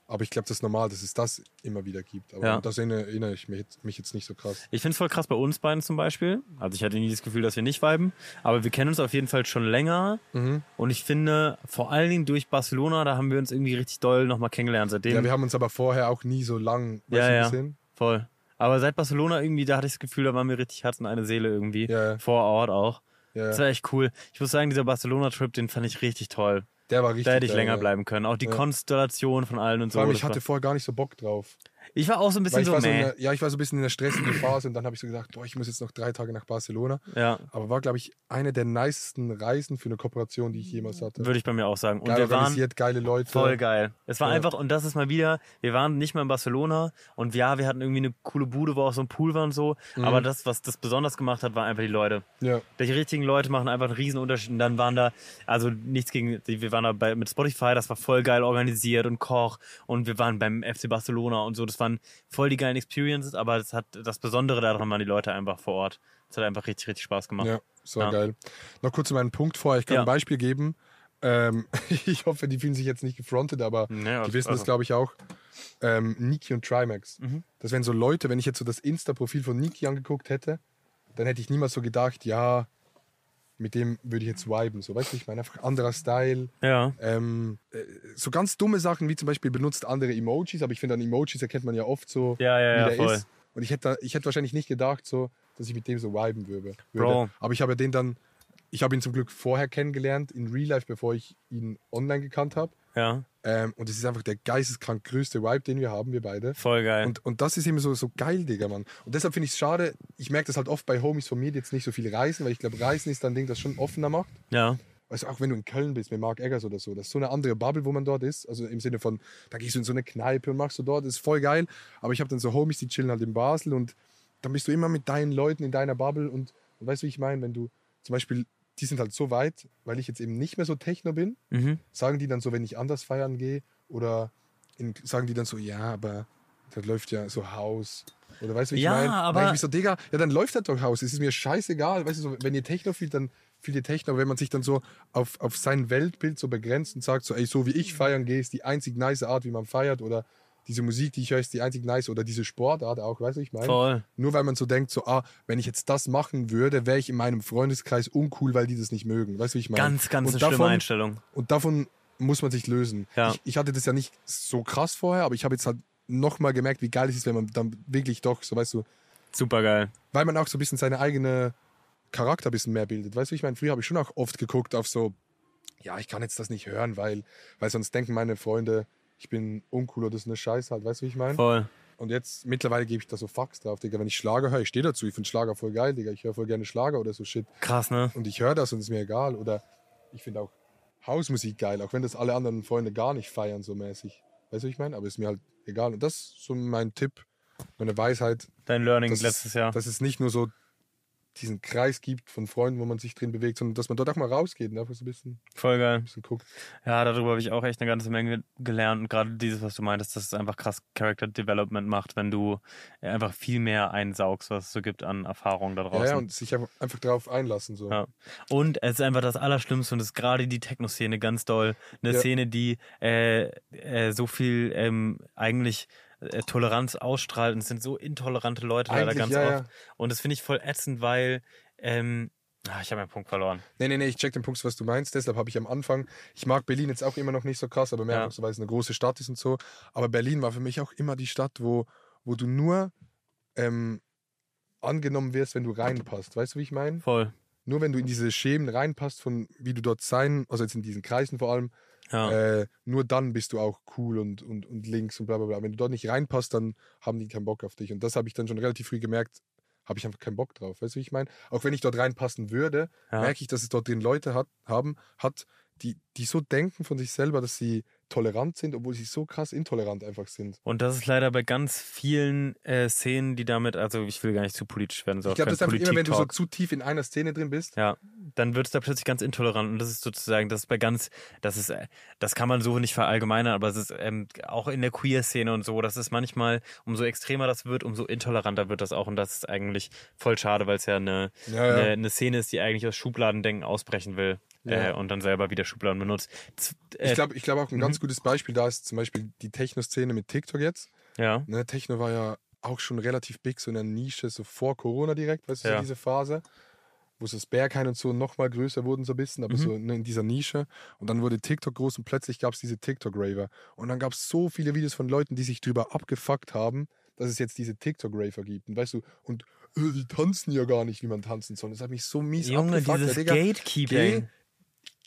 C: Aber ich glaube, das ist normal, dass es das immer wieder gibt. Aber
A: Ja.
C: das erinnere, erinnere ich mich jetzt, mich jetzt nicht so krass.
A: Ich finde es voll krass bei uns beiden zum Beispiel. Also ich hatte nie das Gefühl, dass wir nicht viben. Aber wir kennen uns auf jeden Fall schon länger.
C: Mhm.
A: Und ich finde, vor allen Dingen durch Barcelona, da haben wir uns irgendwie richtig doll nochmal kennengelernt. Seitdem.
C: ja, wir haben uns aber vorher auch nie so lang weißt
A: ja,
C: du,
A: ja,
C: gesehen.
A: voll. Aber seit Barcelona irgendwie, da hatte ich das Gefühl, da waren wir richtig Herz und eine Seele irgendwie. Vor Ort auch.
C: Ja, ja.
A: Das war echt cool. Ich muss sagen, dieser Barcelona-Trip, den fand ich richtig toll.
C: Der war richtig
A: Da hätte ich
C: geil,
A: länger
C: ja.
A: bleiben können. Auch die
C: Ja.
A: Konstellation von allen und so.
C: Vor allem,
A: das
C: ich hatte
A: war-
C: vorher gar nicht so Bock drauf.
A: ich war auch so ein bisschen
C: Weil ich
A: so,
C: war so in
A: meh.
C: der, Ja, ich war so ein bisschen in der stressigen Phase und dann habe ich so gedacht, boah, ich muss jetzt noch drei Tage nach Barcelona.
A: Ja.
C: Aber war, glaube ich, eine der nicesten Reisen für eine Kooperation, die ich jemals hatte.
A: Würde ich bei mir auch sagen. Mhm. Und
C: Geil
A: wir waren
C: organisiert, geile Leute.
A: voll geil. Es war
C: Ja.
A: einfach, und das ist mal wieder, wir waren nicht mal in Barcelona und ja, wir hatten irgendwie eine coole Bude, wo auch so ein Pool war und so.
C: Mhm.
A: Aber das, was das besonders gemacht hat, waren einfach die Leute.
C: Ja.
A: Die richtigen Leute machen einfach einen riesen Unterschied. Und dann waren da, also nichts gegen, wir waren da bei, mit Spotify, das war voll geil organisiert und Koch und wir waren beim FC Barcelona und so. Das waren voll die geilen Experiences, aber das hat, das Besondere daran waren die Leute einfach vor Ort. Das hat einfach richtig, richtig Spaß gemacht.
C: Ja, das war geil. Noch kurz zu meinem Punkt vorher. Ich kann
A: Ja.
C: ein Beispiel geben. Ähm, (laughs) ich hoffe, die fühlen sich jetzt nicht gefrontet, aber die wissen das,
A: also-
C: glaube ich, auch. Ähm, Niki und Trimax. Das wären so Leute, wenn ich jetzt so das Insta-Profil von Niki angeguckt hätte, dann hätte ich niemals so gedacht, ja, mit dem würde ich jetzt viben. So, weißt du, ich meine, einfach anderer Style.
A: Ja.
C: Ähm, äh, so ganz dumme Sachen wie zum Beispiel benutzt andere Emojis, aber ich finde, an Emojis erkennt man ja oft so,
A: Ja, ja,
C: wie
A: ja,
C: der
A: voll.
C: ist. Und ich hätte, ich hätte wahrscheinlich nicht gedacht, so, dass ich mit dem so viben würde. würde.
A: Bro.
C: Aber ich habe den dann, ich habe ihn zum Glück vorher kennengelernt, in Real Life, bevor ich ihn online gekannt habe.
A: Ja.
C: Ähm, und es ist einfach der geisteskrank größte Vibe, den wir haben, wir beide.
A: Voll geil.
C: Und, und das ist eben so, so geil, Digga, Mann. Und deshalb finde ich es schade, ich merke das halt oft bei Homies von mir, die jetzt nicht so viel reisen, weil ich glaube, Reisen ist dann ein Ding, das schon offener macht.
A: Ja.
C: Also auch wenn du in Köln bist mit Mark Eggers oder so, das ist so eine andere Bubble, wo man dort ist. Also im Sinne von, da gehst du in so eine Kneipe und machst du dort, ist voll geil. Aber ich habe dann so Homies, die chillen halt in Basel und dann bist du immer mit deinen Leuten in deiner Bubble und, und weißt du, wie ich meine? Wenn du zum Beispiel, die sind halt so weit, weil ich jetzt eben nicht mehr so Techno bin,
A: Mhm.
C: sagen die dann so, wenn ich anders feiern gehe oder in, sagen die dann so, ja, aber das läuft ja so Haus. Oder weißt du, wie ich
A: Ja,
C: meine?
A: aber-
C: Ich bin so, Digga, ja, dann läuft das doch Haus. Es ist mir scheißegal. Weißt du, so, wenn ihr Techno fühlt, dann viele Techno, aber wenn man sich dann so auf, auf sein Weltbild so begrenzt und sagt, so, ey, so wie ich feiern gehe, ist die einzig nice Art, wie man feiert oder diese Musik, die ich höre, ist die einzig nice oder diese Sportart auch, weißt du, ich meine.
A: Voll.
C: Nur weil man so denkt, so, ah, wenn ich jetzt das machen würde, wäre ich in meinem Freundeskreis uncool, weil die das nicht mögen. Weißt du, wie ich meine?
A: Ganz, ganz
C: Und
A: eine schlimme Einstellung.
C: Und davon muss man sich lösen.
A: Ja.
C: Ich, ich hatte das ja nicht so krass vorher, aber ich habe jetzt halt nochmal gemerkt, wie geil es ist, wenn man dann wirklich doch, so weißt du.
A: Super geil.
C: Weil man auch so ein bisschen seine eigene Charakter ein bisschen mehr bildet. Weißt du, ich meine, früher habe ich schon auch oft geguckt auf so, ja, ich kann jetzt das nicht hören, weil, weil sonst denken meine Freunde, ich bin uncool oder das ist eine Scheiße halt. Weißt du, wie ich meine?
A: Voll.
C: Und jetzt, mittlerweile gebe ich da so Fax drauf, Digga. Wenn ich Schlager höre, ich stehe dazu. Ich finde Schlager voll geil, Digga. Ich höre voll gerne Schlager oder so Shit.
A: Krass, ne?
C: Und ich höre das und ist mir egal. Oder ich finde auch Hausmusik geil, auch wenn das alle anderen Freunde gar nicht feiern, so mäßig. Weißt du, was ich meine? Aber ist mir halt egal. Und das ist so mein Tipp, meine Weisheit.
A: Dein Learning
C: dass
A: letztes
C: es,
A: Jahr.
C: Dass es nicht nur so diesen Kreis gibt von Freunden, wo man sich drin bewegt, sondern dass man dort auch mal rausgeht und einfach so ein bisschen.
A: Voll geil.
C: guckt.
A: Ja, darüber habe ich auch echt eine ganze Menge gelernt. Und gerade dieses, was du meintest, dass es einfach krass Character Development macht, wenn du einfach viel mehr einsaugst, was es so gibt an Erfahrungen da draußen.
C: Ja, ja, und sich einfach- einfach drauf einlassen. So.
A: Ja. Und es ist einfach das Allerschlimmste und es ist gerade die Techno-Szene ganz doll. Eine
C: Ja.
A: Szene, die äh, äh, so viel ähm, eigentlich äh, Toleranz ausstrahlt und es sind so intolerante Leute leider
C: Eigentlich,
A: ganz
C: ja,
A: oft. Und das finde ich voll ätzend, weil ähm, ah, ich habe meinen Punkt verloren.
C: Nee, nee, nee, ich check den Punkt, was du meinst. Deshalb habe ich am Anfang, ich mag Berlin jetzt auch immer noch nicht so krass, aber mehr
A: Ja.
C: einfach so, weil es eine große Stadt ist und so. Aber Berlin war für mich auch immer die Stadt, wo, wo du nur ähm, angenommen wirst, wenn du reinpasst. Weißt du, wie ich meine?
A: Voll.
C: Nur wenn du in diese Schemen reinpasst, von wie du dort sein, also jetzt in diesen Kreisen vor allem,
A: Ja.
C: äh, nur dann bist du auch cool und, und, und links und bla bla bla. Wenn du dort nicht reinpasst, dann haben die keinen Bock auf dich. Und das habe ich dann schon relativ früh gemerkt, habe ich einfach keinen Bock drauf. Weißt du, wie ich meine? Auch wenn ich dort reinpassen würde,
A: Ja.
C: merke ich, dass es dort drin Leute hat, haben, hat, die, die so denken von sich selber, dass sie tolerant sind, obwohl sie so krass intolerant einfach sind.
A: Und das ist leider bei ganz vielen äh, Szenen, die damit, also ich will gar nicht zu politisch werden, so
C: Ich glaube, das ist einfach immer, wenn du so
A: Politik-Talk.
C: zu tief in einer Szene drin bist.
A: Ja, dann wird es da plötzlich ganz intolerant und das ist sozusagen, das ist bei ganz, das ist, äh, das kann man so nicht verallgemeinern, aber es ist ähm, auch in der Queer-Szene und so, das ist manchmal, umso extremer das wird, umso intoleranter wird das auch und das ist eigentlich voll schade, weil es ja eine,
C: Ja, ja.
A: Eine, eine Szene ist, die eigentlich aus Schubladendenken ausbrechen will
C: Ja.
A: äh, und dann selber wieder Schubladen benutzt. Z- äh,
C: Ich glaube, ich glaube auch ein ganz
A: mhm.
C: gutes Beispiel da ist zum Beispiel die Techno-Szene mit TikTok jetzt.
A: Ja.
C: Ne, Techno war ja auch schon relativ big, so in der Nische, so vor Corona direkt, weißt du,
A: Ja.
C: so diese Phase, wo so das Berghain und so nochmal größer wurden so ein bisschen, aber
A: Mhm.
C: so ne, in dieser Nische. Und dann wurde TikTok groß und plötzlich gab es diese TikTok-Raver. Und dann gab es so viele Videos von Leuten, die sich drüber abgefuckt haben, dass es jetzt diese TikTok-Raver gibt. Und weißt du, und äh, die tanzen ja gar nicht, wie man tanzen soll. Das hat mich so mies
A: Junge,
C: abgefuckt.
A: dieses
C: ja, Digga,
A: Gatekeeping.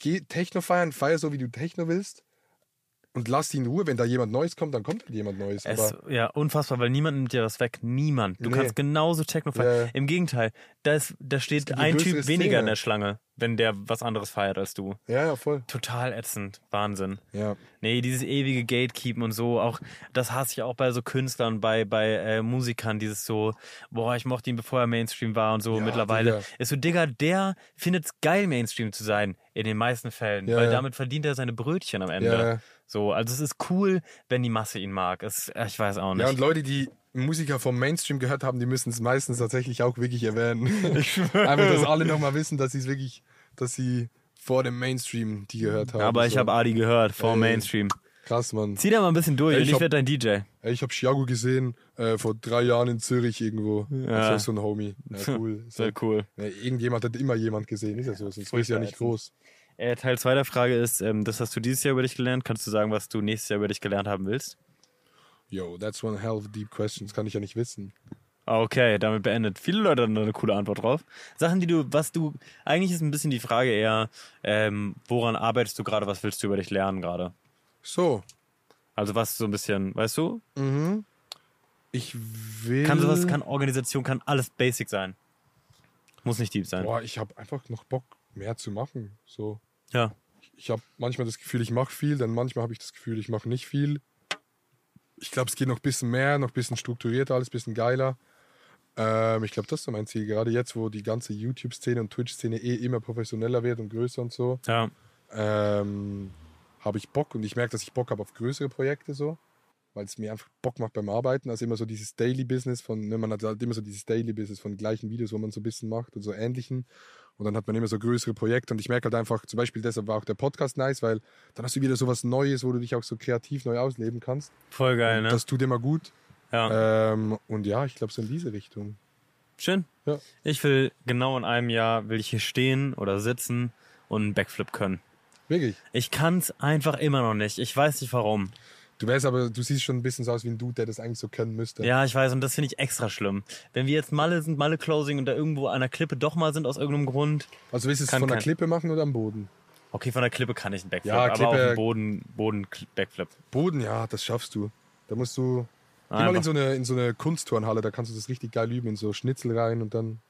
C: Geh, geh Techno feiern, feier so, wie du Techno willst. Und lass die in Ruhe, wenn da jemand Neues kommt, dann kommt halt jemand Neues.
A: Es,
C: aber
A: ja, unfassbar, weil niemand nimmt dir was weg. Niemand. Du
C: Nee.
A: kannst genauso Techno feiern.
C: Ja.
A: Im Gegenteil, da, ist, da steht
C: gibt eine
A: ein Typ
C: größere
A: weniger in
C: Szene.
A: der Schlange, wenn der was anderes feiert als du.
C: Ja, ja, voll.
A: Total ätzend. Wahnsinn.
C: Ja.
A: Nee, dieses ewige Gatekeepen und so, auch das hasse ich auch bei so Künstlern, bei, bei äh, Musikern, dieses so, boah, ich mochte ihn, bevor er Mainstream war und so. Mittlerweile
C: Digga.
A: ist so, Digga, der findet es geil, Mainstream zu sein, in den meisten Fällen,
C: Ja,
A: weil
C: ja.
A: damit verdient er seine Brötchen am Ende.
C: Ja, ja.
A: So, also es ist cool, wenn die Masse ihn mag. Es, ich weiß auch nicht.
C: ja, und Leute, die Musiker vom Mainstream gehört haben, die müssen es meistens tatsächlich auch wirklich
A: (laughs)
C: erwähnen. Einfach, dass alle nochmal wissen, dass sie es wirklich, dass sie vor dem Mainstream die gehört haben.
A: Aber ich
C: so.
A: habe Adi gehört, vor
C: Ey,
A: Mainstream.
C: Krass, Mann.
A: Äh, Zieh da mal ein bisschen durch
C: Ey,
A: und
C: ich
A: ich
C: hab-
A: werde dein DJ.
C: Ey, Ich habe Chiago gesehen äh, vor drei Jahren in Zürich irgendwo.
A: Ja.
C: Das ist auch so ein Homie.
A: (laughs)
C: Ja, cool.
A: Sehr cool.
C: Ja, irgendjemand hat immer jemand gesehen. Ist ja so, sonst ist ja nicht groß.
A: Äh, Teil 2 der Frage ist, ähm, das hast du dieses Jahr über dich gelernt. Kannst du sagen, was du nächstes Jahr über dich gelernt haben willst?
C: Yo, that's one hell of a deep question. Das kann ich ja nicht wissen.
A: Ah, Okay, damit beendet. Viele Leute hatten da eine coole Antwort drauf. Sachen, die du, was du, eigentlich ist ein bisschen die Frage eher, ähm, woran arbeitest du gerade, was willst du über dich lernen gerade?
C: So.
A: Also was so ein bisschen, weißt du?
C: Mhm. Ich will.
A: Kann sowas, kann Organisation, kann alles basic sein. Muss nicht deep sein.
C: Boah, ich habe einfach noch Bock, mehr zu machen. So.
A: Ja.
C: Ich habe manchmal das Gefühl, ich mache viel, dann manchmal habe ich das Gefühl, ich mache nicht viel. Ich glaube, es geht noch ein bisschen mehr, noch ein bisschen strukturierter, alles ein bisschen geiler. Ähm, ich glaube, das ist so mein Ziel. Gerade jetzt, wo die ganze YouTube-Szene und Twitch-Szene eh immer professioneller wird und größer und so,
A: Ja.
C: ähm, habe ich Bock und ich merke, dass ich Bock habe auf größere Projekte so, weil es mir einfach Bock macht beim Arbeiten. Also immer so dieses Daily Business von, ne, man hat halt immer so dieses Daily Business von gleichen Videos, wo man so ein bisschen macht und so ähnlichen. Und dann hat man immer so größere Projekte und ich merke halt einfach, zum Beispiel deshalb war auch der Podcast nice, weil dann hast du wieder so was Neues, wo du dich auch so kreativ neu ausleben kannst.
A: Voll geil,
C: und
A: ne?
C: Das tut immer gut.
A: Ja.
C: Ähm, und ja, ich glaube so in diese Richtung.
A: Schön. Ich will genau in einem Jahr will ich hier stehen oder sitzen und einen Backflip können.
C: Wirklich?
A: Ich kann's einfach immer noch nicht. Ich weiß nicht warum.
C: Du wärst aber, du siehst schon ein bisschen so aus wie ein Dude, der das eigentlich so können müsste.
A: Ja, ich weiß, und das finde ich extra schlimm. Wenn wir jetzt Malle sind, Malle Closing und da irgendwo an der Klippe doch mal sind aus irgendeinem Grund.
C: Also willst du es
A: kann
C: von der
A: kein-
C: Klippe machen oder am Boden?
A: Okay, von der Klippe kann ich einen Backflip,
C: Ja,
A: aber auf
C: Klippe-
A: dem Boden, Boden Kl- Backflip.
C: Boden, ja, das schaffst du. Da musst du geh mal
A: Einfach.
C: in so, eine, in so eine Kunstturnhalle, da kannst du das richtig geil üben, in so Schnitzel rein und dann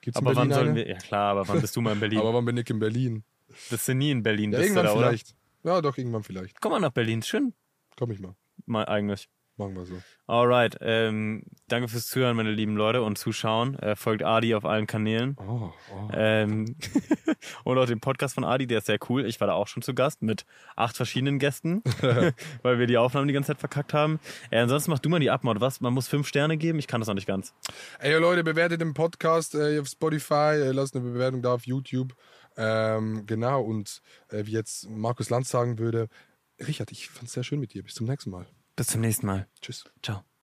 C: gibt's
A: Aber
C: in
A: wann
C: Berlin
A: sollen
C: eine.
A: wir. Ja klar, aber wann bist du mal in Berlin?
C: aber wann bin ich in Berlin?
A: Bist du nie in Berlin,
C: Ja,
A: bist du
C: irgendwann
A: da, oder?
C: vielleicht. Ja, doch, irgendwann vielleicht.
A: Komm mal nach Berlin, schön.
C: Komm ich mal.
A: Mal eigentlich.
C: Machen wir so.
A: Alright, ähm, danke fürs Zuhören, meine lieben Leute und Zuschauen. Äh, folgt Adi auf allen Kanälen.
C: Oh, oh. (laughs)
A: Ähm, und auch den Podcast von Adi, der ist sehr cool. Ich war da auch schon zu Gast mit acht verschiedenen
C: (laughs)
A: Gästen, weil wir die Aufnahmen die ganze Zeit verkackt haben. Äh, ansonsten mach du mal die Abmord. Was? Man muss fünf Sterne geben? Ich kann das noch nicht ganz.
C: Ey yo, Leute, bewertet den Podcast äh, auf Spotify, äh, lasst eine Bewertung da auf YouTube. Ähm, genau, und äh, wie jetzt Markus Lanz sagen würde, Richard, ich fand's sehr schön mit dir. Bis zum nächsten Mal.
A: Bis zum nächsten Mal.
C: Tschüss.
A: Ciao.